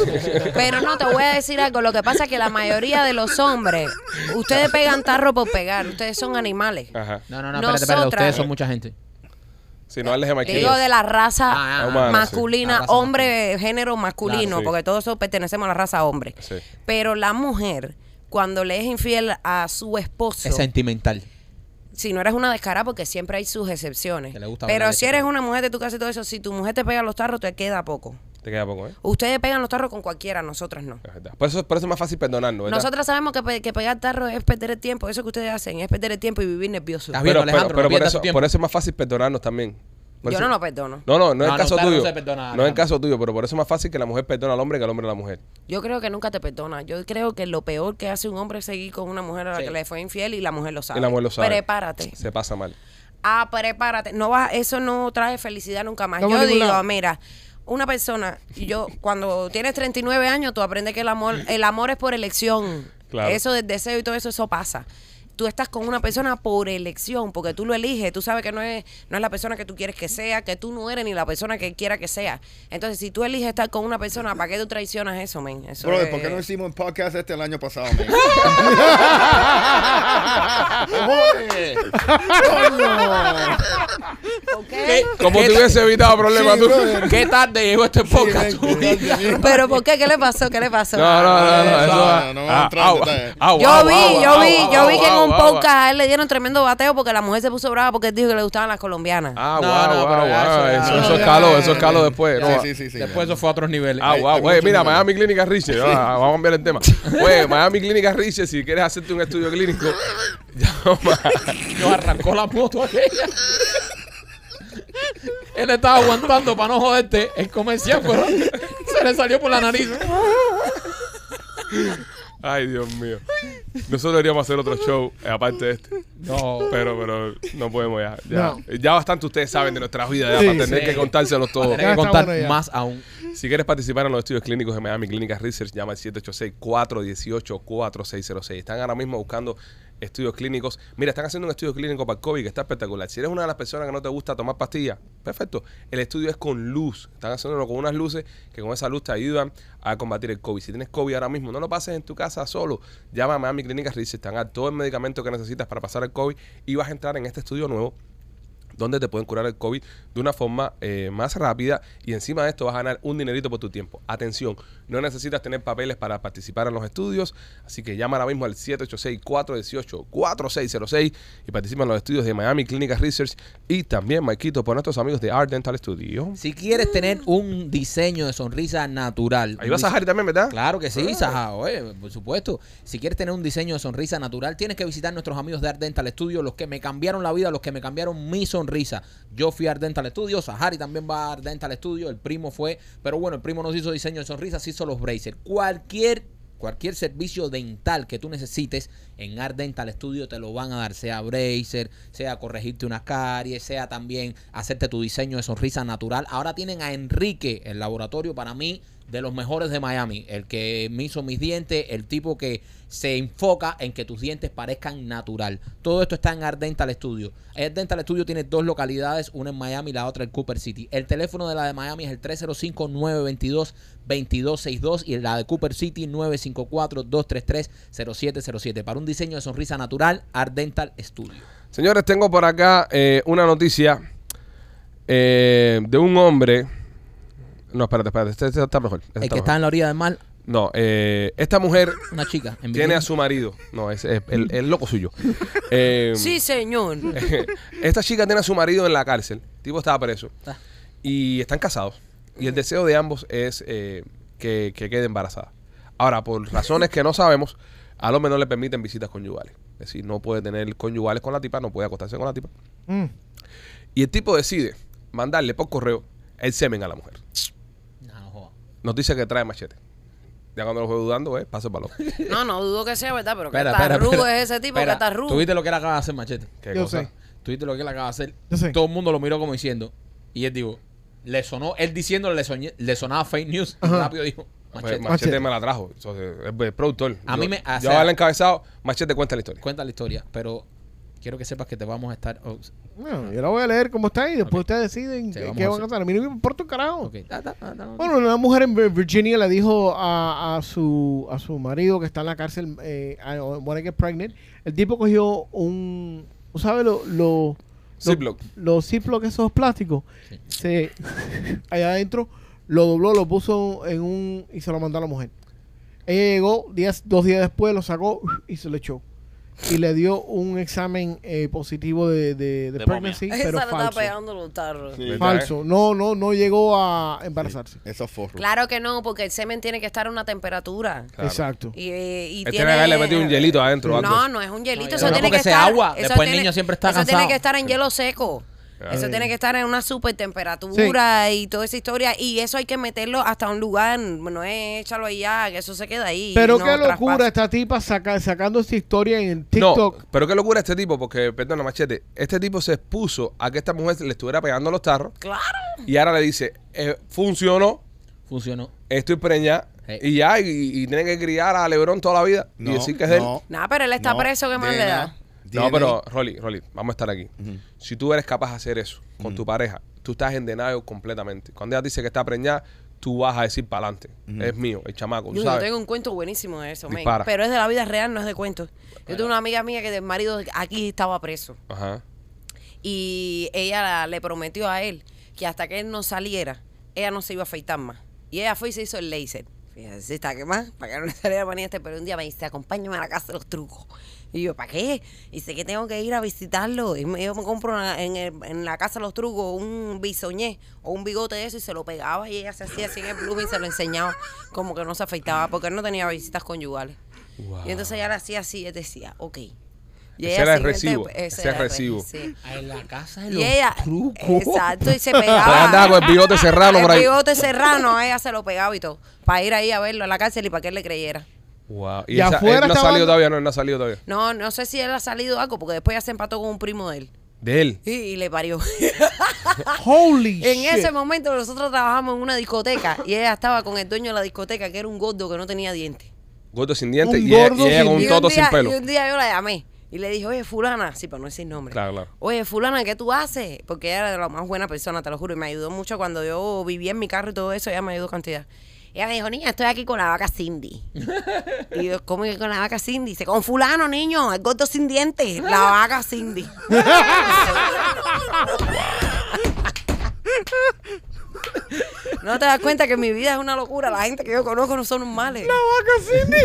Speaker 8: Pero no, te voy a decir algo. Lo que pasa es que la mayoría de los hombres, ustedes pegan tarro por pegar, ustedes son animales.
Speaker 3: Ajá.
Speaker 4: Ah, No, no, no, espérate, espérate.
Speaker 8: Nosotras-
Speaker 4: Ustedes son mucha gente.
Speaker 3: Si no, él es jamaiquino.
Speaker 8: Digo de la raza
Speaker 4: pues, Ah,
Speaker 3: ah, humana,
Speaker 8: masculina,
Speaker 4: sí. La raza
Speaker 8: hombre, género masculino,
Speaker 3: Claro, sí.
Speaker 8: porque todos so- pertenecemos a la raza hombre.
Speaker 3: Sí.
Speaker 8: Pero la mujer, cuando le es infiel a su esposo,
Speaker 4: Es sentimental.
Speaker 8: si no eres una descarada, porque siempre hay sus excepciones.
Speaker 4: Que le gusta
Speaker 8: Pero
Speaker 4: hablar de
Speaker 8: si
Speaker 4: este
Speaker 8: eres
Speaker 4: tema.
Speaker 8: una mujer de tu casa y todo eso, si tu mujer te pega los tarros, te queda poco.
Speaker 3: Te queda poco, ¿eh?
Speaker 8: Ustedes pegan los tarros con cualquiera, nosotras no.
Speaker 3: Es verdad. Por eso, por eso es más fácil perdonarnos, ¿verdad?
Speaker 8: Nosotras sabemos que, pe- que pegar tarros es perder el tiempo. Eso que ustedes hacen es perder el tiempo y vivir nervioso.
Speaker 4: Está bien,
Speaker 3: pero,
Speaker 4: Alejandro,
Speaker 3: pero- pero
Speaker 4: no
Speaker 3: por,
Speaker 4: pierdas
Speaker 3: eso,
Speaker 4: tu tiempo.
Speaker 3: por eso es más fácil perdonarnos también. Por
Speaker 8: Yo
Speaker 3: eso-
Speaker 8: no lo perdono.
Speaker 3: No, no, no es
Speaker 4: No,
Speaker 3: el
Speaker 4: no,
Speaker 3: caso
Speaker 4: usted no
Speaker 3: tuyo.
Speaker 4: se perdona,
Speaker 3: No es el
Speaker 4: Alejandro.
Speaker 3: caso tuyo, pero por eso es más fácil que la mujer perdona al hombre que el hombre a la mujer.
Speaker 8: Yo creo que nunca te perdona. Yo creo que lo peor que hace un hombre es seguir con una mujer a la
Speaker 4: Sí.
Speaker 8: que le fue infiel y la mujer lo sabe.
Speaker 3: El amor lo sabe.
Speaker 8: Prepárate.
Speaker 3: Se pasa mal.
Speaker 8: Ah, prepárate. No vas, eso no trae felicidad nunca más.
Speaker 6: Estamos
Speaker 8: Yo
Speaker 6: en ningún
Speaker 8: digo,
Speaker 6: lado.
Speaker 8: mira, una persona, y yo cuando tienes 39 años, tú aprendes que el amor, el amor es por elección.
Speaker 3: Claro.
Speaker 8: Eso del deseo y todo eso, eso pasa. Tú estás con una persona por elección, porque tú lo eliges, tú sabes que no es, no es la persona que tú quieres que sea, que tú no eres ni la persona que quiera que sea. Entonces, si tú eliges estar con una persona, ¿para qué tú traicionas eso, men? Eso
Speaker 7: Brother,
Speaker 8: es-
Speaker 7: ¿por qué no hicimos un podcast este el año pasado, man? Joder. Coño.
Speaker 8: ¿Por qué?
Speaker 3: Como te hubiese evitado problemas
Speaker 7: Sí,
Speaker 3: tú.
Speaker 7: brother.
Speaker 4: ¿Qué tarde llegó este podcast?
Speaker 7: Sí, ven, ven.
Speaker 8: ¿Pero por qué? ¿Qué le pasó? ¿Qué le pasó?
Speaker 3: No, no, no, no,
Speaker 7: Eh,
Speaker 3: eso
Speaker 7: no,
Speaker 3: va- Ah,
Speaker 7: no, no vamos a entrar en
Speaker 3: au,
Speaker 7: detalle.
Speaker 3: au,
Speaker 8: Yo
Speaker 3: au,
Speaker 8: vi,
Speaker 3: au,
Speaker 8: yo
Speaker 3: au,
Speaker 8: vi,
Speaker 3: au,
Speaker 8: yo vi que en
Speaker 3: au,
Speaker 8: un
Speaker 3: au, au.
Speaker 8: podcast a él le dieron tremendo bateo porque la mujer se puso brava porque él dijo que le gustaban las colombianas.
Speaker 3: Ah,
Speaker 4: No,
Speaker 3: guau,
Speaker 4: no,
Speaker 3: guau,
Speaker 4: pero ya,
Speaker 3: guau,
Speaker 4: eso ya-
Speaker 3: Eso,
Speaker 7: No,
Speaker 3: eso es
Speaker 7: ya,
Speaker 3: calo,
Speaker 7: ya,
Speaker 3: eso es
Speaker 7: ya,
Speaker 3: calo
Speaker 7: ya.
Speaker 3: después.
Speaker 7: Sí,
Speaker 3: no,
Speaker 7: sí, sí, sí,
Speaker 4: Después
Speaker 7: ya.
Speaker 4: eso fue a otros niveles.
Speaker 3: Ah,
Speaker 7: Hay-
Speaker 3: wow,
Speaker 7: hay
Speaker 3: güey,
Speaker 7: mucho
Speaker 3: mira,
Speaker 7: nivel.
Speaker 3: Miami Clínica Riche, ah, vamos a cambiar el tema. Güey, Miami Clínica Riche, si quieres hacerte un estudio clínico, llama.
Speaker 4: Nos arrancó la moto aquella. Él estaba aguantando para no joderte el comercial, pero se le salió por la nariz.
Speaker 3: Ay, Dios mío. Nosotros deberíamos hacer otro show, eh, aparte de este.
Speaker 4: No,
Speaker 3: Pero, pero no podemos ya. Ya,
Speaker 6: No.
Speaker 3: ya bastante ustedes saben de nuestras vidas, ya,
Speaker 6: Sí,
Speaker 3: para tener
Speaker 4: sí.
Speaker 3: que contárselos todos.
Speaker 4: tenés que
Speaker 6: está
Speaker 4: contar
Speaker 6: bueno ya.
Speaker 4: más aún.
Speaker 3: Si quieres participar en los estudios clínicos de Miami Clínicas Research, llama al 786-418-4606. Están ahora mismo buscando estudios clínicos. Mira, están haciendo un estudio clínico para el COVID que está espectacular. Si eres una de las personas que no te gusta tomar pastillas, perfecto. El estudio es con luz. Están haciéndolo con unas luces que con esa luz te ayudan a combatir el COVID. Si tienes COVID ahora mismo, no lo pases en tu casa solo. Llama a Miami Clínicas Research. Están a todo el medicamento que necesitas para pasar el COVID y vas a entrar en este estudio nuevo donde te pueden curar el COVID de una forma eh, más rápida y encima de esto vas a ganar un dinerito por tu tiempo. Atención, no necesitas tener papeles para participar en los estudios, así que llama ahora mismo al 786-418-4606 y participa en los estudios de Miami Clinic Research y también, Maikito, por nuestros amigos de Art Dental Studio.
Speaker 4: Si quieres tener un diseño de sonrisa natural.
Speaker 3: Ahí
Speaker 4: un
Speaker 3: vas a
Speaker 4: dise-
Speaker 3: Harry también, ¿verdad?
Speaker 4: Claro que sí, Saja, oye, por supuesto. Si quieres tener un diseño de sonrisa natural, tienes que visitar nuestros amigos de Ardental Studio, los que me cambiaron la vida, los que me cambiaron mi sonrisa. Yo fui a Ardental Studio, Sahari también va a Ardental Studio, el primo fue, pero bueno, el primo nos hizo diseño de sonrisa, se hizo los braces. Cualquier Cualquier servicio dental que tú necesites en Art Dental Studio te lo van a dar, sea bracer, sea corregirte unas caries, sea también hacerte tu diseño de sonrisa natural. Ahora tienen a Enrique, el laboratorio para mí de los mejores de Miami, el que me hizo mis dientes, el tipo que se enfoca en que tus dientes parezcan natural. Todo esto está en Art Dental Studio. Art Dental Studio tiene dos localidades, una en Miami y la otra en Cooper City. El teléfono de la de Miami es el 305-922-2262 y la de Cooper City 954-233-0707. Para un diseño de sonrisa natural, Art Dental Studio.
Speaker 3: Señores, tengo por acá eh, una noticia eh, de un hombre. No, espérate, espérate, este, este está mejor. este
Speaker 4: El que
Speaker 3: mejor.
Speaker 4: está en la orilla del mar,
Speaker 3: No, eh, esta mujer
Speaker 4: una chica. En
Speaker 3: Tiene a
Speaker 4: bikini.
Speaker 3: su marido. No, es, es
Speaker 6: Mm.
Speaker 3: el, el loco suyo. Eh,
Speaker 4: um.
Speaker 8: Sí, señor.
Speaker 3: Esta chica tiene a su marido en la cárcel. El tipo estaba preso.
Speaker 4: Ah.
Speaker 3: Y están casados. Y el deseo de ambos es eh, que, que quede embarazada. Ahora, por razones que no sabemos, al hombre no le permiten visitas conyugales. Es decir, no puede tener conyugales con la tipa, no puede acostarse con la tipa.
Speaker 6: Mm.
Speaker 3: Y el tipo decide mandarle por correo el semen a la mujer.
Speaker 4: No, no joda.
Speaker 3: Noticia que trae machete. Ya cuando lo juego dudando, eh, paso el balón.
Speaker 8: No, no dudo que sea verdad, pero que
Speaker 4: Espera,
Speaker 8: está
Speaker 4: espera,
Speaker 8: rudo
Speaker 4: espera.
Speaker 8: es ese tipo,
Speaker 4: Espera,
Speaker 8: que está rudo.
Speaker 4: ¿Tú viste lo que él acaba de hacer, Machete?
Speaker 3: Qué
Speaker 6: Yo
Speaker 3: cosa.
Speaker 6: sé.
Speaker 4: Tú viste lo que él acaba de hacer.
Speaker 6: Yo sé.
Speaker 4: Todo el mundo lo miró como diciendo. Y él dijo, le sonó, él diciéndole le, soñé- le sonaba fake news.
Speaker 6: Ajá.
Speaker 4: Rápido dijo,
Speaker 3: Pues,
Speaker 4: machete.
Speaker 3: Machete,
Speaker 6: Machete.
Speaker 3: me la trajo. Entonces, es es productor.
Speaker 4: A
Speaker 3: Yo-
Speaker 4: mí me- o
Speaker 3: Yo
Speaker 4: sea-
Speaker 3: ahora encabezado. Machete cuenta la historia.
Speaker 4: Cuenta la historia, pero quiero que sepas que te vamos a estar. oh,
Speaker 6: Bueno, yo la voy a leer como está y después ustedes deciden
Speaker 4: Sí,
Speaker 6: qué-
Speaker 4: vamos
Speaker 6: qué
Speaker 4: a
Speaker 6: van a
Speaker 4: hacer.
Speaker 6: hacer. A mí no me importa un carajo.
Speaker 4: ok. Da, da, da, da, da.
Speaker 6: Bueno, una mujer en Vir- Virginia le dijo a, a su, a su marido que está en la cárcel, eh, I wanna get pregnant. El tipo cogió un, ¿sabes? Lo, lo- Los-
Speaker 3: Ziploc.
Speaker 6: Los Ziploc, esos plásticos, se, allá adentro, lo dobló, lo puso en un. y se lo mandó a la mujer. Ella llegó días, dos días después, lo sacó y se lo echó. Y le dio un examen eh, positivo de, de, de
Speaker 5: De momia.
Speaker 6: pregnancy,
Speaker 8: Esa
Speaker 6: pero
Speaker 8: le está
Speaker 6: falso.
Speaker 8: pegando los tarros.
Speaker 7: Sí.
Speaker 3: ¿Verdad,
Speaker 6: Falso. No, no, no llegó a embarazarse.
Speaker 7: Esos forros.
Speaker 8: Claro que no, porque el semen tiene que estar a una temperatura.
Speaker 3: Claro.
Speaker 6: Exacto.
Speaker 8: Y, eh, y
Speaker 3: Este
Speaker 8: tiene...
Speaker 3: era le metió un hielito adentro. o algo.
Speaker 8: No, no es un hielito.
Speaker 4: No,
Speaker 8: eso
Speaker 4: no,
Speaker 8: tiene que
Speaker 4: porque se
Speaker 8: estar.
Speaker 4: agua,
Speaker 8: eso
Speaker 4: después el
Speaker 8: tiene-
Speaker 4: niño siempre está
Speaker 8: Eso tiene
Speaker 4: cansado.
Speaker 8: que estar en hielo seco. Eso
Speaker 6: Sí.
Speaker 8: tiene que estar en una super temperatura y toda esa historia. Y eso hay que meterlo hasta un lugar. No es échalo allá, que eso se queda ahí.
Speaker 6: Pero
Speaker 8: no
Speaker 6: qué locura
Speaker 8: traspasa.
Speaker 6: esta tipa saca- sacando esta historia en TikTok.
Speaker 3: No, pero qué locura este tipo, porque, perdona, machete, este tipo se expuso a que esta mujer le estuviera pegando los tarros
Speaker 8: Claro.
Speaker 3: y ahora le dice, eh, funcionó,
Speaker 4: Funcionó.
Speaker 3: estoy preñada
Speaker 4: Sí.
Speaker 3: y ya, y, y tiene que criar a Lebron toda la vida
Speaker 7: No,
Speaker 3: y decir que es de él.
Speaker 7: no,
Speaker 8: Nada, pero él está
Speaker 7: no,
Speaker 8: preso, ¿qué más le da?
Speaker 7: DNA,
Speaker 3: No, pero Rolly, Rolly, vamos a estar aquí.
Speaker 7: Ujú.
Speaker 3: Si tú eres capaz de hacer eso con tu pareja, tú estás en denial completamente. Cuando ella dice que está preñada, tú vas a decir para adelante. Es mío, el chamaco,
Speaker 8: Yo,
Speaker 3: tú
Speaker 8: yo
Speaker 3: ¿sabes?
Speaker 8: tengo un cuento buenísimo de eso, men.
Speaker 3: Dispara.
Speaker 8: pero es de la vida real, no es de cuentos. Yo tengo una amiga mía que del marido aquí estaba preso
Speaker 3: Ajá.
Speaker 8: y ella la- le prometió a él que hasta que él no saliera, ella no se iba a afeitar más. Y ella fue y se hizo el laser. Fíjate, si está que más, para que no le saliera manía este, pero un día me dice, acompáñame a la casa de los trucos. Y yo, ¿para qué? Y dice que tengo que ir a visitarlo. Y me- yo me compro una- en, el- en la casa de los trucos un bisoñé o un bigote de eso y se lo pegaba y ella se hacía así en el bloom y se lo enseñaba como que no se afeitaba porque él no tenía visitas conyugales. Y entonces ella le hacía así y él decía, ok. Y
Speaker 3: Ese
Speaker 8: ella
Speaker 3: era el
Speaker 8: siguiente-
Speaker 3: recibo, ese
Speaker 8: era
Speaker 3: es
Speaker 8: el
Speaker 3: recibo.
Speaker 8: sí.
Speaker 4: En la casa de
Speaker 8: Y
Speaker 4: los
Speaker 8: ella,
Speaker 4: trucos.
Speaker 8: exacto, y se
Speaker 3: Pues andaba
Speaker 8: pegaba.
Speaker 3: con el bigote serrano por
Speaker 8: el
Speaker 3: ahí.
Speaker 8: bigote serrano, ella se lo pegaba y todo. Para ir ahí a verlo a la cárcel y para que él le creyera.
Speaker 3: Wow. Y,
Speaker 6: Y
Speaker 3: esa-
Speaker 6: afuera
Speaker 3: él no ha
Speaker 6: estaba-
Speaker 3: salido todavía, no, él no ha salido todavía.
Speaker 8: No, no sé si él ha salido algo, porque después ya se empató con un primo de él.
Speaker 3: De él.
Speaker 8: Y, y le parió.
Speaker 6: Holy
Speaker 8: Ah, en
Speaker 6: shit.
Speaker 8: ese momento nosotros trabajamos en una discoteca y ella estaba con el dueño de la discoteca, que era un gordo que no tenía dientes.
Speaker 3: Gordo sin dientes
Speaker 6: Un
Speaker 3: y, ella-
Speaker 6: gordo
Speaker 3: y ella
Speaker 6: sin-
Speaker 3: con un
Speaker 8: y,
Speaker 3: toto
Speaker 8: un día,
Speaker 3: sin pelo.
Speaker 8: y un día yo la llamé y le dije, oye, fulana, sí, para no decir nombre.
Speaker 3: Claro, claro.
Speaker 8: Oye, fulana, ¿qué tú haces? Porque ella era de la más buena persona, te lo juro, y me ayudó mucho cuando yo vivía en mi carro y todo eso, ella me ayudó cantidad. Ella me dijo, niña, estoy aquí con la vaca Cindy. y yo, ¿cómo que con la vaca Cindy? Dice, con fulano, niño, el gordo sin dientes, la vaca Cindy. No te das cuenta que mi vida es una locura. La gente que yo conozco no son normales.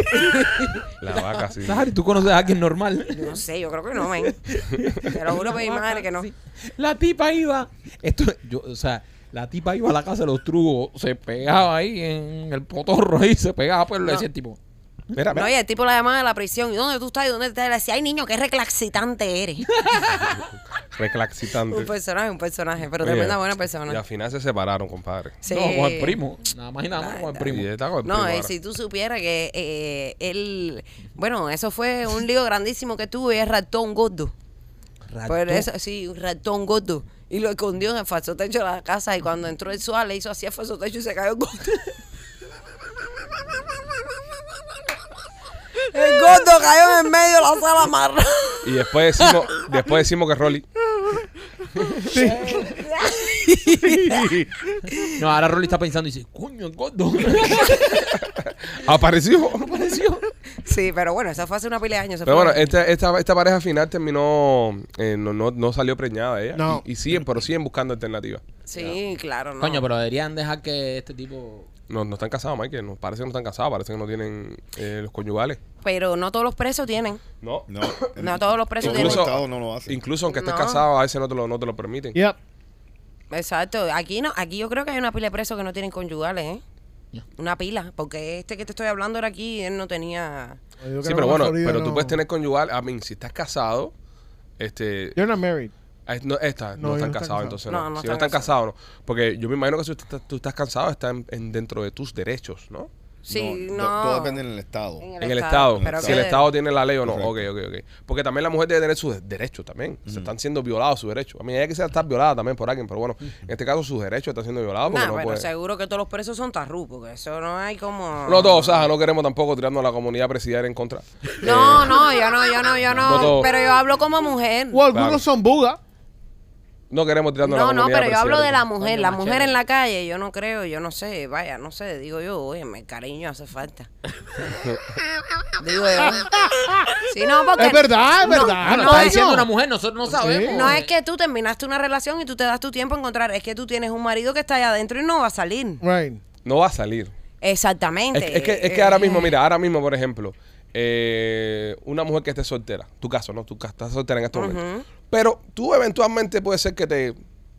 Speaker 3: La vaca sí.
Speaker 4: Sahari, tú conoces a alguien normal.
Speaker 8: No sé, yo creo que no, men. Te lo juro por mi madre que no.
Speaker 4: Sí. La tipa iba. Esto, yo, o sea, la tipa iba a la casa de los trucos, se pegaba ahí en el potorro ahí, se pegaba, pues le decía el tipo.
Speaker 3: Mira,
Speaker 8: No,
Speaker 3: mira.
Speaker 8: y el tipo la llamaba de la prisión. ¿Y dónde tú estás? ¿Y dónde estás? Y le decía, ay, niño, qué reclaxitante eres.
Speaker 3: Reclaxitante.
Speaker 8: un personaje, un personaje, pues, pero
Speaker 3: Oye,
Speaker 8: tremenda
Speaker 3: Y
Speaker 8: buena
Speaker 3: al
Speaker 8: persona.
Speaker 3: final se separaron, compadre.
Speaker 8: Sí.
Speaker 4: No, con el primo. Nada más y nada más con el
Speaker 3: Y
Speaker 4: primo.
Speaker 3: está con el
Speaker 8: No,
Speaker 3: primo
Speaker 8: eh,
Speaker 3: ahora.
Speaker 8: si tú supieras que eh, él. Bueno, eso fue un lío grandísimo que tuvo y es ratón gordo. Pero eso, sí, un ratón gordo. Y lo escondió en el falso techo de la casa. Y cuando entró el SUA, le hizo así al falso techo y se cayó el gordo. El gordo cayó en el medio de la sala amarrado.
Speaker 3: Y después decimos, después decimos que Rolly.
Speaker 4: No, ahora Rolly está pensando y dice, coño, el gordo.
Speaker 3: Apareció.
Speaker 4: Apareció.
Speaker 8: Sí, pero bueno, eso fue hace una pila de años. eso
Speaker 3: Pero
Speaker 8: fue-
Speaker 3: bueno, este- esta, esta, esta pareja final terminó. eh, no, no, no salió preñada ella.
Speaker 6: No.
Speaker 3: Y, y siguen, pero siguen buscando alternativas.
Speaker 8: Sí, claro, no.
Speaker 4: Coño, pero deberían dejar que este tipo.
Speaker 3: No, no están casados, Mike. No, parece que no están casados. Parece que no tienen eh, los conyugales.
Speaker 8: Pero no todos los presos tienen.
Speaker 3: No.
Speaker 7: No,
Speaker 8: No todos los presos
Speaker 7: Incluso,
Speaker 3: tienen-
Speaker 7: Estados no lo hacen.
Speaker 3: Incluso aunque estés
Speaker 8: No.
Speaker 3: casado, a veces no te lo, no te lo permiten.
Speaker 6: Yep.
Speaker 8: Exacto. Aquí no, aquí yo creo que hay una pila de presos que no tienen conyugales, ¿eh?
Speaker 4: Ya.
Speaker 8: Una pila, porque este que te estoy hablando era aquí, él no tenía...
Speaker 6: Yo creo
Speaker 3: Sí,
Speaker 6: que
Speaker 3: pero
Speaker 6: en
Speaker 3: bueno,
Speaker 6: Florida
Speaker 3: pero
Speaker 6: no-
Speaker 3: tú puedes tener conyugal. A mí, si estás casado, este.
Speaker 6: You're not married.
Speaker 3: Ah, es- No, esta, no, están
Speaker 6: No, ellos no están
Speaker 3: casados,
Speaker 6: casados.
Speaker 3: entonces
Speaker 8: No,
Speaker 3: no.
Speaker 8: no
Speaker 3: si no
Speaker 8: están
Speaker 3: están casados, no. Porque yo me imagino que si tú, estás- tú estás cansado, está en- en dentro de tus derechos, ¿no?
Speaker 8: Sí,
Speaker 7: to-
Speaker 8: no.
Speaker 7: Todo depende del estado.
Speaker 8: En
Speaker 3: En el Estado.
Speaker 8: pero
Speaker 3: Si
Speaker 8: que-
Speaker 3: el Estado tiene la ley o no. Ok,
Speaker 7: Correcto.
Speaker 3: ok, ok. Porque también la mujer debe tener sus derechos también. Se están siendo violados sus derechos. A mí ella quisiera estar violada también por alguien, pero bueno, en este caso sus derechos están siendo violados porque
Speaker 8: Nah,
Speaker 3: no
Speaker 8: pero
Speaker 3: puede.
Speaker 8: seguro que todos los presos son tarrú, porque eso no hay como...
Speaker 3: No todos, Saja, no queremos tampoco tirarnos a la comunidad presidiaria en contra. Eh,
Speaker 8: No, no, yo no, yo no, yo
Speaker 3: No
Speaker 8: no.
Speaker 3: todos.
Speaker 8: pero yo hablo como mujer.
Speaker 6: O algunos
Speaker 3: Claro.
Speaker 6: son buga.
Speaker 3: No queremos tirando la
Speaker 8: No, no,
Speaker 3: comunidad
Speaker 8: pero yo hablo de la
Speaker 3: presidencial.
Speaker 8: mujer.
Speaker 4: Coño,
Speaker 8: La
Speaker 4: más
Speaker 8: mujer
Speaker 4: chévere.
Speaker 8: en la calle, yo no creo, yo no sé, vaya, no sé, digo yo, oye, me cariño hace falta. digo yo. Sí, no, porque
Speaker 6: Es verdad, es verdad.
Speaker 4: Ah,
Speaker 6: no,
Speaker 4: lo está diciendo
Speaker 6: no.
Speaker 4: una mujer, nosotros no sabemos.
Speaker 8: No es que tú terminaste una relación y tú te das tu tiempo a encontrar, es que tú tienes un marido que está allá adentro y no va a salir.
Speaker 6: Right.
Speaker 3: No va a salir.
Speaker 8: Exactamente.
Speaker 3: Es, es que, es que
Speaker 8: Eh,
Speaker 3: ahora mismo, mira, ahora mismo, por ejemplo, eh, una mujer que esté soltera, tu caso, ¿no? Tú ca- estás soltera en este momento. Pero tú eventualmente puede ser que te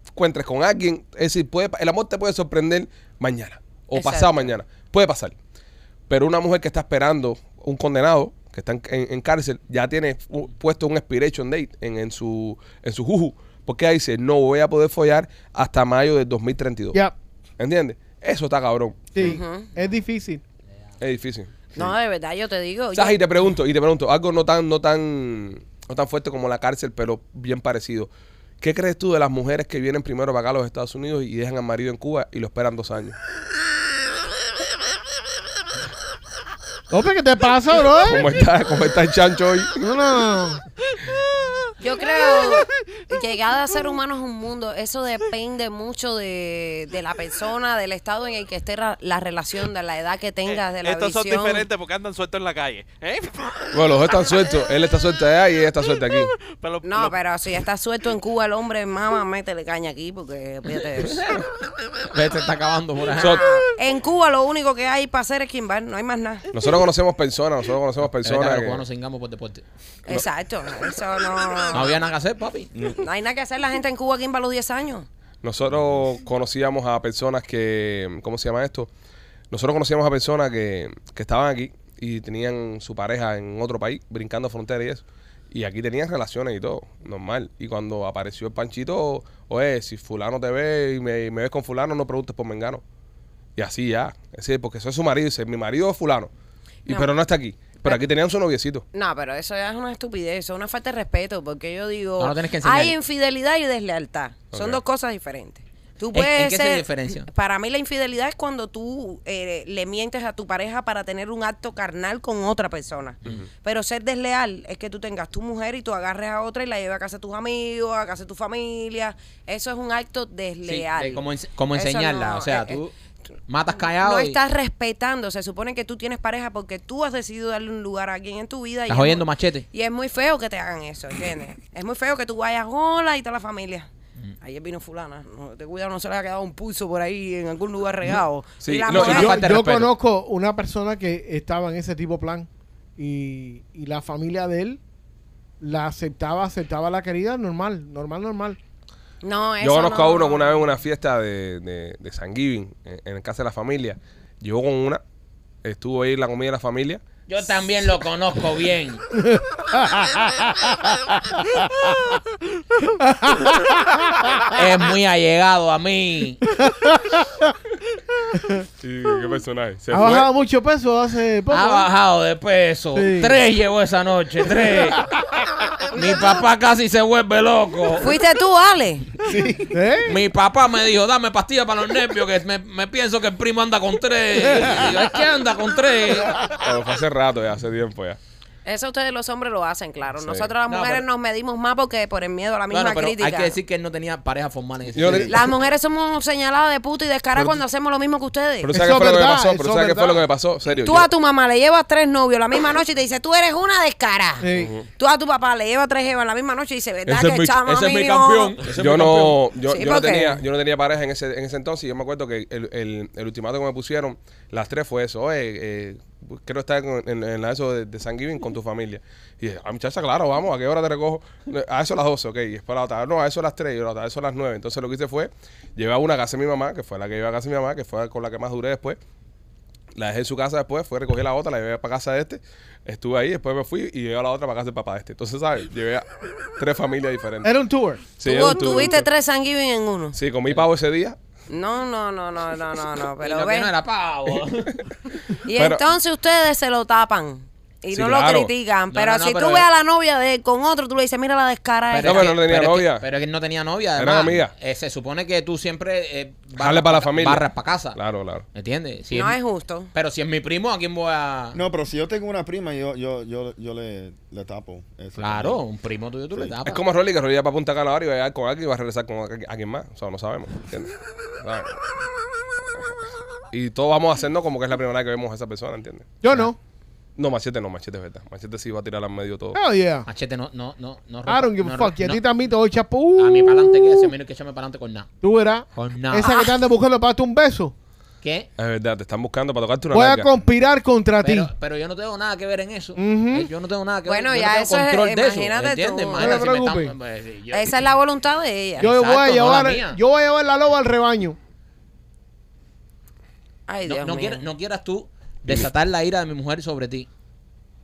Speaker 3: encuentres con alguien, es decir, puede, pa- el amor te puede sorprender mañana o
Speaker 8: Exacto.
Speaker 3: pasado mañana, puede pasar. Pero una mujer que está esperando un condenado, que está en, en- en cárcel, ya tiene fu- puesto un expiration date en, en su en su juju, porque ahí dice, no voy a poder follar hasta mayo del 2032.
Speaker 6: Ya.
Speaker 3: ¿Entiendes? Eso está cabrón,
Speaker 6: Sí. Es difícil.
Speaker 3: es difícil.
Speaker 8: No, de verdad, yo te digo.
Speaker 3: Saja,
Speaker 8: yo-
Speaker 3: y te pregunto, y te pregunto, algo no tan, no tan, no tan fuerte como la cárcel, pero bien parecido. ¿Qué crees tú de las mujeres que vienen primero para acá a los Estados Unidos y dejan al marido en Cuba y lo esperan dos años?
Speaker 6: López, ¿qué te pasa, bro?
Speaker 3: ¿Cómo está, cómo está el chancho hoy?
Speaker 6: No, no, no.
Speaker 8: Yo creo, llegada a ser humano es un mundo. Eso depende mucho de, de la persona, del estado en el que esté ra- la relación, de la edad que tengas, de la
Speaker 5: Estos son
Speaker 8: visión.
Speaker 5: diferentes porque andan sueltos en la calle. ¿eh?
Speaker 3: Bueno, los dos están sueltos. Él está suelto allá y ella está suelta aquí.
Speaker 5: Pero-
Speaker 8: No,
Speaker 5: lo-
Speaker 8: pero si está suelto en Cuba el hombre, mamá, métele caña aquí porque fíjate de eso.
Speaker 4: Ve, te Este está acabando por ahí.
Speaker 3: So-
Speaker 8: En Cuba lo único que hay para hacer es quimbar, no hay más nada.
Speaker 3: nosotros conocemos personas, nosotros conocemos personas.
Speaker 4: Los cubanos
Speaker 3: que-
Speaker 4: cingamos por deporte.
Speaker 8: Exacto, eso
Speaker 4: No
Speaker 8: no...
Speaker 4: había nada que hacer, papi.
Speaker 8: No hay nada que hacer, la gente en Cuba quimba a los 10 años.
Speaker 3: nosotros conocíamos a personas que, ¿cómo se llama esto? Nosotros conocíamos a personas que, que estaban aquí y tenían su pareja en otro país, brincando fronteras y eso. Y aquí tenían relaciones y todo, normal. Y cuando apareció el panchito, oye, si fulano te ve y me, me ves con fulano, no preguntes por mengano. Y así ya. Es decir, porque soy su marido. Dice, mi marido es fulano. Y,
Speaker 8: No.
Speaker 3: Pero no está aquí. Pero aquí tenían su noviecito.
Speaker 8: No, pero eso ya es una estupidez, eso es una falta de respeto, porque yo digo,
Speaker 4: No, no tienes que enseñar.
Speaker 8: hay infidelidad y deslealtad.
Speaker 3: Ok.
Speaker 8: Son dos cosas diferentes. Tú
Speaker 4: ¿En- en
Speaker 8: puedes
Speaker 4: qué se
Speaker 8: ser-
Speaker 4: diferencia?
Speaker 8: Para mí la infidelidad es cuando tú eh, le mientes a tu pareja para tener un acto carnal con otra persona. Pero ser desleal es que tú tengas tu mujer y tú agarres a otra y la lleves a casa de tus amigos, a casa de tu familia. Eso es un acto desleal.
Speaker 4: Sí, de como, ense- como
Speaker 8: Eso
Speaker 4: enseñarla.
Speaker 8: no-
Speaker 4: o sea,
Speaker 8: eh, eh,
Speaker 4: tú matas callado.
Speaker 8: no
Speaker 4: y
Speaker 8: estás respetando. Se supone que tú tienes pareja porque tú has decidido darle un lugar a alguien en tu vida. y
Speaker 4: Estás
Speaker 8: es
Speaker 4: oyendo
Speaker 8: muy-
Speaker 4: machete.
Speaker 8: Y es muy feo que te hagan eso, ¿entiendes? es muy feo que tú vayas hola y toda la familia.
Speaker 3: Mm.
Speaker 8: Ayer vino fulana, no, te cuidado, no se le ha quedado un pulso por ahí en algún lugar regado.
Speaker 3: Mm. Sí,
Speaker 8: y la
Speaker 3: no, y
Speaker 8: mujer-
Speaker 3: Una
Speaker 6: Yo,
Speaker 3: falta de
Speaker 6: yo
Speaker 3: respeto.
Speaker 6: conozco una persona que estaba en ese tipo de plan y, y la familia de él la aceptaba, aceptaba la querida normal, normal, normal.
Speaker 8: no, eso
Speaker 3: Yo conozco a
Speaker 8: no.
Speaker 3: uno que una vez en una fiesta de, de, de San Giving, en, en casa de la familia, llegó con una, estuvo ahí en la comida de la familia.
Speaker 4: Yo también lo conozco bien. es muy allegado a mí.
Speaker 3: ¿Qué personaje? Se
Speaker 6: ¿Ha bajado mucho peso hace poco?
Speaker 4: Ha
Speaker 6: ¿eh?
Speaker 4: bajado de peso.
Speaker 6: Sí.
Speaker 4: Tres llevó esa noche, tres. Mi papá casi se vuelve loco.
Speaker 8: Fuiste tú, Ale.
Speaker 6: ¿Eh?
Speaker 4: Mi papá me dijo, dame pastillas para los nervios, que me, me pienso que el primo anda con tres. Y yo, es que anda con tres.
Speaker 3: fue hace rato ya, hace tiempo ya.
Speaker 8: Eso ustedes los hombres lo hacen, claro.
Speaker 3: Sí.
Speaker 8: Nosotras las
Speaker 4: No,
Speaker 8: mujeres
Speaker 4: pero-
Speaker 8: nos medimos más porque por el miedo a la misma
Speaker 4: Bueno, pero
Speaker 8: crítica.
Speaker 4: hay que decir que él no tenía pareja formal en ese
Speaker 3: Yo
Speaker 4: momento.
Speaker 3: le-
Speaker 8: Las mujeres somos señaladas de puta y descaradas
Speaker 3: Pero-
Speaker 8: cuando hacemos lo mismo que ustedes.
Speaker 3: pero ¿sabes
Speaker 6: Eso
Speaker 3: qué fue lo que me
Speaker 6: verdad,
Speaker 3: pasó? Pero
Speaker 6: eso
Speaker 3: ¿sabes qué fue
Speaker 6: verdad.
Speaker 3: lo que me pasó? Serio.
Speaker 8: Tú
Speaker 3: yo-
Speaker 8: a tu mamá le llevas tres novios la misma noche y te dice, tú eres una descarada.
Speaker 6: Sí.
Speaker 8: Tú a tu papá le llevas tres jevas la misma noche y dice, ¿verdad que chama mío?
Speaker 3: yo no, yo,
Speaker 8: Sí,
Speaker 3: yo no
Speaker 8: ¿por qué?
Speaker 3: tenía, yo no tenía pareja en ese, en ese entonces. Yo me acuerdo que el, el, el ultimato que me pusieron, las tres fue eso, oye, eh, quiero estar con- en, en la eso de, de San Giving con tu familia. Y dije, ah, muchacha, claro, vamos, ¿a qué hora te recojo? A eso las 12, ok, y es para la otra, no, a eso las 3, y la otra, a eso las 9. Entonces lo que hice fue, llevé a una a casa de mi mamá, que fue la que iba a casa de mi mamá, que fue con la que más duré después. La dejé en su casa después, fue a recoger la otra, la llevé para casa de este. Estuve ahí, después me fui y llevé a la otra para casa del papá de este. Entonces, ¿sabes? Llevé a tres familias diferentes.
Speaker 6: Era un tour.
Speaker 3: Sí,
Speaker 8: Tú-
Speaker 3: era un tour,
Speaker 8: tuviste
Speaker 3: un tour.
Speaker 8: tres sanguíneos en uno.
Speaker 3: Sí, comí pavo ese día.
Speaker 8: No, no, no, no, no, no, no.
Speaker 4: Y lo
Speaker 8: Pero
Speaker 4: que
Speaker 8: ve.
Speaker 4: no era pavo.
Speaker 8: Y
Speaker 3: Pero-
Speaker 8: entonces ustedes se lo tapan. Y
Speaker 3: Sí,
Speaker 8: no
Speaker 3: claro.
Speaker 8: lo critican.
Speaker 4: No,
Speaker 8: Pero
Speaker 4: no, no,
Speaker 8: si
Speaker 4: pero-
Speaker 8: tú ves a la novia de él con otro, tú le dices, mira la descara.
Speaker 3: Pero- No,
Speaker 8: esta".
Speaker 4: es que-
Speaker 3: no tenía
Speaker 4: pero es que-
Speaker 3: novia.
Speaker 4: pero es que él no tenía novia.
Speaker 3: Eran
Speaker 4: además.
Speaker 3: amigas.
Speaker 4: Eh, se supone que tú siempre. eh,
Speaker 3: Dale para la familia.
Speaker 4: Barras para casa.
Speaker 3: Claro, claro.
Speaker 4: ¿Entiendes? Si
Speaker 8: no
Speaker 4: es-
Speaker 8: es justo.
Speaker 4: Pero si es mi primo, ¿a quién voy a.?
Speaker 7: No, pero si yo tengo una prima, yo, yo, yo, yo le, le tapo. eso
Speaker 4: Claro,
Speaker 7: también.
Speaker 4: un primo tuyo tú le
Speaker 7: Sí.
Speaker 4: tapas.
Speaker 3: Es como Rolly, que Rolly va para Punta Cana ahora y va a llegar con alguien y va a regresar con alguien- alguien más. O sea, no sabemos. ¿entiendes? Claro. Y todos vamos a hacernos como que es la primera vez que vemos a esa persona, ¿entiendes?
Speaker 6: Yo no.
Speaker 3: No, Machete no, Machete es verdad. Machete sí va a tirar al medio todo.
Speaker 6: Oh, yeah.
Speaker 4: Machete, no, no, no. Ah, no
Speaker 6: I don't give
Speaker 4: no-
Speaker 6: a fuck. Y a
Speaker 4: no.
Speaker 6: ti también te voy a echar pa-
Speaker 4: A mí para adelante, ¿qué? Se Oh, mira que échame para adelante con nada.
Speaker 6: Tú verás.
Speaker 4: Con nada.
Speaker 6: Esa que te anda buscando para darte un beso.
Speaker 4: ¿Qué?
Speaker 3: Es verdad, te están buscando para tocarte una
Speaker 6: Voy a
Speaker 3: nalga.
Speaker 6: conspirar contra ti.
Speaker 4: Pero, pero yo no tengo nada que ver en eso.
Speaker 6: Ujú.
Speaker 4: Eh, Yo no tengo nada que
Speaker 8: Bueno,
Speaker 4: ver. yo
Speaker 8: ya
Speaker 4: no tengo
Speaker 8: eso es-
Speaker 4: control de eso.
Speaker 8: imagínate
Speaker 4: ¿entiendes?
Speaker 8: tú.
Speaker 4: Imagínate
Speaker 6: No te
Speaker 4: si me están-
Speaker 6: preocupes.
Speaker 4: pues, yo-
Speaker 8: Esa es la voluntad de ella.
Speaker 6: Yo voy a
Speaker 4: Exacto, no la
Speaker 6: llevar,
Speaker 4: mía.
Speaker 6: yo voy a llevar la loba al rebaño.
Speaker 8: Ay,
Speaker 4: no,
Speaker 8: Dios
Speaker 4: no,
Speaker 8: mío.
Speaker 4: quieras, no quieras tú desatar la ira de mi mujer sobre ti.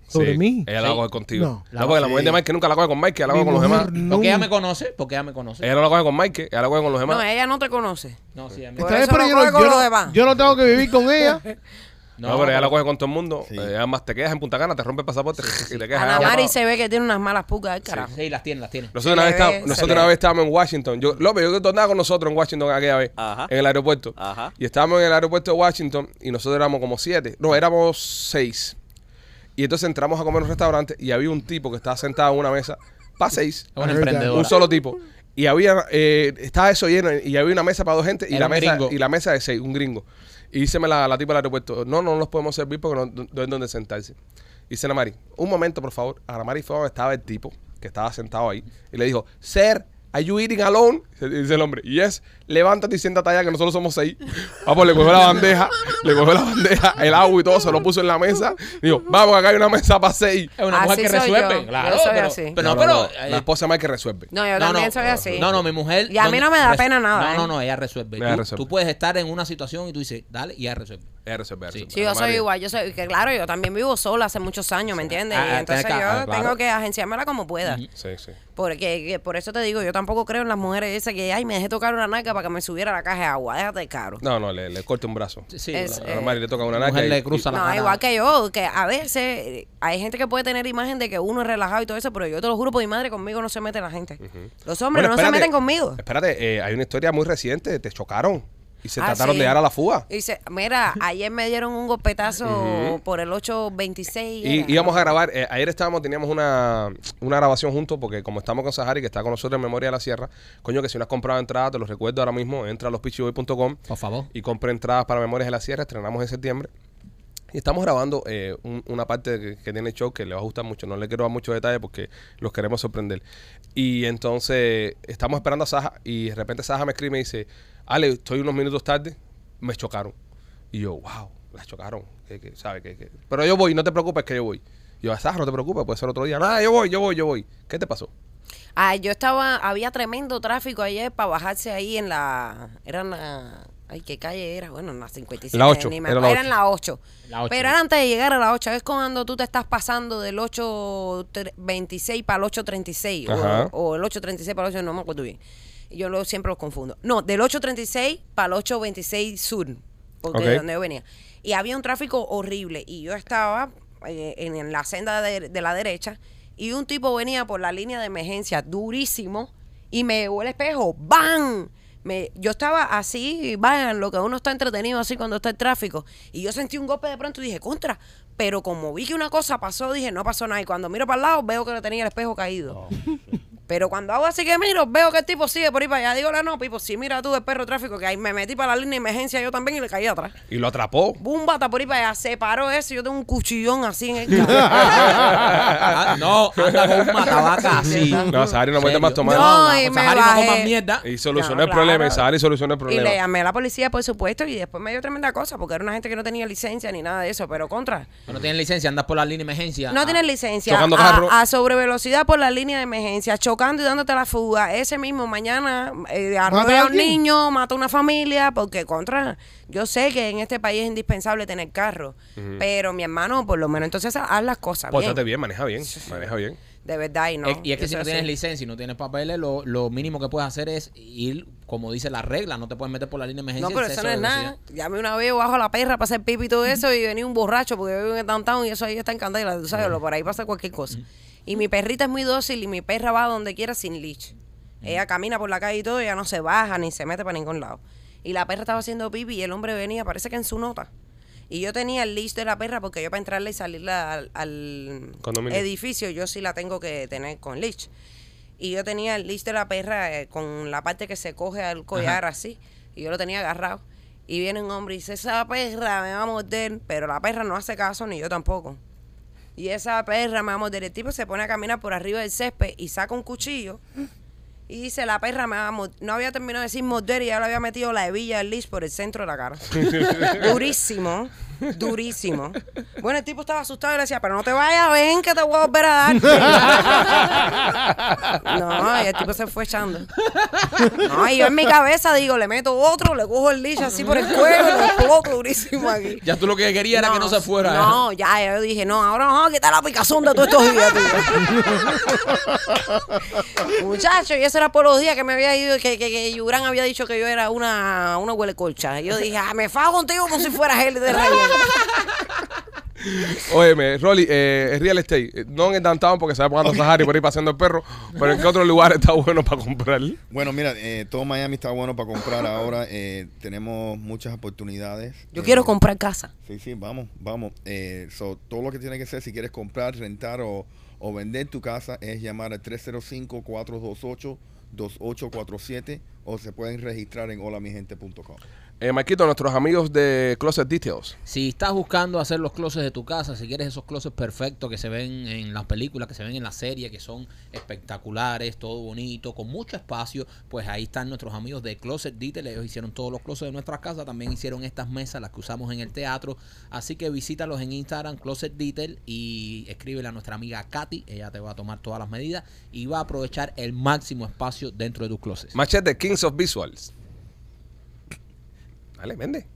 Speaker 6: Sobre mí.
Speaker 3: Ella
Speaker 4: Sí.
Speaker 3: la va a coger contigo.
Speaker 6: No.
Speaker 3: No, porque la
Speaker 7: Sí.
Speaker 3: mujer de Mike nunca la coge con Mike, ella la
Speaker 6: Mi
Speaker 3: coge con los
Speaker 6: mujer
Speaker 3: demás.
Speaker 6: no-
Speaker 4: Porque ella me conoce, porque ella me conoce.
Speaker 3: Ella no la coge con Mike, ella la coge con los
Speaker 8: No, eh.
Speaker 3: demás.
Speaker 8: ella no te conoce.
Speaker 4: No, sí, a mí.
Speaker 8: Por
Speaker 6: Está bien,
Speaker 8: eso
Speaker 6: pero
Speaker 8: no
Speaker 6: yo
Speaker 8: coge
Speaker 6: no-
Speaker 8: con
Speaker 6: yo
Speaker 8: los
Speaker 6: no-
Speaker 8: demás.
Speaker 6: yo no tengo que vivir con ella.
Speaker 3: No, pero ella la coge con todo el mundo.
Speaker 7: Sí.
Speaker 3: Eh, además, te quedas en Punta Cana, te rompe el pasaporte y te quedas.
Speaker 8: Ana
Speaker 3: allá
Speaker 8: Mari
Speaker 3: abajo.
Speaker 8: se ve que tiene unas malas pucas del carajo.
Speaker 4: Sí, las tiene, las tiene.
Speaker 3: Nosotros, una vez,
Speaker 8: Se le ve,
Speaker 3: estábamos,
Speaker 8: se
Speaker 3: nosotros
Speaker 8: le
Speaker 3: una
Speaker 8: ve.
Speaker 3: vez estábamos en Washington. Yo, López, yo que tú andabas con nosotros en Washington aquella vez,
Speaker 5: Ajá.
Speaker 3: en el aeropuerto.
Speaker 5: Ajá.
Speaker 3: Y estábamos en el aeropuerto de Washington y nosotros éramos como siete. No, éramos seis. Y entonces entramos a comer en un restaurante y había un tipo que estaba sentado en una mesa para seis.
Speaker 4: Es una
Speaker 6: Ahorita,
Speaker 4: emprendedora.
Speaker 3: Un solo tipo. Y había, eh, estaba eso lleno y había una mesa para dos gente y,
Speaker 4: Era
Speaker 3: la
Speaker 4: un
Speaker 3: mesa,
Speaker 4: gringo.
Speaker 3: y la mesa de seis, un gringo. Y díceme la, la tipa del aeropuerto, no, no los podemos servir porque no, no hay donde sentarse. Dice Ana Mari, un momento por favor. Ana Mari fue donde estaba el tipo que estaba sentado ahí y le dijo, Sir, ¿Are you eating alone? Se- Dice el hombre, yes, levántate y siéntate allá que nosotros somos seis. Vamos, le cogió la bandeja, le cogió la bandeja, el agua y todo, se lo puso en la mesa. Digo, vamos, acá hay una mesa para seis.
Speaker 4: Es una mujer
Speaker 8: Así
Speaker 4: que
Speaker 8: soy
Speaker 4: resuelve.
Speaker 8: yo.
Speaker 4: Claro,
Speaker 8: Yo soy
Speaker 4: pero,
Speaker 8: así.
Speaker 4: pero,
Speaker 3: No,
Speaker 4: pero,
Speaker 3: no, no,
Speaker 4: eh,
Speaker 3: la esposa más que resuelve.
Speaker 8: No, yo también soy así.
Speaker 4: No, no, mi mujer.
Speaker 8: Y a
Speaker 4: donde-
Speaker 8: mí no me da
Speaker 4: res-
Speaker 8: pena nada,
Speaker 4: No,
Speaker 8: ¿eh?
Speaker 4: no, no, ella resuelve.
Speaker 3: Ella
Speaker 4: tú,
Speaker 3: resuelve.
Speaker 4: tú puedes estar en una situación y tú dices, dale, y ella resuelve.
Speaker 3: Ella resuelve, ella
Speaker 4: Sí.
Speaker 3: resuelve.
Speaker 8: Sí, yo
Speaker 3: Ana
Speaker 8: soy
Speaker 3: Mari-
Speaker 8: igual. Yo soy, que claro, yo también vivo sola hace muchos años, ¿me entiendes?
Speaker 4: Ah,
Speaker 8: Y
Speaker 4: ah,
Speaker 8: entonces
Speaker 4: tienes que- ah,
Speaker 8: yo
Speaker 4: claro.
Speaker 8: tengo que agenciármela como pueda.
Speaker 3: Sí, sí.
Speaker 8: Porque que por eso te digo, yo tampoco creo en las mujeres esas que, ay, me dejé tocar una narca para que me subiera la caja de agua. Déjate de caro.
Speaker 3: No, no, le, le corta un brazo.
Speaker 4: Sí,
Speaker 8: Es-
Speaker 4: la-
Speaker 3: A Ana Mari le toca una
Speaker 4: eh, la
Speaker 3: narca
Speaker 4: mujer
Speaker 3: y-
Speaker 4: le cruza la
Speaker 8: No,
Speaker 4: cara.
Speaker 8: igual que yo, que a veces eh, hay gente que puede tener imagen de que uno es relajado y todo eso, pero yo te lo juro por mi madre, conmigo no se mete la gente. Los hombres
Speaker 3: Bueno,
Speaker 8: no
Speaker 3: espérate,
Speaker 8: se meten conmigo.
Speaker 3: Espérate, eh, hay una historia muy reciente, te chocaron y se
Speaker 8: Ah,
Speaker 3: trataron
Speaker 8: sí.
Speaker 3: de dar a la fuga.
Speaker 8: Y dice, mira, ayer me dieron un golpetazo por el 826.
Speaker 3: Y
Speaker 8: era.
Speaker 3: íbamos a grabar, eh, ayer estábamos, teníamos una, una grabación juntos, porque como estamos con Sahari, que está con nosotros en Memoria de la Sierra, coño, que si no has comprado entradas, te los recuerdo ahora mismo, entra a lospitchyboy.com
Speaker 4: Por favor.
Speaker 3: y compra entradas para Memorias de la Sierra, estrenamos en septiembre. Y estamos grabando eh, un- una parte que, que tiene el show que le va a gustar mucho. No le quiero dar mucho detalle porque los queremos sorprender. Y entonces estamos esperando a Saja y de repente Saja me escribe y me dice, Ale, estoy unos minutos tarde, me chocaron. Y yo, wow, la chocaron. Que- que- sabe, que- que- Pero yo voy, no te preocupes que yo voy. Y yo, Saja, no te preocupes, puede ser otro día. Nada, yo voy, yo voy, yo voy. ¿Qué te pasó?
Speaker 8: Ah, yo estaba, había tremendo tráfico ayer para bajarse ahí en la, eran la, ay, ¿qué calle era? Bueno, en la 57.
Speaker 3: La ocho,
Speaker 8: ni me
Speaker 3: era la
Speaker 8: acuerdo.
Speaker 3: ocho.
Speaker 8: en la 8.
Speaker 4: La ocho.
Speaker 8: Pero era antes de llegar a la 8, es cuando tú te estás pasando del 826 para el 836,
Speaker 3: Ajá.
Speaker 8: o, o el 836 para el 8, no me acuerdo bien. Yo lo, siempre los confundo. No, del 836 para el 826 sur, porque
Speaker 3: Ok.
Speaker 8: de donde yo venía. Y había un tráfico horrible y yo estaba eh, en, en la senda de, de la derecha y un tipo venía por la línea de emergencia durísimo y me llevó el espejo. ¡Bam! Me, yo estaba así, vayan, lo que uno está entretenido así cuando está el tráfico. Y yo sentí un golpe de pronto y dije, contra. Pero como vi que una cosa pasó, dije, no pasó nada. Y cuando miro para el lado, veo que le tenía el espejo caído. Pero cuando hago así que miro, veo que el tipo sigue por ahí para allá. Digo, la no, Pipo, si mira tú el perro de tráfico, que ahí me metí para la línea de emergencia yo también y le caí atrás.
Speaker 3: Y lo atrapó.
Speaker 8: Bumba, está por ahí para allá. Se paró ese y yo tengo un cuchillón así en el carro.
Speaker 4: Ah, no, anda con un matabaca así.
Speaker 3: No, Sahari no puede
Speaker 4: Serio.
Speaker 3: más tomar.
Speaker 8: No,
Speaker 4: una
Speaker 8: y
Speaker 4: cosa,
Speaker 8: me
Speaker 4: Harry, no
Speaker 8: bajé.
Speaker 4: comas mierda.
Speaker 3: Y solucionó
Speaker 8: Ah,
Speaker 3: el
Speaker 8: No,
Speaker 3: problema, y
Speaker 8: claro.
Speaker 3: Sahari solucionó el
Speaker 8: Y
Speaker 3: problema. Pues
Speaker 8: le llamé a la policía, por supuesto, y después me dio tremenda cosa, porque era una gente que no tenía licencia ni nada de eso, pero contra.
Speaker 4: No tienes licencia, andas por la línea de emergencia.
Speaker 8: No
Speaker 4: Ah,
Speaker 8: tienes licencia.
Speaker 3: Chocando carro.
Speaker 8: a, a sobrevelocidad por la línea de emergencia, chocando y dándote la fuga. Ese mismo mañana eh, arrolla a un
Speaker 6: alguien?
Speaker 8: niño, mata a una familia, porque contra. Yo sé que en este país es indispensable tener carro, pero mi hermano, por lo menos, entonces haz las cosas.
Speaker 3: Pórtate bien,
Speaker 8: bien.
Speaker 3: maneja bien, maneja bien.
Speaker 8: De verdad, y no.
Speaker 4: Es- y es que si
Speaker 8: Eso
Speaker 4: no tienes
Speaker 8: así.
Speaker 4: licencia y no tienes papeles, lo, lo mínimo que puedes hacer es ir, como dice la regla, no te puedes meter por la línea de
Speaker 8: No,
Speaker 4: emergencia.
Speaker 8: pero
Speaker 4: en
Speaker 8: eso
Speaker 4: exceso
Speaker 8: no es
Speaker 4: de
Speaker 8: nada.
Speaker 4: velocidad.
Speaker 8: Llame una vez, bajo la perra para hacer pipi y todo eso y venía un borracho porque yo vivo en el downtown y eso ahí está en candela, tú sabes, lo- por ahí pasa cualquier cosa. Y mi perrita es muy dócil y mi perra va donde quiera sin leash. Ella camina por la calle y todo, ella no se baja ni se mete para ningún lado. Y la perra estaba haciendo pipi y el hombre venía, parece que en su nota. Y yo tenía el leash de la perra porque yo para entrarle y salirle al, al
Speaker 3: Condominio.
Speaker 8: edificio, yo sí la tengo que tener con leash. Y yo tenía el leash de la perra eh, con la parte que se coge al collar así. Y yo lo tenía agarrado. Y viene un hombre y dice, esa perra me va a morder. Pero la perra no hace caso, ni yo tampoco. Y esa perra me va a morder. El tipo se pone a caminar por arriba del césped y saca un cuchillo. Y dice, la perra me va a morder. No había terminado de decir morder y ya le había metido la hebilla del leash por el centro de la cara. durísimo, durísimo. Bueno, el tipo estaba asustado y le decía, pero no te vayas, ven que te voy a volver a dar. no, y el tipo se fue echando. No, y yo en mi cabeza digo, le meto otro, le cojo el leash así por el cuello y lo exploto durísimo aquí.
Speaker 4: Ya tú lo que querías era que no se fuera. ¿eh?
Speaker 8: No, ya, yo dije, no, ahora no, quitar la picazón de todos estos días, tío. Muchacho, y eso era por los días que me había ido, que, que, que Yurán había dicho que yo era una, una huele colcha. Y yo dije, ah, me fago contigo como si fueras él de relleno.
Speaker 3: Óyeme, Rolly, eh, es real estate. Eh, No en el downtown porque se va pagando Sahari por ir paseando el perro, pero ¿en qué otro lugar está bueno para comprar?
Speaker 7: Bueno, mira, eh, todo Miami está bueno para comprar ahora. eh, tenemos muchas oportunidades.
Speaker 8: Yo
Speaker 7: Eh,
Speaker 8: quiero comprar casa.
Speaker 7: Sí, sí, vamos, vamos. Eh, so, todo lo que tiene que hacer si quieres comprar, rentar o, o vender tu casa es llamar al 305-428-2847 o se pueden registrar en holamigente.com.
Speaker 3: Eh, Marquito, nuestros amigos de Closet Details.
Speaker 4: Si estás buscando hacer los closets de tu casa, si quieres esos closets perfectos que se ven en las películas, que se ven en la serie, que son espectaculares, todo bonito, con mucho espacio, pues ahí están nuestros amigos de Closet Detail. Ellos hicieron todos los closets de nuestras casas, también hicieron estas mesas, las que usamos en el teatro. Así que visítalos en Instagram, Closet Detail, y escríbele a nuestra amiga Katy. Ella te va a tomar todas las medidas y va a aprovechar el máximo espacio dentro de tus closets.
Speaker 3: Machete, Kings of Visuals. Dale, vende.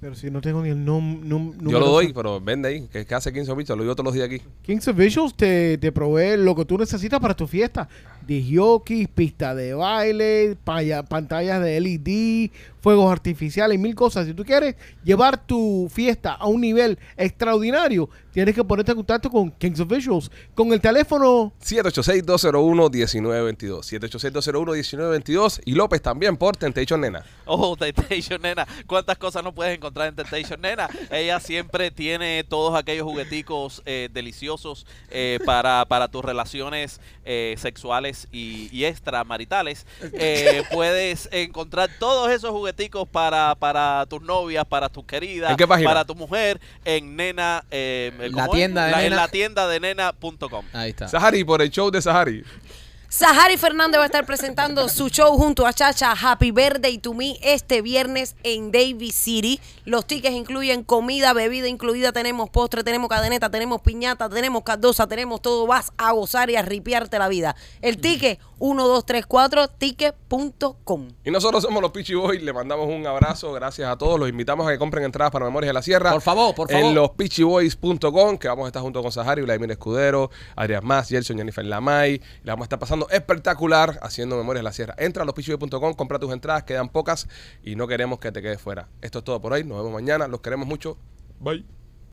Speaker 6: Pero si no tengo ni el nombre.
Speaker 3: Yo lo doy, pero vende ahí. Que, que hace Kings of Visuals, lo digo todos los días aquí.
Speaker 6: Kings of Visuals te, te provee lo que tú necesitas para tu fiesta. Disjockeys, pista de baile, paya- pantallas de LED, fuegos artificiales, mil cosas. Si tú quieres llevar tu fiesta a un nivel extraordinario, tienes que ponerte en contacto con Kings of Visuals. Con el teléfono
Speaker 3: 786-201-1922. 786-201-1922. Y López también por Temptation Nena.
Speaker 5: Oh, Temptation Nena. ¿Cuántas cosas no puedes encontrar en Temptation Nena? Ella siempre tiene todos aquellos jugueticos eh, deliciosos eh, para, para tus relaciones eh, sexuales y, y extramaritales. Eh, puedes encontrar todos esos jugueticos para, para tus novias, para tus queridas,
Speaker 3: ¿En qué página?
Speaker 5: para tu mujer, en Nena. eh,
Speaker 4: La
Speaker 5: ¿cómo es?
Speaker 4: tienda de
Speaker 5: La- En
Speaker 4: Nena.
Speaker 5: la tienda de nena.com.
Speaker 4: Ahí está.
Speaker 3: Sahari por el show de Sahari.
Speaker 8: Sahari Fernández va a estar presentando su show junto a Chacha Happy Birthday to Me este viernes en Davis City. Los tickets incluyen comida, bebida incluida, tenemos postre, tenemos cadeneta, tenemos piñata, tenemos cardosa, tenemos todo. Vas a gozar y a ripiarte la vida. El ticket 1234 ticket.com.
Speaker 3: Y nosotros somos los Pichi Boys, le mandamos un abrazo, gracias a todos, los invitamos a que compren entradas para Memorias de la Sierra.
Speaker 4: Por favor, por favor.
Speaker 3: En lospichiboys.com, que vamos a estar junto con Sahari, Vladimir Escudero, Adrián Más, Gerson, Jennifer Lamay. La vamos a estar pasando espectacular haciendo Memorias de la Sierra. Entra a lospichiboys.com, compra tus entradas, quedan pocas y no queremos que te quedes fuera. Esto es todo por hoy, nos vemos mañana, los queremos mucho. Bye.